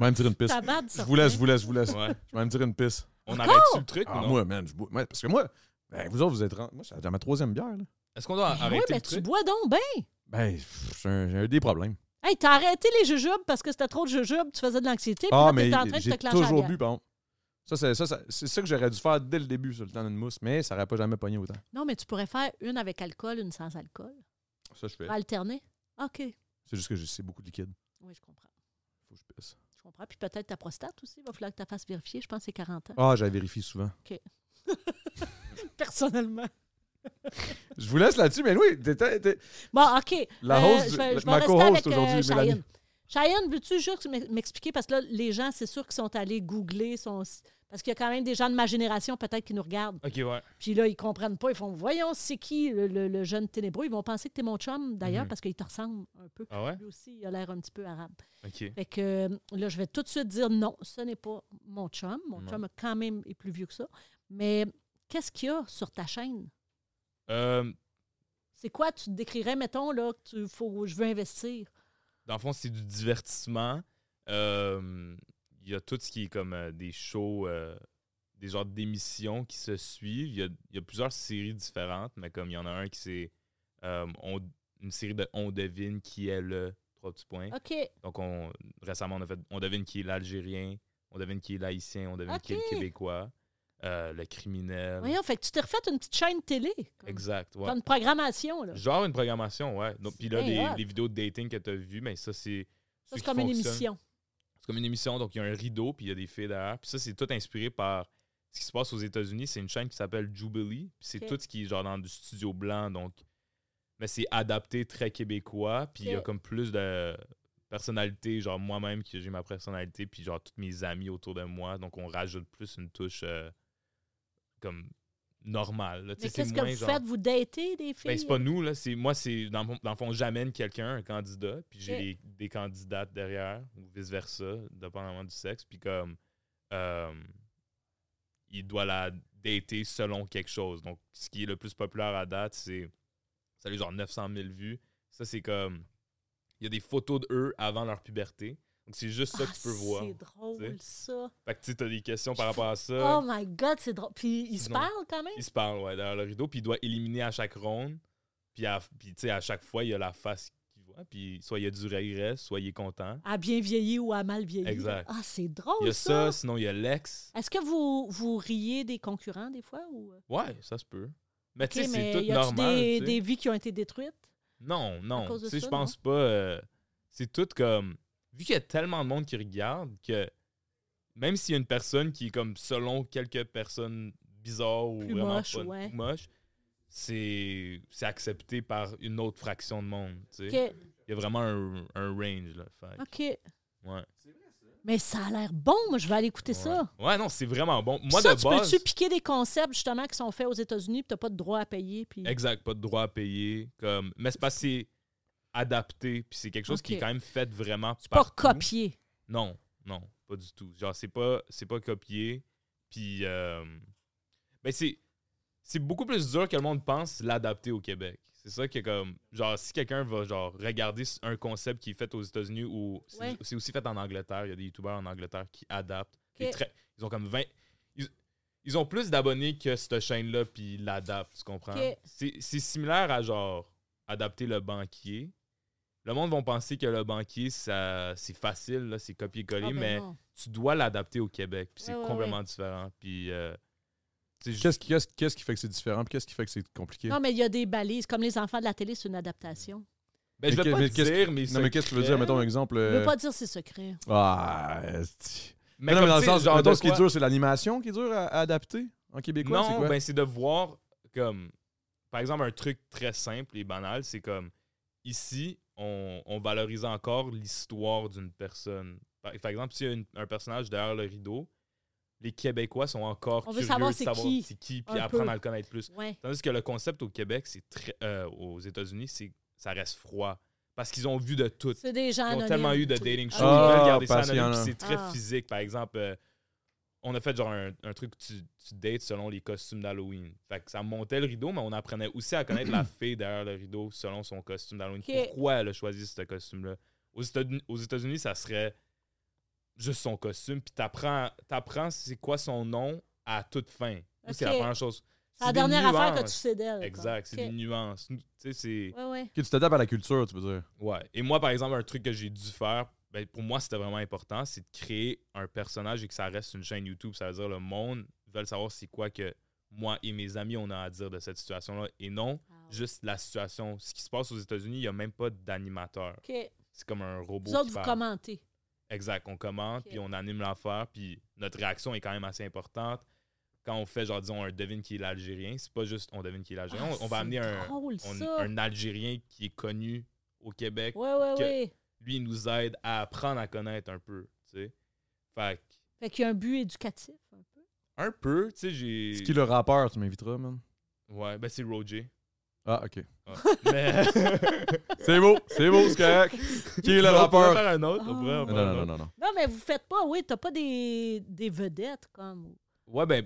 S3: Même tirer une piste.
S4: Ta barbe
S3: Je vous laisse, je vous laisse, je vous laisse.
S5: Ouais.
S3: Je vais me tirer une pisse.
S5: On arrête-tu le truc
S3: Ah,
S5: ou non?
S3: moi, man, je bois. ouais, parce que moi, ben, vous autres, vous êtes. rentrés- Moi, c'est dans ma troisième bière. Là.
S5: Est-ce qu'on doit
S4: Oui,
S5: arrêter
S4: mais
S5: le
S4: Ben tu
S5: truc?
S4: bois donc bien.
S3: Ben, pff, j'ai un- j'ai un des problèmes.
S4: Hey, t'as arrêté les jujubes parce que c'était trop de jujubes, tu faisais de l'anxiété, puis
S3: Ah,
S4: là,
S3: mais
S4: t'étais en train de
S3: j'ai
S4: te clencher
S3: toujours
S4: la
S3: bu,
S4: bière.
S3: par contre. Ça, c'est ça, ça- c'est ça que j'aurais dû faire dès le début sur le temps d'une mousse, mais ça n'aurait pas jamais pogné autant.
S4: Non, mais tu pourrais faire une avec alcool, une sans alcool.
S3: Ça, je fais.
S4: Alterner. Ah, OK.
S3: C'est juste que j'ai- c'est beaucoup de liquide.
S4: Oui, je comprends.
S3: Faut que je pisse.
S4: Je comprends. Puis peut-être ta prostate aussi, il va falloir que tu la fasses vérifier. Je pense que c'est 40 ans.
S3: Ah, j'avais vérifié souvent.
S4: Personnellement.
S3: Je vous laisse là-dessus, mais oui, t'étais- t'es-
S4: Bon, OK. Euh,
S3: La host du-
S4: je vais- je vais
S3: ma
S4: rester
S3: co-host
S4: avec, euh,
S3: aujourd'hui,
S4: Cheyenne.
S3: Mélanie.
S4: Cheyenne, veux-tu juste m'e- m'expliquer? Parce que là, les gens, c'est sûr qu'ils sont allés googler. Sont... Parce qu'il y a quand même des gens de ma génération, peut-être, qui nous regardent.
S5: Ok, ouais.
S4: Puis là, ils comprennent pas. Ils font Voyons, c'est qui le, le- le jeune ténébreux? Ils vont penser que t'es mon chum,
S3: Mhm.
S4: d'ailleurs, parce qu'il te ressemble un peu.
S5: Ah ouais?
S4: Lui aussi, il a l'air un petit peu arabe.
S5: Ok.
S4: Fait que euh, là, je vais tout de suite dire non, ce n'est pas mon chum. Mon chum, quand même, est plus vieux que ça. Mais qu'est-ce qu'il y a sur ta chaîne?
S5: Euh,
S4: C'est quoi tu te décrirais, mettons, là, que tu, faut, je veux investir?
S5: dans le fond, c'est du divertissement. Euh, Il y a tout ce qui est comme euh, des shows, euh, des genres d'émissions qui se suivent. Il y a, il y a plusieurs séries différentes, mais comme il y en a un qui c'est euh, on- une série de On devine qui est le trois petits points.
S4: OK.
S5: Donc on, récemment on a fait On devine qui est l'Algérien, on devine qui est l'Haïtien, on devine qui est
S4: Ok.
S5: le Québécois, euh, le criminel.
S4: Voyons, fait que tu t'es refait une petite chaîne télé. Comme,
S5: Exact, ouais.
S4: comme une programmation, là.
S5: Genre une programmation, ouais. Donc,
S4: C'est
S5: Puis là,
S4: bien
S5: les,
S4: hot.
S5: les vidéos de dating que tu as vues, mais ça, c'est.
S4: Ça,
S5: ceux
S4: c'est
S5: qui
S4: comme une
S5: fonctionnent.
S4: émission.
S5: C'est comme une émission, donc il y a un rideau, puis il y a des filles derrière. Puis ça, c'est tout inspiré par ce qui se passe aux États-Unis. C'est une chaîne qui s'appelle Jubilee, puis c'est
S4: Ok.
S5: tout ce qui est genre dans du studio blanc, donc. Mais c'est adapté très québécois, puis il y a
S4: Ok.
S5: comme plus de personnalité, genre moi-même, que j'ai ma personnalité, puis genre tous mes amis autour de moi, donc on rajoute plus une touche euh, comme normale. là. Tu sais,
S4: Mais
S5: c'est
S4: qu'est-ce que
S5: moins
S4: vous
S5: genre-
S4: faites? Vous datez des filles?
S5: ben, c'est pas nous, là. C'est, moi, c'est dans, mon- dans le fond, j'amène quelqu'un, un candidat, puis j'ai
S4: Ok.
S5: les- des candidates derrière, ou vice-versa, dépendamment du sexe. Puis comme, euh, il doit la dater selon quelque chose. Donc, ce qui est le plus populaire à date, c'est, ça a eu genre 900 000 vues. Ça, c'est comme, il y a des photos d'eux avant leur puberté. Donc, c'est juste ça
S4: Ah,
S5: que tu peux voir.
S4: C'est drôle,
S5: tu sais.
S4: ça.
S5: Fait que, tu as des questions par rapport à ça.
S4: Oh my God, c'est drôle. Puis ils se
S5: Non.
S4: parlent quand même?
S5: Il se parle, ouais, derrière le rideau, puis il doit éliminer à chaque ronde. Puis, à, puis, tu sais, à chaque fois, il y a la face qu'il voit. Puis soit il y a du regret, soit il est content.
S4: À bien vieillir ou à mal vieillir?
S5: Exact.
S4: Ah, c'est
S5: Il y
S4: drôle,
S5: a ça, sinon il y a l'ex.
S4: Est-ce que vous, vous riez des concurrents des fois? Ou... euh,
S5: Ouais, ça se peut. Mais
S4: Ok,
S5: tu sais, c'est
S4: mais
S5: tout
S4: y a-tu
S5: normal.
S4: Des,
S5: tu sais.
S4: des vies qui ont été détruites.
S5: Non, non.
S4: cause de
S5: Tu sais,
S4: ça,
S5: je pense pas. euh, c'est tout comme. Vu qu'il y a tellement de monde qui regarde que même s'il y a une personne qui est comme selon quelques personnes bizarres ou
S4: Plus
S5: vraiment
S4: moche,
S5: pas-
S4: ouais.
S5: plus moche, c'est c'est accepté par une autre fraction de monde. tu sais.
S4: OK.
S5: Il y a vraiment un, un range, là. Fait que,
S4: OK.
S5: ouais.
S4: Mais ça a l'air bon. Moi, je vais aller écouter ça.
S5: Ouais, non, c'est vraiment bon.
S4: Puis
S5: Moi,
S4: ça,
S5: de
S4: tu
S5: base,
S4: peux-tu piquer des concepts, justement, qui sont faits aux États-Unis, puis t'as pas de droit à payer, puis...
S5: exact, pas de droit à payer. Comme... Mais c'est parce que c'est adapté, puis c'est quelque chose qui
S4: Ok.
S5: est quand même fait vraiment
S4: pas
S5: partout.
S4: copier.
S5: Non, non, pas du tout. Genre, c'est pas, c'est pas copié. Puis, euh, ben c'est, c'est beaucoup plus dur que le monde pense l'adapter au Québec. C'est ça qui est comme, genre, si quelqu'un va, genre, regarder s- un concept qui est fait aux États-Unis ou c'est,
S4: Ouais.
S5: c'est aussi fait en Angleterre, il y a des youtubeurs en Angleterre qui adaptent.
S4: Ok.
S5: Des très- ils ont comme 20. Ils, ils ont plus d'abonnés que cette chaîne-là, puis ils l'adaptent, tu comprends?
S4: Ok.
S5: C'est, c'est similaire à, genre, adapter le banquier. Le monde va penser que le banquier, ça, c'est facile, là, c'est copier-coller,
S4: Ah, ben
S5: mais
S4: non.
S5: tu dois l'adapter au Québec. Puis c'est
S4: Ouais, ouais,
S5: complètement différent. Puis, euh, tu sais, je-
S3: Qu'est-ce qui, qu'est-ce- qu'est-ce qui fait que c'est différent? puis Qu'est-ce qui fait que c'est compliqué?
S4: Non, mais il y a des balises. Comme les enfants de la télé, c'est une adaptation.
S5: ben, je
S3: Mais
S5: vais
S3: que-
S5: pas
S3: mais
S5: te
S3: qu'est-ce
S5: dire,
S3: qui-
S5: mais
S3: Non, mais qu'est-ce que tu veux dire? Mettons un exemple.
S4: Je ne
S3: euh,
S4: veux pas dire c'est secret.
S3: Ah, esti.
S5: Mais
S3: non, mais
S5: comme
S3: dans le
S5: tu sais,
S3: sens,
S5: genre,
S3: mettons,
S5: de
S3: ce qui est
S5: quoi-
S3: dur, c'est l'animation qui est dure à, à adapter en québécois. c'est
S5: Non,
S3: quoi?
S5: ben, c'est de voir comme. Par exemple, un truc très simple et banal, c'est comme ici, on, on valorise encore l'histoire d'une personne. Par, par exemple, s'il y a une- un personnage derrière le rideau, les Québécois sont encore
S4: On veut
S5: curieux
S4: savoir
S5: de
S4: c'est
S5: savoir
S4: qui,
S5: c'est qui, puis
S4: un
S5: apprendre
S4: peu.
S5: à le connaître plus.
S4: Ouais.
S5: Tandis que le concept au Québec, c'est très, euh, aux États-Unis, c'est ça reste froid. Parce qu'ils ont vu de tout.
S4: C'est des gens
S5: Ils ont
S4: anonymes.
S5: tellement eu de dating
S4: Ah,
S5: shows.
S4: oui.
S5: ils veulent
S3: Ah,
S5: garder ça
S3: parce qu'il y en
S5: anonyme,
S3: a.
S5: puis C'est très
S4: Ah.
S5: physique. Par exemple, euh, on a fait genre un, un truc où tu, tu dates selon les costumes d'Halloween. Fait que ça montait le rideau, mais on apprenait aussi à connaître la fée derrière le rideau selon son costume d'Halloween.
S4: Ok.
S5: Pourquoi elle a choisi ce costume-là? Aux États-Unis, aux États-Unis, ça serait juste son costume, puis t'apprends, t'apprends c'est quoi son nom à toute fin. Ça, C'est la
S4: Ok.
S5: première chose.
S4: C'est
S5: C'est
S4: la
S5: des
S4: dernière affaire que tu
S5: nuances.
S4: sais d'elle.
S5: Exact, c'est des nuances. Nous, Tu sais, c'est...
S4: Oui, oui.
S3: Ok, tu t'adaptes à la culture, tu veux dire.
S5: Ouais. Et moi, par exemple, un truc que j'ai dû faire, ben, pour moi, c'était vraiment important, c'est de créer un personnage et que ça reste une chaîne YouTube. Ça veut dire le monde veut savoir c'est quoi que moi et mes amis, on a à dire de cette situation-là. Et non,
S4: Ah
S5: juste la situation. Ce qui se passe aux États-Unis, il n'y a même pas d'animateur.
S4: OK.
S5: C'est comme un robot.
S4: Vous autres,
S5: qui
S4: vous
S5: parle.
S4: commentez.
S5: Exact. On commente,
S4: Ok.
S5: puis on anime l'affaire, puis notre réaction est quand même assez importante. Quand on fait, genre, disons, un devine qui est l'Algérien, c'est pas juste on devine qui est l'Algérien.
S4: Ah,
S5: on, on va
S4: c'est
S5: amener un,
S4: drôle,
S5: on-
S4: ça.
S5: un Algérien qui est connu au Québec
S4: Oui, oui,
S5: que-
S4: oui.
S5: lui, il nous aide à apprendre à connaître un peu, tu sais. Fait que,
S4: Fait qu'il y a un but éducatif. hein. un peu.
S5: un peu, tu sais, j'ai...
S3: C'est qui le rappeur, tu m'inviteras, man?
S5: Ouais, ben c'est Roger.
S3: Ah, ok.
S5: Ouais. Mais-
S3: C'est beau, c'est beau, c'est correct. Qui est le
S5: On pourrait
S3: rappeur?
S5: faire un autre, on pourrait en
S4: Ah.
S3: Non,
S5: faire un
S3: non, non,
S5: autre.
S3: non, non.
S4: Non, mais vous faites pas, oui, t'as pas des, des vedettes comme.
S5: Ouais, ben,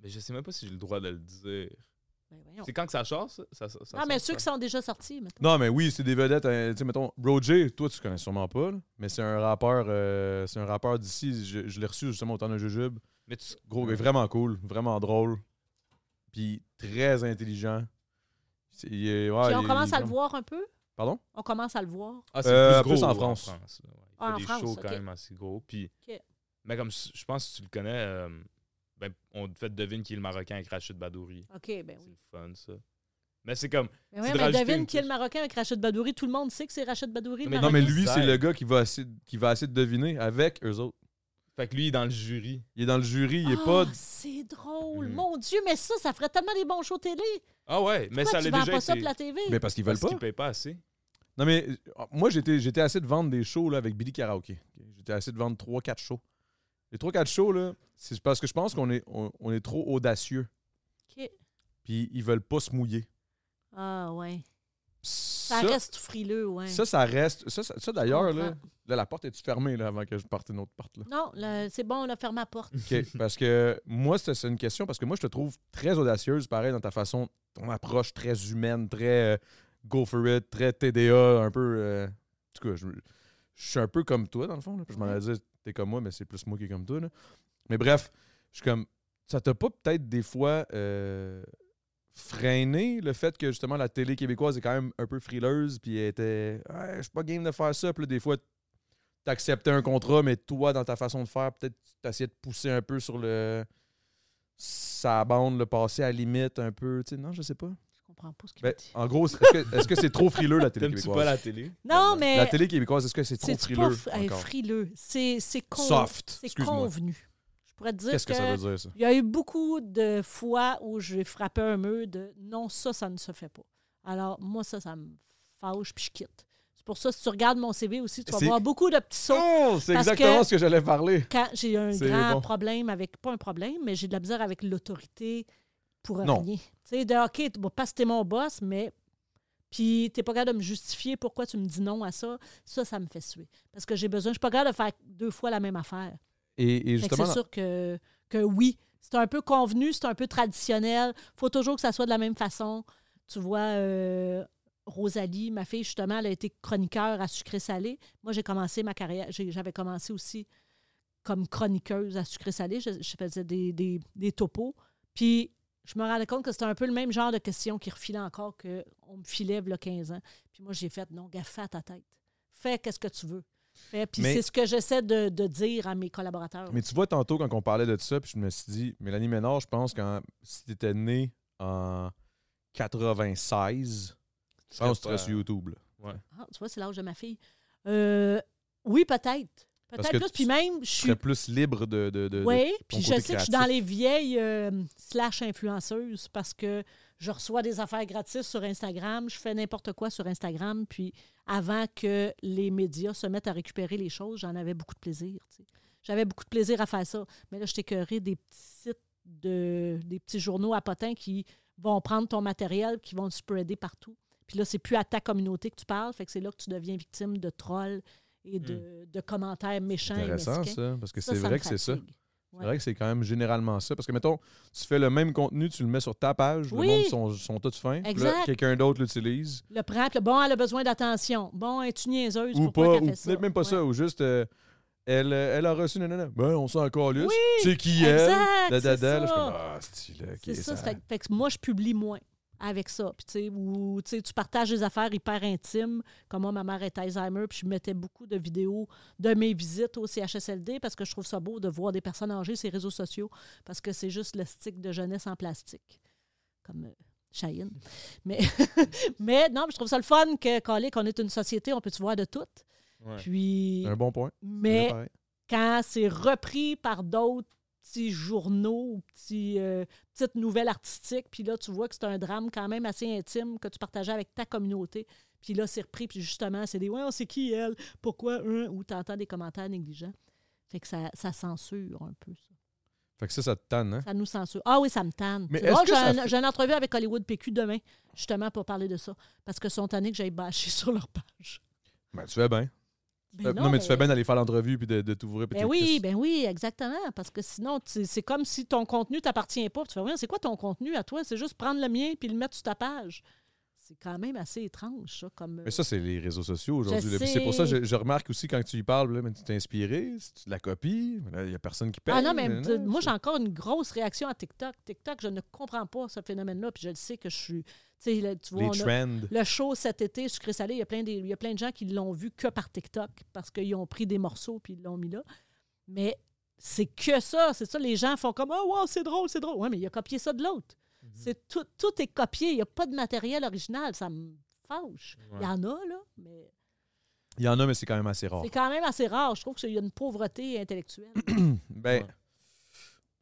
S5: ben, je sais même pas si j'ai le droit de le dire.
S4: Ben, voyons.
S5: C'est quand que ça sort, ça? ça, ça- ça
S4: Non, Ah, mais
S5: sort,
S4: ceux qui
S5: ça?
S4: sont déjà sortis, maintenant.
S3: Non, mais oui, c'est des vedettes. hein, tu sais, mettons, Roger, toi, tu connais sûrement pas, là, mais c'est un rappeur euh, c'est un rappeur d'ici. Je, je l'ai reçu justement au temps d'un jujube.
S5: Mais tu-
S3: Gros gars, vraiment cool, vraiment drôle. Puis très intelligent. C'est- il est- ouais,
S4: Puis
S3: il
S4: on
S3: est-
S4: commence
S3: il est
S4: à le
S3: vraiment-
S4: voir un peu.
S3: Pardon?
S4: On commence à le voir.
S5: Ah, c'est
S3: Euh,
S5: plus gros
S3: plus en
S5: en
S3: France.
S5: France. là, ouais. Il
S4: Ah, en
S5: fait des
S4: France,
S5: shows
S4: ok.
S5: quand même assez gros. Puis,
S4: Ok.
S5: mais comme je je pense que tu le connais, euh, ben, on te fait devine qui est le Marocain avec Rachid Badouri.
S4: OK, ben
S5: C'est
S4: oui. Ben
S5: le fun, ça. Mais c'est comme...
S4: Mais,
S5: C'est
S4: ouais,
S5: de
S4: mais
S5: rajouter
S4: devine
S5: une
S4: qui est le
S5: couche.
S4: Marocain avec Rachid Badouri. Tout le monde sait que c'est Rachid Badouri. le
S5: Mais
S3: Non, mais
S4: Marocain.
S3: lui, c'est
S5: Exact.
S3: le gars qui va, essayer, qui va essayer de deviner avec eux autres.
S5: Fait que lui, il est dans le jury.
S3: Il est dans le jury, il est
S4: Ah,
S3: pas. Mm.
S4: C'est drôle.
S5: Mhm.
S4: Mon Dieu, mais ça, ça ferait tellement des bons shows télé.
S5: Ah ouais, mais
S4: Pourquoi
S5: ça
S4: tu
S5: l'a
S4: vends
S5: déjà
S4: pas
S5: été.
S4: ça pour la TV?
S3: Mais parce qu'ils veulent
S5: Parce
S3: pas.
S5: qu'ils payent pas assez.
S3: Non, mais euh, moi, j'étais, j'étais assez de vendre des shows là, avec Billy Karaoke. J'étais assez de vendre 3-4 shows. Les 3-4 shows, là, c'est parce que je pense qu'on est, on, on est trop audacieux.
S4: OK.
S3: Puis ils veulent pas se mouiller.
S4: Ah, ouais. Ça,
S3: Ça,
S4: reste frileux, ouais.
S3: ça, ça reste. Ça, ça- ça, d'ailleurs,
S4: Je
S3: là,
S4: comprends.
S3: là, la porte est fermée là, avant que je parte une autre porte. Là.
S4: Non, le- c'est bon, on a fermé la porte.
S3: OK. parce que moi, c'est, c'est une question, parce que moi, je te trouve très audacieuse, pareil, dans ta façon, ton approche très humaine, très euh, go for it, très TDA, un peu. euh, en tout cas, je, je suis un peu comme toi, dans le fond. là. Je m'en allais dire, t'es comme moi, mais c'est plus moi qui est comme toi. là. Mais bref, je suis comme. Ça t'a pas peut-être des fois euh, freiné le fait que justement la télé québécoise est quand même un peu frileuse, puis elle était. Ouais, je suis pas game de faire ça, puis là, des fois. T'acceptais un contrat, mais toi, dans ta façon de faire, peut-être t'essayais de pousser un peu sur le sa bande, le passer à la limite un peu. Tu sais, non, je sais pas.
S4: Je comprends pas ce qu'il
S3: Ben,
S4: dit.
S3: en gros, est-ce que est-ce que c'est trop frileux la télé
S5: T'aimes-tu
S3: québécoise?
S5: pas la télé?
S4: Non, mais.
S3: La télé québécoise, est-ce que c'est trop
S4: c'est
S3: frileux? encore?
S4: frileux. C'est c'est con-
S3: Soft,
S4: C'est
S3: excuse-moi.
S4: convenu. Je pourrais te dire
S3: Qu'est-ce que ça veut dire, ça?
S4: Il y a eu beaucoup de fois où j'ai frappé un mur de non, ça, ça ne se fait pas. Alors, moi, ça, ça me fâche puis je quitte. C'est pour ça, si tu regardes mon CV aussi, tu vas
S3: C'est-
S4: voir beaucoup de petits sauts.
S3: Oh, c'est
S4: Parce
S3: exactement
S4: que-
S3: ce que j'allais parler.
S4: Quand j'ai un
S3: C'est
S4: grand
S3: bon.
S4: problème avec, pas un problème, mais j'ai de la misère avec l'autorité pour
S3: Non.
S4: rien. Tu sais, de OK, t- bon, parce que t'es mon boss, mais. Puis, t'es pas capable de me justifier pourquoi tu me dis non à ça. Ça, ça me fait suer. Parce que j'ai besoin. Je suis pas capable de faire deux fois la même affaire.
S3: Et, et
S4: Fait que
S3: justement,
S4: C'est sûr que, que oui, C'est un peu convenu, c'est un peu traditionnel. faut toujours que ça soit de la même façon. Tu vois, euh, Rosalie, ma fille, justement, elle a été chroniqueur à Sucré Salé. Moi, j'ai commencé ma carrière, j'ai- j'avais commencé aussi comme chroniqueuse à Sucré Salé. Je, je faisais des, des, des topos. Puis, je me rendais compte que c'était un peu le même genre de questions qui refilait encore qu'on me filait le 15 ans. Puis moi, j'ai fait, non, gaffe à ta tête. Fais qu'est-ce que tu veux. Fais. Puis
S3: Mais-
S4: c'est ce que j'essaie de, de dire à mes collaborateurs.
S3: Mais tu vois, tantôt, quand on parlait de ça, puis je me suis dit, Mélanie Ménard, je pense que si t'étais née en 96, je pense que tu serais
S5: euh,
S3: sur YouTube. là.
S4: Ah, tu vois, c'est l'âge de ma fille. Euh, oui, peut-être.
S3: Parce
S4: Peut-être
S3: que
S4: plus.
S3: tu-
S4: Puis même, je
S3: Tu
S4: suis.
S3: serais plus libre de. de, de- de
S4: Oui,
S3: ton
S4: puis je sais
S3: côté
S4: que je suis
S3: créatif.
S4: dans les vieilles euh, slash influenceuses parce que je reçois des affaires gratis sur Instagram, je fais n'importe quoi sur Instagram, puis avant que les médias se mettent à récupérer les choses, j'en avais beaucoup de plaisir. tu sais. J'avais beaucoup de plaisir à faire ça. Mais là, je t'écœurais des petits sites, de, des petits journaux à potins qui vont prendre ton matériel, qui vont le spreader partout. Puis là, c'est plus à ta communauté que tu parles, fait que c'est là que tu deviens victime de trolls et de, de commentaires méchants et
S3: Hmm. intéressant,
S4: mesquins.
S3: ça, parce que
S4: Ça,
S3: c'est
S4: ça
S3: vrai
S4: me
S3: que c'est ça.
S4: fatigue.
S3: C'est vrai que c'est quand même généralement ça. Parce que, mettons, tu fais le même contenu, tu le mets sur ta page,
S4: Oui.
S3: le monde sont, sont tous fins. puis là,
S4: Exact.
S3: Quelqu'un d'autre l'utilise.
S4: Le prend, puis le bon, elle a besoin d'attention. Bon, es-tu niaiseuse?
S3: Ou pas,
S4: Pourquoi qu'elle
S3: ou
S4: fait ça?
S3: peut-être même pas
S4: Ouais.
S3: ça, ou juste. euh, elle, euh, elle a reçu, nanana. Ben, on s'en calisse.
S4: Oui,
S3: c'est qui elle?
S4: exact,
S3: Da, da,
S4: c'est
S3: da. Là, Je suis
S4: ça.
S3: comme, ah, style, ok.
S4: C'est ça.
S3: ça-
S4: Fait, que- fait que moi, je publie moins avec ça. Puis, tu sais, ou, tu sais, tu partages des affaires hyper intimes. Comme moi, ma mère est Alzheimer, puis je mettais beaucoup de vidéos de mes visites au CHSLD parce que je trouve ça beau de voir des personnes âgées sur les réseaux sociaux parce que c'est juste le stick de jeunesse en plastique. Comme... euh, Cheyenne. Mais, mais non, mais je trouve ça le fun que, Calais, qu'on est une société, on peut se voir de toutes.
S5: Ouais.
S4: Puis,
S3: Un bon point.
S4: mais
S3: Pareil.
S4: quand c'est repris par d'autres petits journaux ou petits, euh, petites nouvelles artistiques, puis là, tu vois que c'est un drame quand même assez intime que tu partageais avec ta communauté. Puis là, c'est repris, puis justement, c'est des « Ouais, on sait qui elle? Pourquoi? Hein? Ou t'entends des commentaires négligents. Fait que ça, ça censure un peu, ça.
S3: Fait que ça, ça te tanne, hein?
S4: Ça nous censure. Ah oui, ça me tanne.
S3: Mais
S4: C'est
S3: est-ce
S4: drôle,
S3: que
S4: j'ai
S3: ça
S4: un-
S3: fait-
S4: j'ai une entrevue avec Hollywood PQ demain, justement, pour parler de ça. Parce que sont tannés que j'aille bâcher sur leur page.
S3: Ben, tu fais bien.
S4: Ben
S3: Euh, non, mais, tu fais bien d'aller faire l'entrevue puis de, de t'ouvrir. puis
S4: Ben
S3: t'es-
S4: oui,
S3: qu'est-ce-
S4: ben oui, exactement. Parce que sinon, tu- c'est comme si ton contenu t'appartient pas. Tu fais, Ouais, c'est quoi ton contenu à toi? C'est juste prendre le mien puis le mettre sur ta page. C'est quand même assez étrange, ça. Comme, euh,
S3: Mais ça, c'est les réseaux sociaux aujourd'hui.
S4: Je
S3: là. Puis C'est pour ça que
S4: sais.
S3: je, je remarque aussi quand tu y parles, là, mais tu t'es inspiré, si tu la copies, là, il n'y a personne qui paye.
S4: ah non, mais
S3: nanana.
S4: de- moi, j'ai encore une grosse réaction à TikTok. TikTok, je ne comprends pas ce phénomène-là. Puis je le sais que je suis. tu sais, là, tu vois,
S3: Les
S4: on a-
S3: trends.
S4: Le show cet été, Sucré Salé, il y a plein, des, il y a plein de gens qui l'ont vu que par TikTok parce qu'ils ont pris des morceaux puis ils l'ont mis là. Mais c'est que ça, c'est ça. Les gens font comme Oh, wow, c'est drôle, c'est drôle. Oui, mais il a copié ça de l'autre. C'est tout, tout est copié. Il n'y a pas de matériel original. Ça me fâche. Il y en a, là, mais
S3: Il y en a, mais c'est quand même assez rare.
S4: c'est quand même assez rare. Je trouve qu'il y a une pauvreté intellectuelle.
S3: Ben,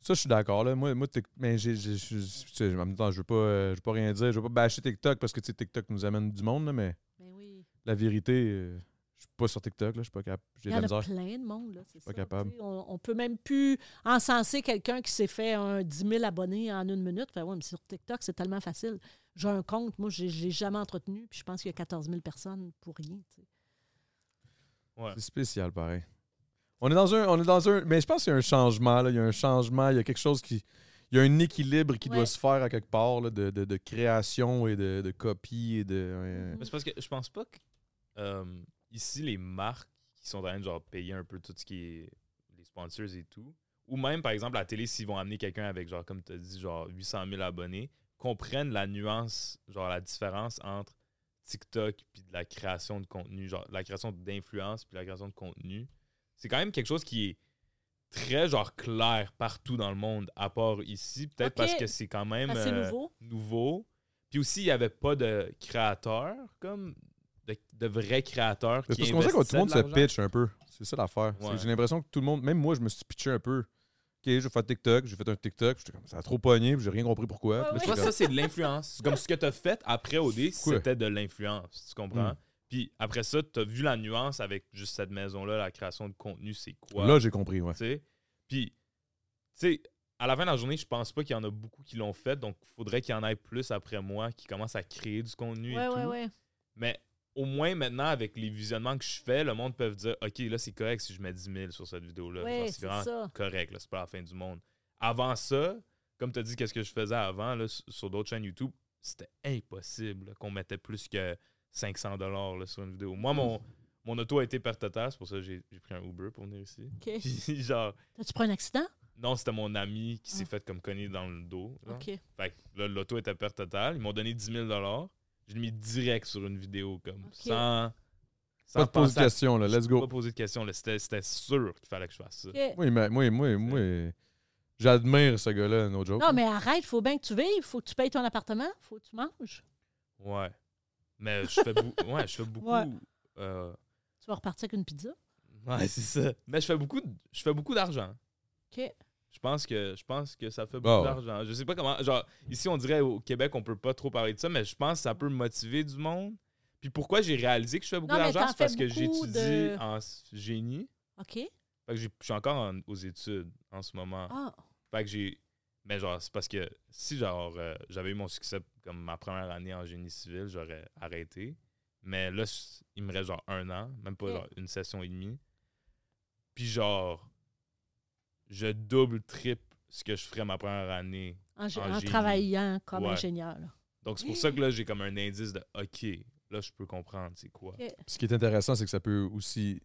S3: ça, je suis d'accord. là. Moi, moi tic- mais j'ai, j'ai- je- je- je- en même temps, je ne veux, pas, euh, je veux pas rien dire. Je ne veux pas bâcher TikTok parce que tu sais, TikTok nous amène du monde, là, mais
S4: mais oui.
S3: la vérité, euh, je suis pas sur TikTok. là. Je suis pas capable. J'ai de
S4: Il y
S3: la
S4: en a
S3: misère.
S4: plein de monde. Là, c'est
S3: Pas
S4: ça,
S3: capable.
S4: tu sais. On, on peut même plus encenser quelqu'un qui s'est fait un 10 000 abonnés en une minute. Fait, ouais, mais sur TikTok, c'est tellement facile. J'ai un compte, moi, je l'ai jamais entretenu, puis je pense qu'il y a 14 000 personnes pour rien. tu sais.
S5: Ouais.
S3: C'est spécial, pareil. On est dans un. On est dans un mais je pense qu'il y a un changement. là. Il y a un changement. Il y a quelque chose qui. Il y a un équilibre qui doit
S4: Ouais.
S3: se faire à quelque part là, de, de- de création et de, de copie et de.
S4: Mhm.
S3: ouais.
S5: Mais c'est parce que je pense pas que euh, ici, les marques qui sont en train de genre payer un peu tout ce qui est les sponsors et tout, ou même par exemple à la télé, s'ils vont amener quelqu'un avec genre, comme tu as dit, genre 800 000 abonnés, comprennent la nuance, genre la différence entre TikTok puis de la création de contenu, genre la création d'influence puis la création de contenu. C'est quand même quelque chose qui est très genre clair partout dans le monde, à part ici, peut-être
S4: Ok.
S5: parce que c'est quand même
S4: Assez
S5: euh,
S4: nouveau.
S5: nouveau. Puis aussi, il n'y avait pas de créateur, comme de, de vrais créateurs.
S3: C'est
S5: qui
S3: parce qu'on dirait que tout le monde se
S5: investissaient de l'argent.
S3: pitch un peu. C'est ça l'affaire. C'est que
S5: Ouais.
S3: J'ai l'impression que tout le monde, même moi, je me suis pitché un peu. Ok, je vais faire TikTok, j'ai fait un TikTok, j'étais comme ça a trop pogné, puis j'ai rien compris pourquoi. Puis là,
S4: Ouais,
S5: Je
S3: j'étais
S5: pense que
S3: comme,
S5: ça, c'est de l'influence. C'est comme ce que tu as fait après OD,
S3: Quoi?
S5: c'était de l'influence. Tu comprends?
S3: Mm.
S5: Puis après ça, tu as vu la nuance avec juste cette maison-là, la création de contenu, c'est quoi?
S3: Là, j'ai compris, ouais.
S5: tu sais. Puis, tu sais, à la fin de la journée, je pense pas qu'il y en a beaucoup qui l'ont fait, donc il faudrait qu'il y en ait plus après moi qui commencent à créer du contenu et
S4: Ouais,
S5: tout.
S4: ouais, ouais.
S5: Mais au moins maintenant, avec les visionnements que je fais, le monde peut dire Ok, là, c'est correct si je mets 10 000 sur cette vidéo-là.
S4: Ouais,
S5: Genre,
S4: c'est
S5: c'est vraiment
S4: ça.
S5: correct, là, c'est pas la fin du monde. Avant ça, comme tu as dit, qu'est-ce que je faisais avant là, s- sur d'autres chaînes YouTube, c'était impossible là, qu'on mettait plus que 500 dollars sur une vidéo. Moi, mon, mon auto a été perte totale, c'est pour ça que j'ai j'ai pris un Uber pour venir ici.
S4: OK.
S5: Puis genre,
S4: T'as-tu pris un accident?
S5: non, c'était mon ami qui s'est
S4: Ah.
S5: fait comme cogner dans le dos. genre.
S4: OK.
S5: Fait que là, l'auto était à perte totale. Ils m'ont donné 10 000 Je l'ai mis direct sur une vidéo, comme,
S4: Ok.
S5: sans, sans
S3: Pas de pose
S5: penser
S3: de
S5: à-
S3: question, là. Let's
S5: Pas
S3: go.
S5: poser de question. là. C'était c'était sûr qu'il fallait que je fasse ça.
S4: OK.
S3: Oui, mais moi, moi, moi, j'admire ce gars-là, no joke.
S4: Non, mais arrête, faut bien que tu vives, faut que tu payes ton appartement, faut que tu manges.
S5: Ouais. Mais je fais, bou- ouais, je fais beaucoup.
S4: Ouais.
S5: euh,
S4: Tu vas repartir avec une pizza.
S5: ouais, c'est ça. Mais je fais beaucoup, de- je fais beaucoup d'argent.
S4: OK.
S5: Je pense que je pense que ça fait beaucoup
S3: Ah ouais.
S5: d'argent. Je sais pas comment. Genre, ici, on dirait au Québec, on peut pas trop parler de ça, mais je pense que ça peut motiver du monde. Puis pourquoi j'ai réalisé que je fais beaucoup
S4: Non, mais
S5: d'argent,
S4: t'en
S5: c'est parce
S4: fais
S5: que
S4: beaucoup
S5: j'étudie
S4: de-
S5: en s- génie.
S4: OK.
S5: Fait que j'ai- je suis encore en- aux études en ce moment.
S4: Ah,
S5: Fait que j'ai. Mais genre, c'est parce que si genre euh, j'avais eu mon succès comme ma première année en génie civil, j'aurais arrêté. Mais là, c- il me reste genre un an, même pas
S4: Ok.
S5: genre une session et demie. Puis genre, je double, triple ce que je ferais ma première année.
S4: en, gé-
S5: En
S4: en
S5: génie.
S4: travaillant comme
S5: Ah, Ouais.
S4: ingénieur. là.
S5: Donc c'est pour ça que là, j'ai comme un indice de OK, là, je peux comprendre c'est quoi.
S4: OK.
S3: Ce qui est intéressant, c'est que ça peut aussi.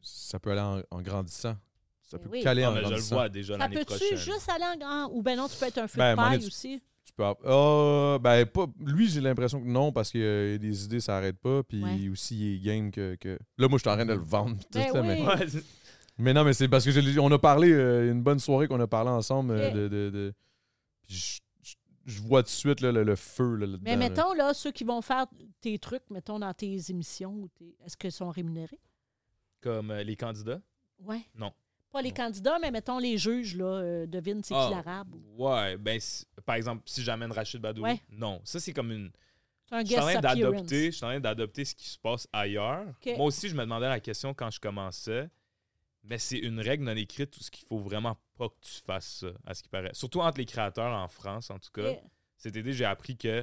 S3: Ça peut aller en, en grandissant. Ça
S4: Mais
S3: peut
S4: Ben oui.
S3: caler
S5: Ah,
S3: en
S5: mais je le
S3: grandissant.
S5: vois déjà
S4: Ça
S5: l'année prochaine.
S4: peut-tu juste aller en grand- Ou ben non, tu peux être un feu
S3: Ben,
S4: de
S3: mon
S4: paille
S3: étu-
S4: aussi.
S3: Tu peux avoir- Ah, ben, pas, lui, j'ai l'impression que non, parce que euh, des idées, ça arrête pas. Puis
S4: Ouais.
S3: aussi, il est game que, que- Là, moi, je suis en train de le vendre. tout
S4: Ben
S3: ça,
S4: oui.
S3: mais...
S5: Ouais, c'est-
S3: mais non, mais c'est parce que je l'ai- on a parlé, euh, une bonne soirée qu'on a parlé ensemble euh,
S4: Ok.
S3: de. de, de- puis je, je- je vois tout de suite là, le, le feu. Là,
S4: Mais
S3: là-dedans, là.
S5: Ben,
S4: mettons, là, ceux qui vont faire tes trucs, mettons, dans tes émissions, ou tes- est-ce qu'ils sont rémunérés?
S5: comme euh, les candidats.
S4: Oui.
S5: Non.
S4: Pas les
S5: Non.
S4: candidats, mais mettons les juges, là, euh, devine c'est
S5: Ah,
S4: qui l'arabe. ou-
S5: Ouais, ben, si- par exemple, si j'amène Rachid Badouri,
S4: Ouais.
S5: non. Ça, c'est comme une.
S4: C'est un
S5: Je suis en
S4: guest
S5: train
S4: appearance.
S5: d'adopter- je suis en train d'adopter ce qui se passe ailleurs.
S4: Ok.
S5: Moi aussi, je me demandais la question quand je commençais. Mais c'est une règle non écrite, tout ce qu'il faut vraiment pas que tu fasses ça, à ce qui paraît. Surtout entre les créateurs en France, en tout cas.
S4: Ok.
S5: Cet été, j'ai appris que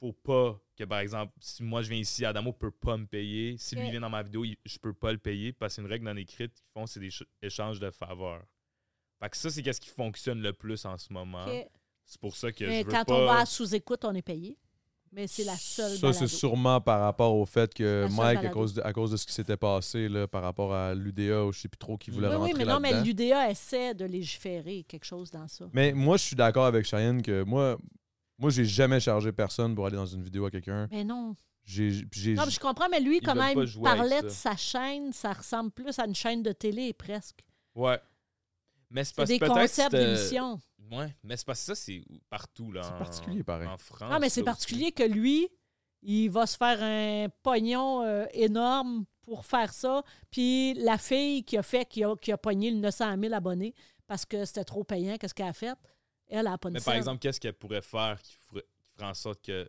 S5: faut pas que, par exemple, si moi je viens ici, Adamo peut pas me payer. Si lui
S4: Ok.
S5: vient dans ma vidéo, il- je peux pas le payer parce que c'est une règle non écrite qu'ils font, c'est des ch- échanges de faveurs. Fait que ça, c'est qu'est-ce qui fonctionne le plus en ce moment.
S4: Ok.
S5: C'est pour ça hein, que
S4: Mais
S5: je veux
S4: quand
S5: pas...
S4: on va à sous-écoute, on est payé. Mais c'est la seule
S3: Ça, c'est
S4: balado.
S3: sûrement par rapport au fait que
S4: La seule
S3: Mike, à
S4: balado.
S3: cause, de, à cause de ce qui s'était passé, là, par rapport à l'UDA, ou je sais plus trop qui voulait
S4: Oui,
S3: rentrer
S4: oui, mais non, mais
S3: là-dedans.
S4: l'UDA essaie de légiférer quelque chose dans ça.
S3: Mais moi, je suis d'accord avec Cheyenne que moi, moi j'ai jamais chargé personne pour aller dans une vidéo à quelqu'un.
S4: Mais non.
S3: J'ai, j'ai-
S4: Non, mais je comprends, mais lui,
S5: Ils
S4: quand
S5: veulent
S4: même,
S5: pas jouer avec
S4: parlait
S5: ça.
S4: de sa chaîne, ça ressemble plus à une chaîne de télé presque.
S5: Ouais. Mais c'est
S4: C'est
S5: parce que
S4: des
S5: peut-être
S4: concepts
S5: c'était-
S4: d'émission.
S5: Ouais, mais c'est parce que ça, c'est partout, là.
S3: C'est
S5: en-
S3: particulier, pareil.
S5: En France.
S4: Non, Ah, mais c'est
S5: là
S4: particulier que lui, il va se faire un pognon euh, énorme pour faire ça. Puis la fille qui a fait, qui a, qui a pogné le 900 000 abonnés parce que c'était trop payant, qu'est-ce qu'elle a fait? Elle, elle a pas de
S5: aussi. Mais
S4: scène.
S5: par exemple, qu'est-ce qu'elle pourrait faire qui ferait, qui ferait en sorte que.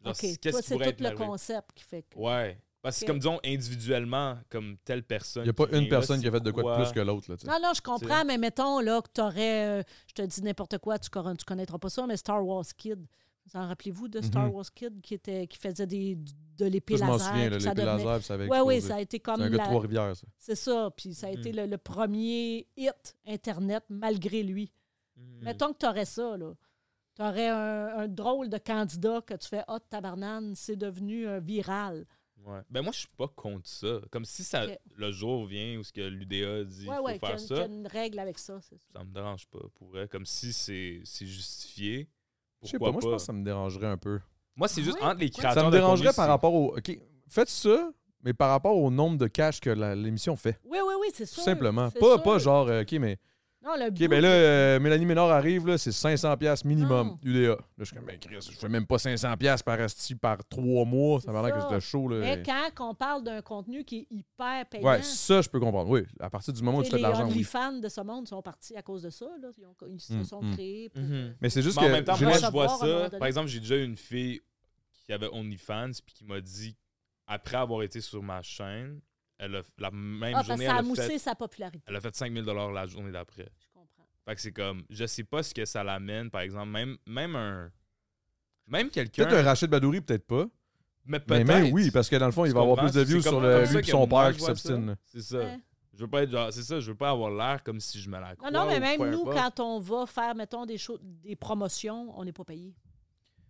S5: genre,
S4: OK,
S5: c'est-
S4: toi,
S5: Qu'est-ce qui
S4: c'est
S5: pourrait
S4: tout
S5: être
S4: le
S5: merveilleux?
S4: concept qui fait que.
S5: Ouais. Parce que,
S4: Ok.
S5: comme disons, individuellement, comme telle personne.
S3: il n'y a pas
S5: qui vient
S3: une
S5: là,
S3: personne qui a
S5: c'est
S3: fait de quoi, de plus que l'autre. Là, tu sais.
S4: Non, non, je comprends, mais mettons là, que tu aurais, je te dis n'importe quoi, tu ne connaîtras pas ça, mais Star Wars Kid. Vous en rappelez-vous de Star
S3: Mhm.
S4: Wars Kid qui, était, qui faisait des, de l'épée
S3: Ça, je
S4: laser?
S3: m'en souviens,
S4: puis
S3: là,
S4: ça
S3: les
S4: devenait-
S3: laser, puis ça avait
S4: Ouais, oui,
S3: explosé.
S4: ça a été
S3: C'est
S4: comme
S3: un gars
S4: la-
S3: de Trois-Rivières, ça.
S4: C'est ça. Puis ça a
S3: Mhm.
S4: été le, le premier hit Internet malgré lui.
S3: Mhm.
S4: Mettons que tu aurais ça, là. Tu aurais un, un drôle de candidat que tu fais Ah, tabarnane, c'est devenu un viral.
S5: Ouais. Ben, moi, je suis pas contre ça. Comme si ça,
S4: Ok.
S5: le jour vient où ce que l'UDA dit
S4: Oui,
S5: faut
S4: oui,
S5: faire
S4: qu'il y
S5: ça,
S4: a une règle avec ça, c'est ça.
S5: ça me dérange pas. Pour vrai. Comme si c'est c'est justifié.
S3: Je sais
S5: Pourquoi
S3: pas, moi, je pense que ça me dérangerait un peu.
S5: Moi, c'est juste
S4: Ouais,
S5: entre les créateurs.
S3: Ça me
S5: de
S3: dérangerait
S5: contenu,
S3: par
S5: c'est-
S3: rapport au. OK, faites ça, mais par rapport au nombre de cash que la- l'émission fait.
S4: Oui, oui, oui, c'est
S3: Tout
S4: sûr.
S3: simplement.
S4: c'est
S3: Pas,
S4: sûr.
S3: pas genre, euh, OK, mais.
S4: Non, le
S3: OK, ben là, euh, Mélanie Ménard arrive, là, c'est 500$ minimum,
S4: Non.
S3: UDA. Là, je suis comme, ben, Chris, je fais même pas 500$ par asti par trois mois. Ça
S4: C'est
S3: m'a l'air que
S4: ça.
S3: c'était chaud, là.
S4: Mais quand on parle d'un contenu qui est hyper payant,
S3: Ouais, ça, je peux comprendre. Oui, à partir du moment où
S4: tu
S3: tu
S4: sais,
S3: fais de
S4: les
S3: l'argent, oui.
S4: OnlyFans de ce monde sont partis à cause de ça. Là. Ils, ont- ils se
S3: Mm,
S4: sont
S3: mm.
S4: créés pour... euh,
S5: Mhm.
S3: Mais c'est juste
S5: Mais en
S3: que
S5: même temps,
S3: j'ai
S5: moi,
S4: l'air
S5: je
S4: de
S5: vois
S4: voir à un moment
S5: ça.
S4: donné.
S5: Par exemple, j'ai déjà eu une fille qui avait OnlyFans puis qui m'a dit, après avoir été sur ma chaîne, elle a- la même
S4: Ah, parce que
S5: journée,
S4: ça a
S5: elle a,
S4: moussé
S5: fait,
S4: sa popularité.
S5: elle a fait 5000 la journée d'après.
S4: Je comprends.
S5: Fait que c'est comme, je sais pas ce que ça l'amène, par exemple, même, même un. Même quelqu'un.
S3: Peut-être un rachat de Badouri, peut-être pas.
S5: Mais
S3: Mais
S5: peut-être.
S3: même oui, parce que dans le fond, il
S5: Tu
S3: va avoir
S5: comprends?
S3: plus de
S5: C'est
S3: views
S5: comme-
S3: sur
S5: comme
S3: le,
S5: ça
S3: lui et
S5: que
S3: son
S5: moi,
S3: père
S5: je
S3: qui
S5: vois ça.
S3: s'obstinent. là.
S5: C'est ça.
S4: Ouais.
S5: Je Je veux pas être genre, c'est ça, je veux pas avoir l'air comme si je me la
S4: Non,
S5: crois
S4: non, mais
S5: ou
S4: même
S5: peu
S4: nous,
S5: importe.
S4: quand on va faire, mettons, des, cho- des promotions, on n'est pas payé.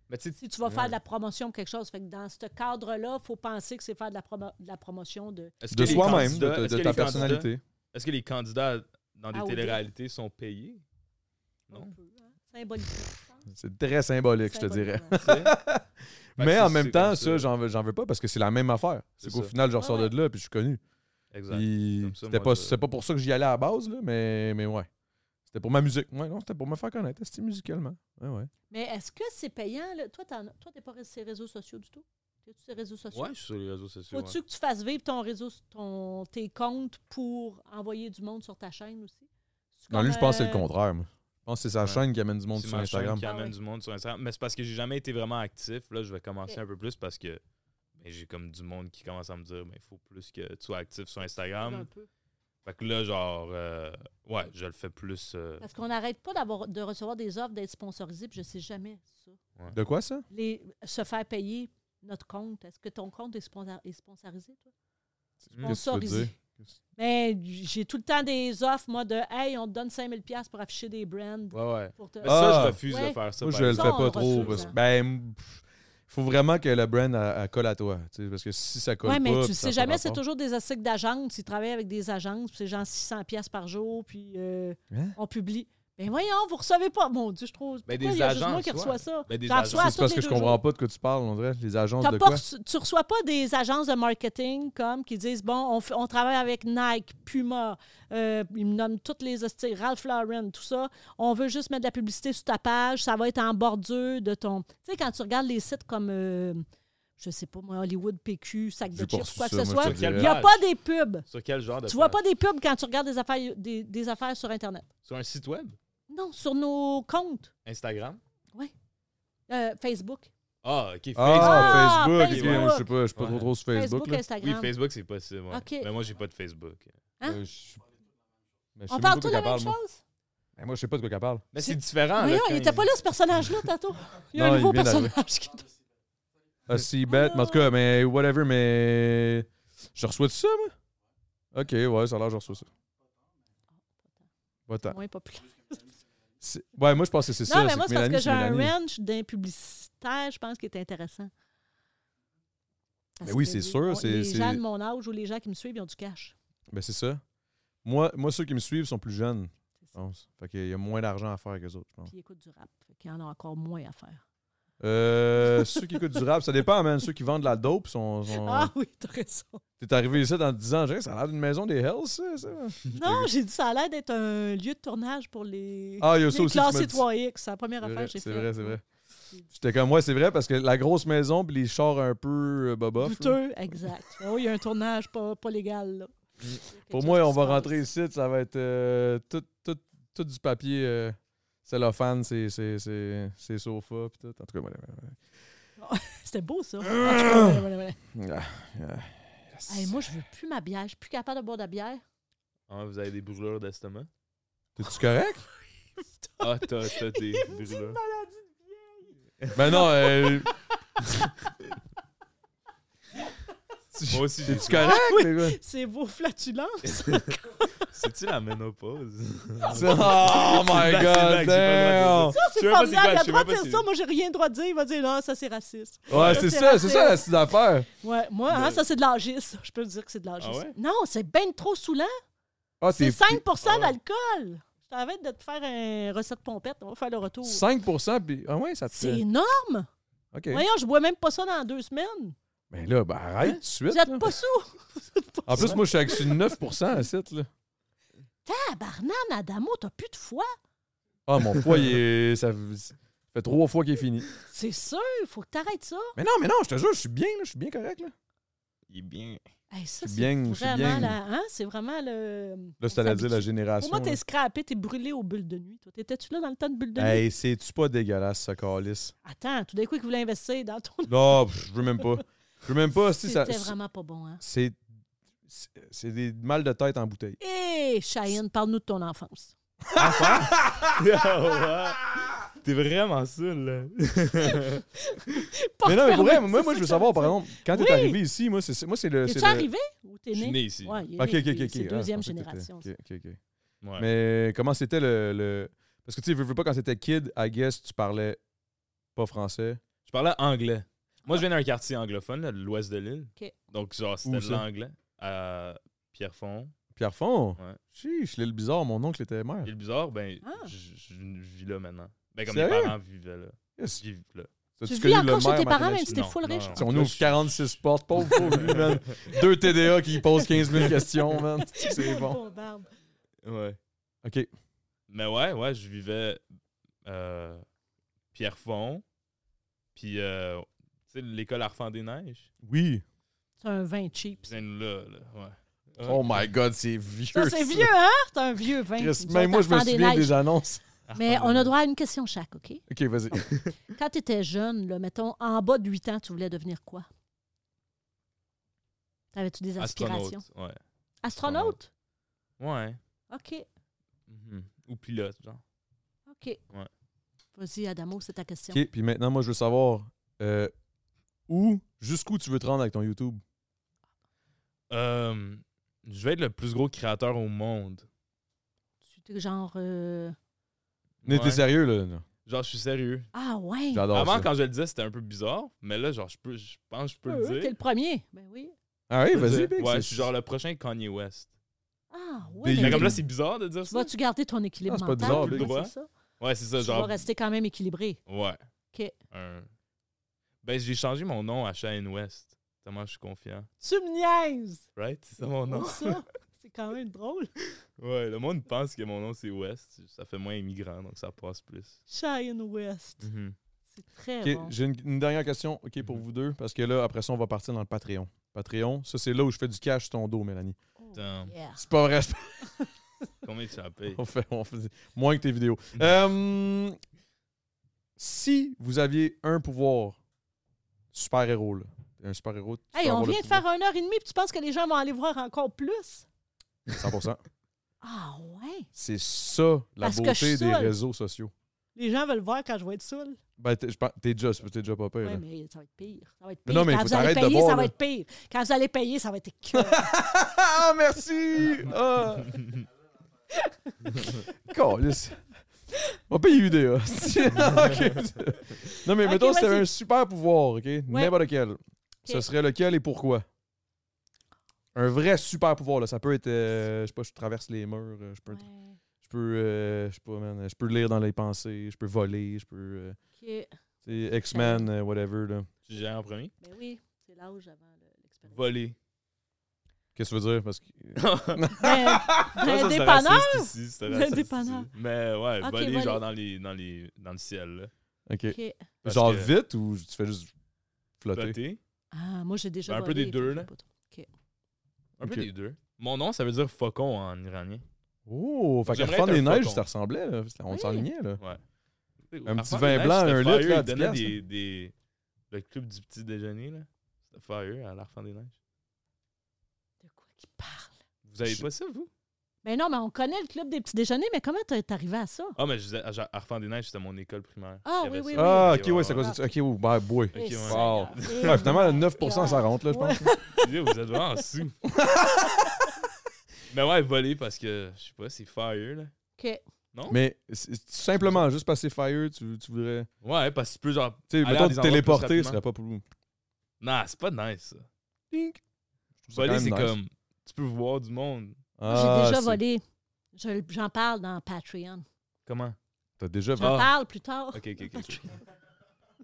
S5: Mais tu sais,
S4: Si tu vas faire de la promotion pour quelque chose, fait que dans ce cadre-là, il faut penser que c'est faire de la, promo- de la promotion de.
S5: est-ce
S3: De
S5: que les
S3: soi-même, de,
S5: candidats-
S3: de
S5: est-ce que
S3: ta
S5: les candidats-
S3: personnalité.
S5: Est-ce que les candidats dans des
S4: Ah, au
S5: téléréalités sont payés? Non.
S4: On peut, hein, symbolique.
S3: C'est très symbolique, je te
S4: Symbolique,
S3: dirais.
S4: ouais.
S5: Tu sais? Fait que
S3: Mais
S5: ça,
S3: en
S5: c'est
S3: même
S5: comme
S3: temps, ça, j'en veux, j'en veux pas parce que c'est la même affaire. C'est
S5: C'est
S3: qu'au
S5: ça.
S3: final, je ressors
S4: Ah ouais.
S3: de là puis je suis connu.
S5: Exact.
S3: Puis
S5: Comme ça,
S3: c'était
S5: moi,
S3: pas,
S5: je-
S3: c'est pas pour ça que j'y allais à la base, là, mais, mais ouais. C'était pour ma musique. Ouais, non, c'était pour me faire connaître. C'était musicalement. Ouais, ouais.
S4: Mais est-ce que c'est payant? Là? Toi, t'en- toi, t'es pas sur ces réseaux sociaux du tout? T'es-tu ces réseaux sociaux?
S5: Ouais, je suis sur les réseaux sociaux.
S4: Faut-tu
S5: ouais.
S4: que tu fasses vivre ton réseau, ton, tes comptes pour envoyer du monde sur ta chaîne aussi? C'est
S3: Non,
S4: comme,
S3: lui, je pense que c'est
S4: euh,
S3: le contraire. moi. Je pense que c'est sa
S5: Ouais.
S3: chaîne qui amène du monde
S5: C'est
S3: sur
S5: ma chaîne
S3: Instagram.
S5: qui
S4: Ah
S5: amène
S4: ouais.
S5: du monde sur Instagram. Mais c'est parce que j'ai jamais été vraiment actif. Là, je vais commencer
S4: Ok.
S5: un peu plus parce que ben, j'ai comme du monde qui commence à me dire mais il faut plus que tu sois actif sur
S4: un
S5: Instagram.
S4: peu.
S5: Fait que là, genre, euh, ouais, je le fais plus. euh,
S4: Parce qu'on n'arrête pas d'avoir de recevoir des offres d'être sponsorisé, puis je sais jamais ça.
S3: De quoi ça?
S4: Les, se faire payer notre compte. Est-ce que ton compte est, sponsor- est sponsorisé, toi?
S3: Qu'est-ce que tu veux
S4: Sponsorisé.
S3: dire?
S4: Ben, j'ai tout le temps des offres, moi, de Hey, on te donne 5000$ piastres pour afficher des brands.
S5: Ouais, ouais.
S4: Pour te...
S5: Mais ça,
S3: Ah!
S5: je refuse
S4: Ouais.
S5: de faire ça.
S3: Moi,
S5: par
S3: je le fais
S4: exemple.
S3: pas
S4: Ça, on
S3: trop.
S4: refuse,
S3: parce-
S4: hein.
S3: Ben, pff, faut vraiment que le brand elle- elle colle à toi. tu sais, Parce que si ça colle
S4: Oui,
S3: pas.
S4: mais tu
S3: puis ça
S4: sais
S3: n'a pas
S4: jamais, c'est
S3: rapport-
S4: toujours des articles d'agence. Ils travaillent avec des agences, puis c'est genre 600 pièces par jour, puis euh,
S3: Hein?
S4: on publie. Ben voyons, vous recevez pas. Mon Dieu, je trouve. pourquoi
S5: Ben, des
S4: il y a juste
S5: agences,
S4: moi qui
S5: ouais.
S4: reçois ça.
S5: Ben, des
S4: J'en reçois
S5: agences.
S4: à
S3: C'est
S4: tous
S3: parce
S4: les
S3: que je
S4: deux
S3: comprends
S4: jours.
S3: pas de quoi tu parles, on dirait. Les agences
S4: T'as
S3: de
S4: pas
S3: quoi?
S4: reçu- tu reçois pas des agences de marketing comme qui disent bon, on, fait- on travaille avec Nike, Puma, euh, ils me nomment toutes les hosties, Ralph Lauren, tout ça. On veut juste mettre de la publicité sur ta page, ça va être en bordure de ton. Tu sais, quand tu regardes les sites comme. euh, je sais pas, moi, Hollywood, PQ, sac
S3: J'ai
S4: de
S3: pas
S4: chips,
S3: reçu
S4: quoi
S3: ça,
S4: que ce
S3: moi,
S4: soit.
S3: je te
S4: Il n'y
S5: dirais.
S4: a pas des pubs.
S5: Sur quel genre de.
S4: Tu vois
S5: page?
S4: pas des pubs quand tu regardes des affaires, des, des affaires sur Internet.
S5: Sur un site web?
S4: Non, sur nos comptes.
S5: Instagram?
S4: Euh, Facebook.
S5: Ah, ok. Facebook.
S3: Ah,
S4: Ah,
S3: Facebook!
S4: Facebook.
S3: ok, ouais, Je sais pas, je suis pas
S5: Ouais.
S3: trop trop sur
S4: Facebook,
S3: Facebook. là.
S5: Oui,
S4: Instagram.
S5: Facebook, c'est possible. ouais.
S4: Ok.
S5: Mais moi, j'ai pas de Facebook.
S4: Hein?
S3: Euh, je suis- mais je sais
S4: On
S3: même
S4: parle
S3: pas de
S4: tous de
S3: quoi
S4: la
S3: qu'elle
S4: même
S3: parle, moi.
S4: chose?
S3: Mais moi, je sais pas de quoi qu'elle parle.
S5: Mais c'est différent.
S4: Voyons,
S5: là, quand
S4: il était pas là, ce personnage-là, tantôt. Il y a
S3: Ah, Non,
S4: un
S3: il
S4: nouveau
S3: vient d'arriver.
S4: personnage. qui-
S3: Ah,
S4: Euh,
S3: si, bête, mais en tout cas, mais whatever, mais. Je reçois de ça, moi? Ok, ouais, ça a l'air, que je reçois ça. Pas tant.
S4: Moins populaire.
S3: C'est- Ouais, moi, je pense que c'est ça.
S4: non, mais
S3: c'est
S4: moi,
S3: que
S4: c'est parce
S3: Mélanie,
S4: que j'ai un
S3: Mélanie.
S4: range d'un publicitaire, je pense, qui est intéressant. Parce
S3: Ben oui,
S4: que
S3: c'est
S4: les-
S3: sûr,
S4: on-
S3: c'est-
S4: Les
S3: c'est-
S4: gens de mon âge ou les gens qui me suivent, ils ont du cash.
S3: Ben, c'est ça. Moi, moi, ceux qui me suivent sont plus jeunes, je pense. Fait qu'il y a moins d'argent à faire que les autres, je pense.
S4: Puis ils écoutent du rap. Fait qu'il y en a encore moins à faire.
S3: Euh, ceux qui écoutent du rap, ça dépend, man. Ceux qui vendent de la dope sont. sont-
S4: Ah oui, t'as raison.
S3: T'es arrivé ici dans 10 ans, j'ai dit, ça a l'air d'une maison des Hells, ça. ça.
S4: Non, j'ai dit ça a l'air d'être un lieu de tournage pour les,
S3: Ah, il y a
S4: les
S3: ça aussi. tu m'as
S4: classés
S3: dit.
S4: 3X. C'est la première
S3: C'est
S4: affaire
S3: vrai,
S4: que j'ai
S3: C'est
S4: faite.
S3: vrai, c'est vrai. J'étais comme, ouais, c'est vrai, parce que la grosse maison, puis les chars un peu euh, bobof. là.
S4: Douteux, exact. Oh, il y a un tournage pas, pas légal. là.
S3: Mm. Pour moi, on va rentrer ici, ça va être euh, tout, tout, tout du papier euh, cellophane, c'est c'est- c'est- c'est sofa, puis tout. En tout cas, voilà, voilà,
S4: C'était beau,
S5: Ah!
S4: ça. En tout cas, voilà, voilà, voilà.
S3: voilà. Ah, ah, yes.
S4: Hey, moi, je veux plus ma bière. Je suis plus capable de boire de bière.
S5: Ah, vous avez des brûlures d'estomac?
S3: T'es-tu correct?
S5: Ah, t'as t'as des
S4: Il me dit une
S5: brûlures.
S4: maladie de vieille.
S3: ben non, euh,
S5: Moi aussi, j'ai
S3: t'es-tu correct?
S4: oui.
S3: les gars?
S4: C'est vos flatulences. Ah,
S5: C'est-tu la ménopause?
S3: Oh my
S5: blague,
S3: god,
S5: c'est une
S3: damn!
S4: Ça, c'est pas
S5: blague, j'ai pas le droit de dire ça. Je sais pas c'est
S4: bien.
S5: quoi,
S4: Il a
S5: je sais
S4: le droit de
S5: même pas
S4: dire
S5: c'est-
S4: ça. Moi, j'ai rien le droit de dire. Il va dire, non, ça, c'est raciste.
S3: Ouais, c'est ça, c'est ça la
S4: raciste.
S3: petite affaire.
S4: Ouais, moi, hein, ça, c'est de l'agisme. Je peux dire que c'est de l'agisme.
S5: Ah ouais?
S4: Non, c'est ben trop saoulant.
S3: Ah,
S4: C'est
S3: t'es
S4: 5
S5: Ah.
S4: d'alcool. Je t'avais de te faire une recette pompette. On va faire le retour.
S3: 5%, puis. Ah ouais, ça te.
S4: C'est énorme.
S3: Ok.
S4: Voyons, je bois même pas ça dans deux semaines.
S3: Mais là, ben arrête tout de suite.
S4: Hein? Vous êtes
S3: là.
S4: pas sourds.
S3: En plus, moi, je suis avec sur 9% à 7, là.
S4: Tabarnan, Adamo, t'as plus de foie.
S3: Ah, mon foie, il est- ça fait trois fois qu'il est fini.
S4: C'est sûr, faut que t'arrêtes ça.
S3: Mais non, mais non, je te jure, je suis bien, là, je suis bien correct, là.
S5: Il est bien.
S4: Hey, ça,
S3: Je suis
S4: c'est
S3: bien,
S4: vraiment
S3: je suis bien.
S4: la- hein, c'est vraiment le...
S3: Là, c'est à dire la
S4: Pour
S3: génération.
S4: moi, t'es scrappé, t'es brûlé aux bulles de nuit. Toi, t'étais-tu là dans le temps de bulles de
S3: là.
S4: nuit?
S3: Hey, c'est-tu pas dégueulasse, ce calice?
S4: Attends, tout d'un coup, ils voulaient investir dans ton...
S3: Non, pff, je veux même pas. Je veux même pas. Si ça,
S4: C'était vraiment pas bon, hein?
S3: c'est, c'est- c'est des mal de tête en bouteille.
S4: Hé, Cheyenne, parle-nous de ton enfance.
S5: Oh, T'es vraiment seul, là.
S4: Pas
S3: mais non, mais pour vrai,
S4: refermé,
S3: moi, moi
S4: c'est ça
S3: je veux
S4: que
S3: savoir,
S4: ça
S3: par
S4: veut dire.
S3: exemple, quand t'es
S4: Oui.
S3: arrivé ici, moi, c'est, moi, c'est le.
S4: T'es-tu
S3: c'est le-
S4: arrivé? Ou T'es
S5: Je suis
S4: né?
S5: né ici.
S4: Ouais, il est
S3: Ok,
S4: né,
S3: ok, ok.
S4: il-
S3: ok.
S4: C'est
S3: Ah,
S4: deuxième
S3: je pensais que t'étais-
S4: génération. ça.
S3: ok, ok, ok.
S5: Ouais.
S3: Mais comment c'était le, le- Parce que tu sais, veux, veux pas quand t'étais kid, I guess, tu parlais pas français.
S5: Je parlais anglais. Moi, je viens d'un quartier anglophone, là, de l'ouest de l'île.
S4: Ok.
S5: Donc, genre,
S3: Où
S5: c'était
S3: ça?
S5: l'anglais à Pierrefonds.
S3: Pierre Fond?
S5: Ouais.
S3: Chiche, l'île bizarre, mon oncle était maire.
S5: Et le bizarre, ben,
S4: Ah.
S5: je je- je vis là maintenant. Ben, comme
S3: Sérieux?
S5: mes parents vivaient là.
S3: Yes.
S5: Vivent là.
S3: T'as-tu
S4: Tu
S3: connu
S4: vis encore
S3: le
S4: chez
S3: maire,
S4: tes parents,
S3: Martin
S4: même si t'es
S5: Non,
S4: full
S5: non,
S4: riche?
S5: non.
S3: Si on ouvre 46 portes, pauvre, pauvre lui, man. Deux TDA qui posent 15 000 questions, man. C'est bon.
S4: Bombarde.
S5: Ouais.
S3: OK.
S5: Mais ouais, ouais, je vivais euh, Pierrefonds, puis euh, tu sais, l'école Arfand des Neiges.
S3: Oui.
S4: C'est un vin cheap.
S5: Puis c'est là, là, ouais.
S3: Oh my God, c'est vieux.
S4: Ça, c'est vieux, hein? C'est un vieux vin.
S3: Chris,
S4: Nous
S3: même moi, je
S4: autres,
S3: me
S4: enfants des
S3: souviens
S4: neiges.
S3: des annonces.
S4: Mais
S3: Ah,
S4: on a droit à une question chaque, OK?
S3: OK, vas-y.
S4: Quand tu étais jeune, là, mettons, en bas de 8 ans, tu voulais devenir quoi? T'avais-tu des
S5: Astronaute,
S4: aspirations?
S5: ouais.
S4: Astronaute?
S5: Ouais.
S4: OK.
S5: Mhm. Ou pilote, genre.
S4: OK. Vas-y, Adamo, c'est ta question.
S3: OK, puis maintenant, moi, je veux savoir euh, où, jusqu'où tu veux te rendre avec ton YouTube.
S5: Euh, je vais être le plus gros créateur au monde.
S4: Tu es genre. euh,
S3: Mais
S5: Ouais.
S3: t'es sérieux, là? là?
S5: Genre, je suis sérieux.
S4: Ah ouais!
S3: J'adore
S5: Avant,
S3: ça.
S5: quand je le disais, c'était un peu bizarre, mais là, genre, je, peux, je pense que je peux
S4: Euh,
S5: le
S4: T'es
S5: dire.
S4: le premier. Ben oui.
S3: Ah oui, vas-y, Big.
S5: Ouais,
S3: c'est-
S5: je suis genre le prochain Kanye West.
S4: Ah ouais!
S3: Des-
S5: Mais
S4: mais
S5: comme là, c'est bizarre de dire
S4: tu
S5: ça.
S4: Vas-tu garder ton équilibre
S3: Ah, c'est pas
S4: mental?
S3: bizarre,
S4: là,
S5: Big. Ouais.
S4: c'est ça?
S5: Ouais, c'est ça,
S4: Tu vas
S5: genre.
S4: rester quand même équilibré.
S5: Ouais.
S4: OK.
S5: un- Ben, j'ai changé mon nom à Shane West. Tellement je suis confiant.
S4: Tu me niaises!
S5: Right? C'est ça mon nom.
S4: Pour ça, c'est quand même drôle.
S5: ouais, le monde pense que mon nom c'est West. Ça fait moins immigrant, donc ça passe plus.
S4: Cheyenne West.
S5: Mm-hmm.
S4: C'est très
S3: OK,
S4: bon.
S3: J'ai une, une dernière question, OK, pour
S5: Mhm.
S3: vous deux, parce que là, après ça, on va partir dans le Patreon. Patreon, ça, c'est là où je fais du cash sur ton dos, Mélanie.
S4: Oh,
S5: Putain,
S4: yeah.
S3: C'est pas vrai, c'est pas-
S5: combien tu as payé?
S3: on fait, on fait- moins que tes vidéos.
S5: Mm.
S3: Euh, si vous aviez un pouvoir super-héros, là, un super-héros... tu
S4: Hey,
S3: peux
S4: on
S3: avoir le
S4: vient de faire un heure et demie, puis tu penses que les gens vont aller voir encore plus?
S3: pouvoir. 100%.
S4: Ah ouais!
S3: C'est ça, la
S4: Parce que je
S3: beauté
S4: suis
S3: des
S4: seule.
S3: réseaux sociaux.
S4: Les gens veulent voir quand je vais être saoul.
S3: Ben, t'es, je pense- t'es déjà, t'es déjà pas pire,
S4: Oui,
S3: là.
S4: mais ça va être pire. Ça va être
S3: Mais
S4: pire.
S3: non, mais
S4: quand
S3: faut
S4: vous allez
S3: t'arrêter de
S4: payer,
S3: boire, là.
S4: ça va être pire. Quand vous allez payer, ça va être écœurant.
S3: Ah, merci! Ah! Câlisse. On va payer UDA. Ok. Non, mais
S4: Ok,
S3: mettons, c'est
S4: vas-y.
S3: un super pouvoir, OK? N'importe lequel. Ce serait lequel et pourquoi? Un vrai super pouvoir, là. Ça peut être, euh, je sais pas, je traverse les murs, euh, je peux,
S4: Ouais,
S3: je peux, euh, je sais pas, man, je peux lire dans les pensées, je peux voler, je peux, euh,
S4: ok.
S3: tu sais, X-Men, euh, whatever, là.
S5: Tu gères en premier?
S4: Mais oui, c'est l'âge avant le- l'expérience.
S5: Voler.
S3: Qu'est-ce que tu veux dire? Parce que...
S4: Ben,
S5: Ça,
S4: ben,
S5: ça, c'est
S4: dépanneur?
S5: raciste ici, c'est
S4: Le
S5: raciste
S4: dépanneur.
S5: ici. Mais ouais,
S4: Ok,
S5: voler,
S4: voler.
S5: genre dans, les, dans, les, dans le ciel. Là.
S3: OK.
S4: Ok.
S5: Parce
S3: Genre
S5: que-
S3: vite ou tu fais juste flotter?
S5: Flotter.
S4: Ah, moi, j'ai déjà
S5: Ben, un peu
S4: volé,
S5: des
S4: fait
S5: deux,
S4: que
S5: là.
S4: j'ai pas trop.
S5: Un peu
S3: Ok.
S5: des deux. Mon nom, ça veut dire faucon en iranien.
S3: Oh, fait que
S5: J'aimerais
S3: la
S5: être
S3: des
S5: un
S3: neiges,
S5: faucon.
S3: ça ressemblait. Là. On
S4: Oui.
S3: s'enlignait, là.
S5: Ouais.
S3: Un petit vin blanc, un litre, là, à
S5: Ils
S3: 10
S5: donnaient
S3: piastres,
S5: des, des, le club du petit déjeuner, là. C'était fire à l'Arfan des Neiges.
S4: De quoi qu'il parle?
S5: Vous avez
S3: Je-
S5: pas ça, vous?
S4: Mais non, mais on connaît le club des petits déjeuners, mais comment t'es arrivé à ça?
S5: Ah, mais je disais, à Ja- Arfan des Neiges, c'était mon école primaire.
S4: Ah,
S5: Il y
S4: oui,
S5: avait
S4: oui,
S5: ça.
S4: oui.
S3: Ah,
S5: Ok,
S3: ok, ouais, c'est à
S5: ouais,
S3: cause de ça. Ok, oh, bah, boy.
S5: Ok, ouais.
S3: Wow.
S4: Et
S3: Ouais, finalement, le 9 ça
S4: voilà.
S3: rentre, là, je pense.
S5: Dieu, vous êtes vraiment en sous. mais ouais, voler parce que, je sais pas, c'est fire, là.
S4: Ok.
S5: Non?
S3: Mais c'est- c'est simplement, juste passer fire, tu, tu voudrais.
S5: Ouais, parce que tu peux, genre.
S3: Tu sais,
S5: aller à
S3: mettons,
S5: des
S3: te
S5: endroits plus
S3: téléporter, ce
S5: rapidement.
S3: serait pas pour nous.
S5: Non, c'est pas nice, ça.
S3: Je trouve ça quand
S5: Voler,
S3: même
S5: c'est
S3: nice.
S5: comme. Tu peux voir du monde.
S4: J'ai
S3: Ah,
S4: déjà
S3: c'est-
S4: volé. Je- J'en parle dans Patreon.
S5: Comment?
S3: T'as déjà volé.
S4: J'en parle plus tard.
S5: Ok, ok, ok. ok.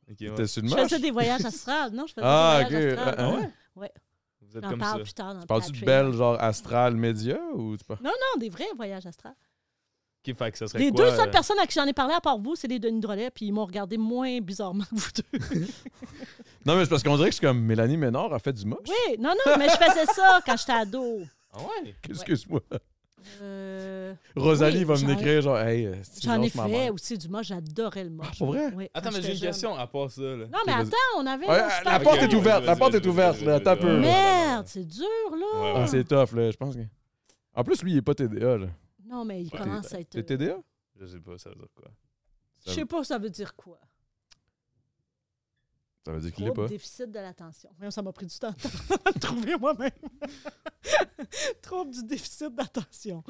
S5: Ok, ouais.
S3: T'es sur le
S4: Je
S3: marche?
S4: faisais des voyages astrales, non? Je faisais
S3: Ah,
S4: des voyages
S3: ok.
S4: astrales.
S3: Ah,
S4: non?
S3: ouais?
S5: Vous êtes
S4: J'en
S5: comme
S4: parle
S5: ça.
S4: plus tard dans le
S3: Parles-tu de
S4: Patreon.
S3: belle, genre astral média ou tu pas?
S4: Non, non, des vrais voyages astrales.
S5: Ok, fait que ça serait
S4: Les
S5: quoi,
S4: deux
S5: euh,
S4: seules personnes à qui j'en ai parlé, à part vous, c'est les Denis Drolet, puis ils m'ont regardé moins bizarrement que vous deux.
S3: Non, mais c'est parce qu'on dirait que c'est comme Mélanie Ménard a fait du moche.
S4: Oui, non, non, mais je faisais ça quand j'étais ado.
S5: Ah ouais?
S3: Excuse-moi.
S4: Euh,
S3: Rosalie
S4: Oui,
S3: va me
S4: j'en ai-
S3: décrire, genre, hey, euh, c'est
S4: J'en ai
S3: lâche ma
S4: fait
S3: mère.
S4: aussi du moche, j'adorais le moche.
S3: Ah, pour vrai?
S4: Oui,
S5: Attends,
S4: quand
S5: mais j'ai
S4: j'étais
S5: une
S4: jeune.
S5: question à part ça. Là. Ah,
S4: Non, mais attends, on avait.
S3: Ouais,
S4: un super-
S3: la porte
S5: Ok,
S3: est
S5: ok,
S3: ouverte,
S5: vas-y,
S3: la porte
S5: vas-y,
S3: est ouverte,
S5: vas-y,
S3: là,
S5: vas-y,
S3: t'as
S5: vas-y.
S3: peu.
S4: Merde, c'est dur, là.
S5: Ouais,
S3: Ah,
S5: ouais.
S3: c'est tough, là. Je pense que. En plus, lui, il est pas TDA, là.
S4: Non, mais il
S5: Ouais.
S4: commence à être.
S3: T'es TDA?
S5: Je sais pas, ça veut dire quoi.
S4: Je sais pas, ça veut dire quoi.
S3: Ça veut dire qu'il l'est
S4: Trouble
S3: pas.
S4: déficit de l'attention. Mais ça m'a pris du temps de trouver moi-même. Trouble du déficit d'attention.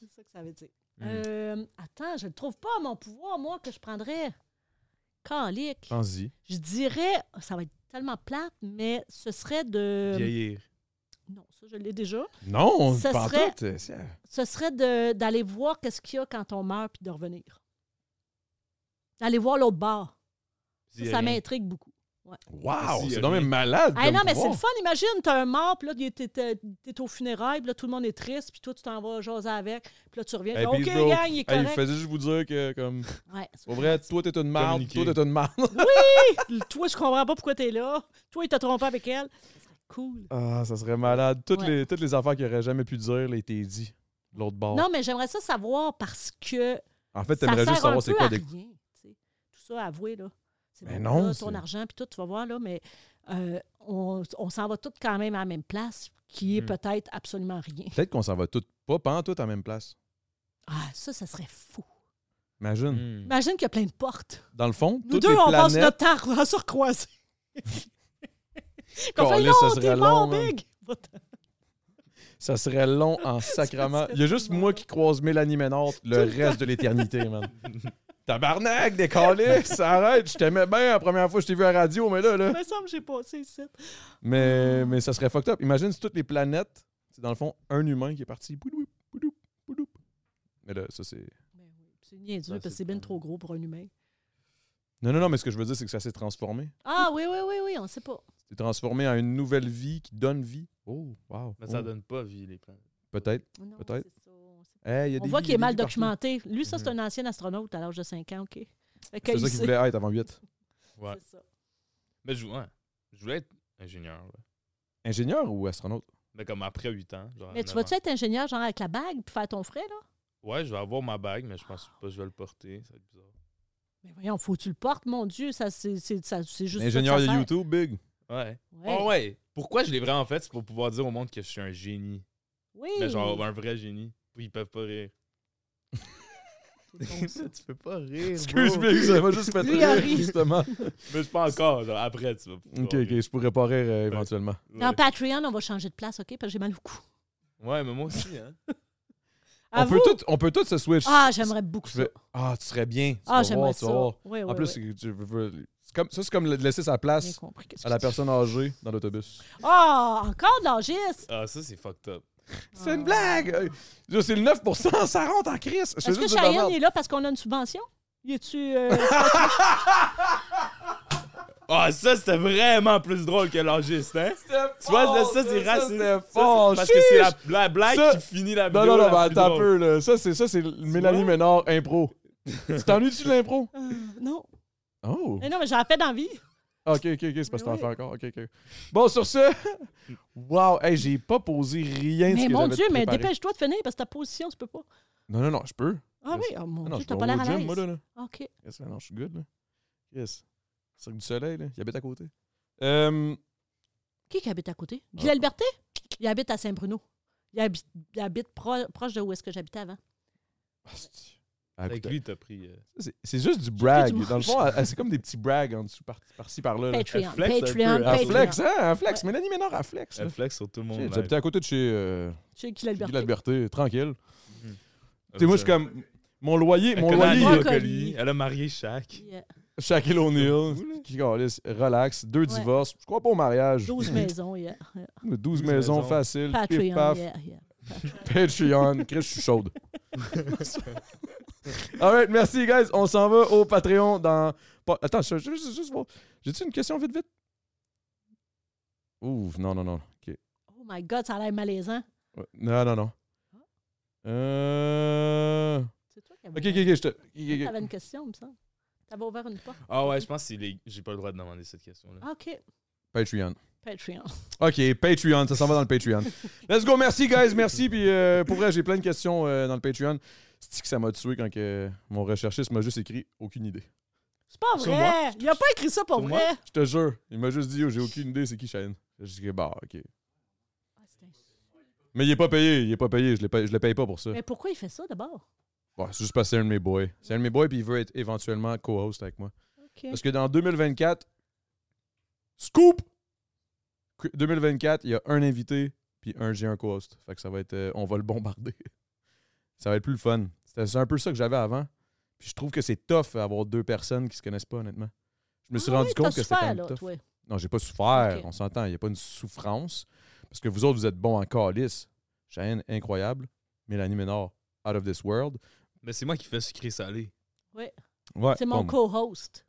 S4: C'est ça que ça veut dire. Euh, attends, je ne trouve pas mon pouvoir, moi, que je prendrais. Calique.
S3: Pense-y.
S4: Je dirais, ça va être tellement plate, mais ce serait de.
S5: Vieillir.
S4: Non, ça, je l'ai déjà.
S3: Non,
S4: Ce
S3: pas en
S4: serait-
S3: tout, euh, ça-
S4: Ce serait de- d'aller voir qu'est-ce qu'il y a quand on meurt puis de revenir. D'aller voir l'autre bar. Ça,
S5: Dis
S4: ça
S5: rien.
S4: m'intrigue beaucoup.
S3: Wow,
S5: Si,
S3: c'est
S5: euh,
S3: donc
S5: oui.
S3: même malade.
S4: Ah
S3: comme
S4: non, mais c'est
S3: pouvoir.
S4: le fun, imagine, t'as un mort, puis là, il était- t'es t'es au funérailles, puis là, tout le monde est triste, puis toi, tu t'en vas jaser avec, puis là, tu reviens.
S3: Hey,
S4: puis,
S3: peace,
S4: OK,
S3: bro.
S4: gang, il est
S3: Hey, il
S4: correct.
S3: faisait juste vous dire que, comme,
S4: Ouais, ça,
S3: pour vrai, toi, t'es une marde,
S5: Communiquer.
S3: toi, t'es une marde.
S4: Le- Toi, je comprends pas pourquoi t'es là. Toi, il t'a trompé avec elle. Cool.
S3: Ah, ça serait malade. Toutes,
S4: Ouais.
S3: les, toutes les affaires qu'il aurait jamais pu dire, là, étaient dites. de L'autre bord.
S4: Non, mais j'aimerais ça savoir parce que
S3: en fait,
S4: ça
S3: Oh. t'aimerais
S4: sert
S3: juste
S4: un
S3: savoir c'est
S4: peu
S3: quoi
S4: à
S3: des.
S4: rien. tu sais. Tout ça, avoué, là. C'est
S3: Mais
S4: bon,
S3: non,
S4: là,
S3: c'est-
S4: ton argent, puis tout, tu vas voir, là, mais euh, on, on s'en va tous quand même à la même place, qui est
S5: Hmm.
S4: peut-être absolument rien.
S3: Peut-être qu'on s'en va toutes, pas, pas en tout à la même place.
S4: Ah, ça, ça serait fou.
S3: Imagine.
S5: Hmm.
S4: Imagine qu'il y a plein de portes.
S3: Dans le fond,
S4: Nous
S3: toutes
S4: deux,
S3: les
S4: on passe
S3: planètes.
S4: notre temps à se recroiser. Qu'on fait,
S3: Calais,
S4: non,
S3: ça
S4: t'es
S3: serait
S4: mort,
S3: long, hein.
S4: big! Va-t'en.
S3: Ça serait long en sacrament. Il y a juste moi qui croise Mélanie Ménard le reste de l'éternité, man. Tabarnak, décalé, ça arrête. Je t'aimais bien la première fois que je t'ai vu à la radio, mais là, là.
S4: Il me semble que j'ai passé ici.
S3: Mais, mais ça serait fucked up. Imagine si toutes les planètes, c'est dans le fond un humain qui est parti. Boudoup, boudoup, boudoup. Mais là, ça c'est.
S4: C'est niaiseux,
S5: Ben,
S4: parce que
S5: c'est
S4: c'est bien
S5: pas-
S4: trop gros pour un humain.
S3: Non, non, non, mais ce que je veux dire, c'est que ça s'est transformé.
S4: Ah oui, oui, oui, oui, on sait pas.
S3: C'est transformé en une nouvelle vie qui donne vie. Oh, wow.
S5: Mais Ben, ça
S3: Oh,
S5: donne pas vie, les planètes.
S3: Peut-être.
S4: Non,
S3: Peut-être.
S4: c'est ça, on sait pas.
S3: Hey, il y a
S4: On
S3: des
S4: voit
S3: vies,
S4: qu'il est
S3: il y a
S4: mal
S3: des vies partout.
S4: documenté. Lui, ça, c'est un ancien astronaute à l'âge de 5 ans, OK? Fait que
S3: C'est ça
S4: il
S3: qu'il
S4: sait.
S3: voulait être avant 8.
S5: Ouais.
S4: C'est ça.
S5: Mais je, ouais. je voulais être ingénieur. ouais.
S3: Ingénieur ou astronaute?
S5: Mais comme après 8 ans. genre à
S4: Mais tu
S5: 9
S4: vas-tu
S5: ans.
S4: être ingénieur, genre avec la bague, puis faire ton frais, là?
S5: Ouais, je vais avoir ma bague, mais je pense pas que je vais le porter. Ça va être bizarre.
S4: Mais voyons, faut que tu le portes, mon Dieu, ça, c'est c'est- ça- c'est juste. ça que
S3: Ingénieur
S4: ça
S3: de
S4: sert.
S3: YouTube, big.
S5: Ouais.
S4: Ouais.
S5: Ah ouais. Pourquoi je l'ai vraiment fait? C'est pour pouvoir dire au monde que je suis un génie.
S4: Oui.
S5: Mais genre un vrai génie. Puis ils peuvent pas rire.
S4: Oh, C'est bon, ça.
S5: tu peux pas rire.
S3: Excuse-moi, ça m'a juste fait
S4: Lui, il a
S3: rire,
S4: ri.
S3: justement.
S5: Mais je pas encore. genre, après, tu vas pouvoir
S3: Ok, ok,
S5: rire.
S3: je pourrais pas rire euh, éventuellement.
S4: Dans
S5: Ouais.
S4: Patreon, on va changer de place, OK? Parce que j'ai mal au cou.
S5: Ouais, mais moi aussi, hein.
S4: À
S3: On peut,
S4: vous?
S3: tout, on peut tout se switch.
S4: Ah, j'aimerais beaucoup
S3: Je vais-
S4: ça.
S3: Ah, tu serais bien. Tu
S4: Ah,
S3: vas voir,
S4: j'aimerais
S3: tu
S4: ça.
S3: vas voir.
S4: Oui, oui,
S3: en plus,
S4: oui.
S3: c'est que je veux- c'est comme, ça, c'est comme le- de laisser sa
S4: J'ai
S3: place
S4: compris. qu'est-ce
S3: à la
S4: que tu dis.
S3: personne âgée dans l'autobus.
S4: Ah, encore de l'angiste!
S5: Ah, ça, c'est fucked up.
S3: C'est
S4: Ah.
S3: une blague! Euh, je- C'est le 9 ça rentre en crise.
S4: Est-ce que Cheyenne est là parce qu'on a une subvention? Y euh, tu
S5: Ah, ça, c'était vraiment plus drôle que l'angiste, hein? Tu
S4: Oh,
S5: vois, là, ça, ah, c'est raciste.
S3: C'était
S5: Ça,
S3: fort.
S5: c'est- Parce que c'est la,
S3: Chiche!
S5: la blague
S3: Ça-
S5: qui finit la
S3: Non,
S5: vidéo.
S3: non, non,
S5: la
S3: ben,
S5: plus
S3: attends un
S5: drôle.
S3: peu. Là. Ça, c'est ça, c'est Mélanie Ménard impro. tu t'ennuies-tu de l'impro?
S4: Non.
S3: Oh!
S4: Mais Eh non, mais j'en fais d'envie.
S3: Ah, Ok, ok, ok, c'est parce que
S4: Mais
S3: t'en
S4: oui.
S3: fais encore. Ok, ok. Bon, sur ce, wow, hey, j'ai pas posé rien de ce
S4: Mais
S3: que
S4: mon
S3: j'avais
S4: Dieu, mais
S3: préparé.
S4: dépêche-toi de finir parce que ta position, tu peux pas.
S3: Non, non, non, je peux.
S4: Ah
S3: Yes.
S4: oui, oh mon
S3: Ah non,
S4: Dieu,
S3: je
S4: t'as
S3: vais
S4: pas
S3: au
S4: l'air à
S3: gym, moi, là,
S4: l'aise.
S3: là.
S4: Ah, OK.
S3: Yes, non, je suis good, là. Yes. Cirque du Soleil, là. Il habite à côté. Euh,
S4: Qui qui habite à côté? Guy Liberté? Ah. Il habite à Saint-Bruno. Il habite, il habite pro- proche de où est-ce que j'habitais avant.
S3: hostie. Ah,
S5: Avec
S3: écoute,
S5: lui, t'as pris. euh,
S3: c'est- C'est juste du brag.
S4: du
S3: Dans le fond, elle- elle- c'est comme des petits brags en dessous, par- par-ci, par-là. là.
S4: Patreon,
S5: elle flex un
S4: Patreon,
S5: peu, hein.
S3: Elle
S4: Patreon.
S3: flex, hein? Elle flex. Mélanie Ménard, elle flex. là.
S5: Elle flex sur tout le monde.
S3: Shit, J'habitais à côté de chez euh,
S4: Chez Guy
S3: Guy
S4: Liberté.
S3: Liberté, tranquille. Tu sais, moi, je suis comme. Mon loyer,
S5: Elle
S3: mon
S5: connaît
S3: loyer,
S5: Andrea
S4: il-
S5: Boccoli, Elle a marié Shaq.
S4: Yeah.
S3: Shaquille O'Neal, qui calisse, relax, deux divorces, je crois pas au mariage.
S4: 12 maisons, yeah. yeah.
S3: 12 maisons,
S5: maisons.
S3: facile, pif
S4: Patreon,
S3: paf,
S4: yeah, yeah.
S3: Patreon, Chris, je suis chaude. Alright, merci guys, on s'en va au Patreon dans... pas- Attends, je, je- je- juste voir, j'ai-tu une question vite vite? Ouf, non, non, non, ok.
S4: Oh my God, ça a l'air malaisant.
S3: Ouais, Non, non, non. Euh... Ok,
S4: C'est toi qui avais
S3: ok, ok, je te... ok, ok.
S4: T'avais une question, il me semble. T'avais ouvert une porte.
S5: Ah ouais, je pense que c'est les- j'ai pas le droit de demander cette question-là.
S4: Ah, OK.
S3: Patreon.
S4: Patreon.
S3: OK, Patreon, ça s'en va dans le Patreon. Let's go, merci guys, merci. Puis euh, pour vrai, j'ai plein de questions euh, dans le Patreon. cest que ça m'a tué quand que mon recherchiste m'a juste écrit aucune idée?
S4: C'est pas
S5: Sur moi?
S4: vrai. Il a pas écrit ça pour
S5: Sur
S4: vrai.
S3: Je te jure, il m'a juste dit, oh, j'ai aucune idée, c'est qui Shane? J'ai dit, bah, OK. Mais il est pas payé, il est pas payé, je, l'ai pas- je le paye pas pour ça.
S4: Mais pourquoi il fait ça d'abord?
S3: Bon, c'est juste parce que c'est un de mes boys. C'est un de mes boys, puis il veut être éventuellement co-host avec moi.
S4: OK.
S3: Parce que dans 2024, scoop! 2024, il y a un invité Puis un, j'ai un co-host. Fait que ça va être. euh, on va le bombarder. ça va être plus le fun. C'était c'est un peu ça que j'avais avant. Puis je trouve que c'est tough avoir deux personnes qui se connaissent pas, honnêtement. Je me suis
S4: Ah
S3: rendu
S4: oui,
S3: compte
S4: t'as
S3: que c'était
S4: souffert,
S3: quand même
S4: là,
S3: tough.
S4: toi.
S3: Non, j'ai pas souffert.
S4: Ok.
S3: On s'entend. Il n'y a pas une souffrance. Parce que vous autres, vous êtes bons en calice. Cheyenne, incroyable. Mélanie Ménard, out of this world.
S5: Mais c'est moi qui fais sucré salé.
S4: Ouais.
S3: Ouais,
S4: C'est mon
S3: bon.
S4: co-host.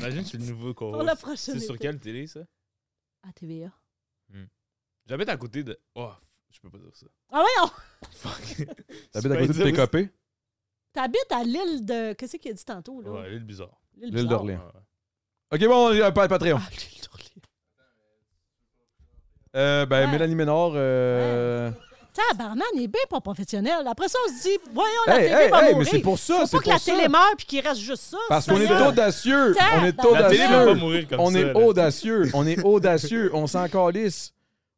S5: Imagine, je suis le nouveau co
S4: Pour la prochaine
S5: C'est sur
S4: étape.
S5: quelle télé, ça
S4: À TVA.
S5: J'habite à côté de. Oh, je peux pas dire ça.
S4: Ah ouais, on...
S5: Fuck.
S3: T'habites à côté de
S5: Tu peux
S3: tes
S5: dire-
S3: copés?
S4: t'habites à l'île de... Qu'est-ce qu'il a dit tantôt, là?
S5: Ouais, l'île bizarre.
S3: L'île
S4: bizarre.
S3: d'Orléans.
S5: Ouais, ouais.
S3: Ok, bon, euh, pa- Patreon.
S4: Ah, l'île d'Orléans.
S3: Euh, ben,
S4: Ouais.
S3: Mélanie Ménard. euh,
S4: Tabarnan est bien pas professionnel. Après ça, on se dit, voyons, la
S3: Hey,
S4: télé
S3: hey,
S4: va
S3: hey, mais
S4: mourir.
S3: c'est pour ça,
S4: Faut
S3: c'est
S4: pas que
S3: pour
S4: la
S3: ça.
S4: télé meure puis qu'il reste juste ça.
S3: Parce qu'on est
S4: Seigneur.
S3: audacieux. On est
S4: Tabarnak.
S5: La télé va pas
S3: audacieux.
S5: mourir comme
S3: On
S5: ça.
S3: est
S5: là.
S3: audacieux. On est audacieux. On s'en calisse.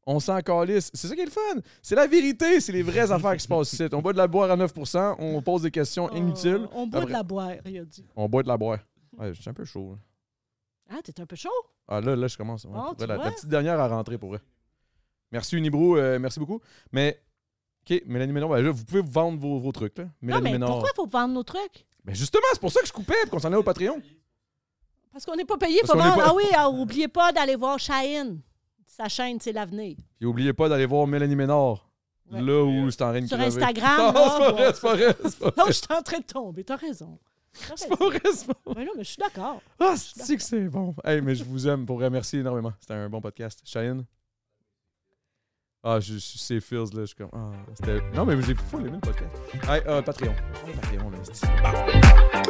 S3: On s'en calisse. C'est ça qui est le fun. C'est la vérité. C'est les vraies affaires qui se passent ici. On boit de la boire à 9 On pose des questions
S4: Euh,
S3: inutiles.
S4: On boit de
S3: Après-
S4: la boire, il a dit.
S3: On boit de la boire. Ouais, je suis un peu chaud. là.
S4: Ah, t'es un peu chaud?
S3: Ah là, là, je commence. ouais,
S4: Bon,
S3: pour
S4: Oh, tu
S3: vrai, la, la
S4: vois.
S3: petite dernière à rentrer pour vrai. Merci Unibrou, euh, merci beaucoup. Mais, OK, Mélanie Ménard, ben là, vous pouvez vendre vos, vos trucs, là.
S4: non,
S3: Mélanie
S4: mais
S3: Ménard.
S4: pourquoi faut vendre nos trucs?
S3: Ben justement, c'est pour ça que je coupais, puis qu'on s'en allait au Patreon.
S4: Parce qu'on n'est pas payé,
S3: Parce
S4: faut
S3: qu'on est
S4: vendre.
S3: pas-
S4: Ah oui, ah, oubliez pas d'aller voir Shine. Sa chaîne, c'est l'avenir.
S3: Puis oubliez pas d'aller voir Mélanie Ménard,
S4: Ouais.
S3: là où c'est en train de
S4: Sur
S3: crever.
S4: Instagram,
S3: Non,
S4: là,
S3: c'est pas vrai,
S4: bon,
S3: c'est pas vrai, c'est pas
S4: Non,
S3: vrai.
S4: je suis en train de tomber, t'as raison. T'as
S3: C'est
S4: raison.
S3: pas vrai, c'est pas vrai.
S4: Mais non, mais je suis d'accord.
S3: Ah, c'est que c'est bon. Hey, mais je vous aime pour remercier énormément. C'était un bon podcast. Cheyenne? Ah, je, je c'est feels là, je suis comme ah, c'était Non, mais j'ai fou aimé le podcast. Hey, euh, Patreon. Oh, Patreon, là, c'est-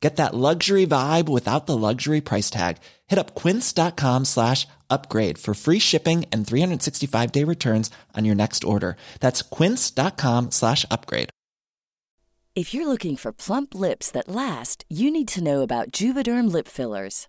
S8: Get that luxury vibe without the luxury price tag. Hit up quince.com slash upgrade for free shipping and 365 day returns on your next order. That's quince.com slash upgrade.
S9: If you're looking for plump lips that last, you need to know about Juvederm lip fillers.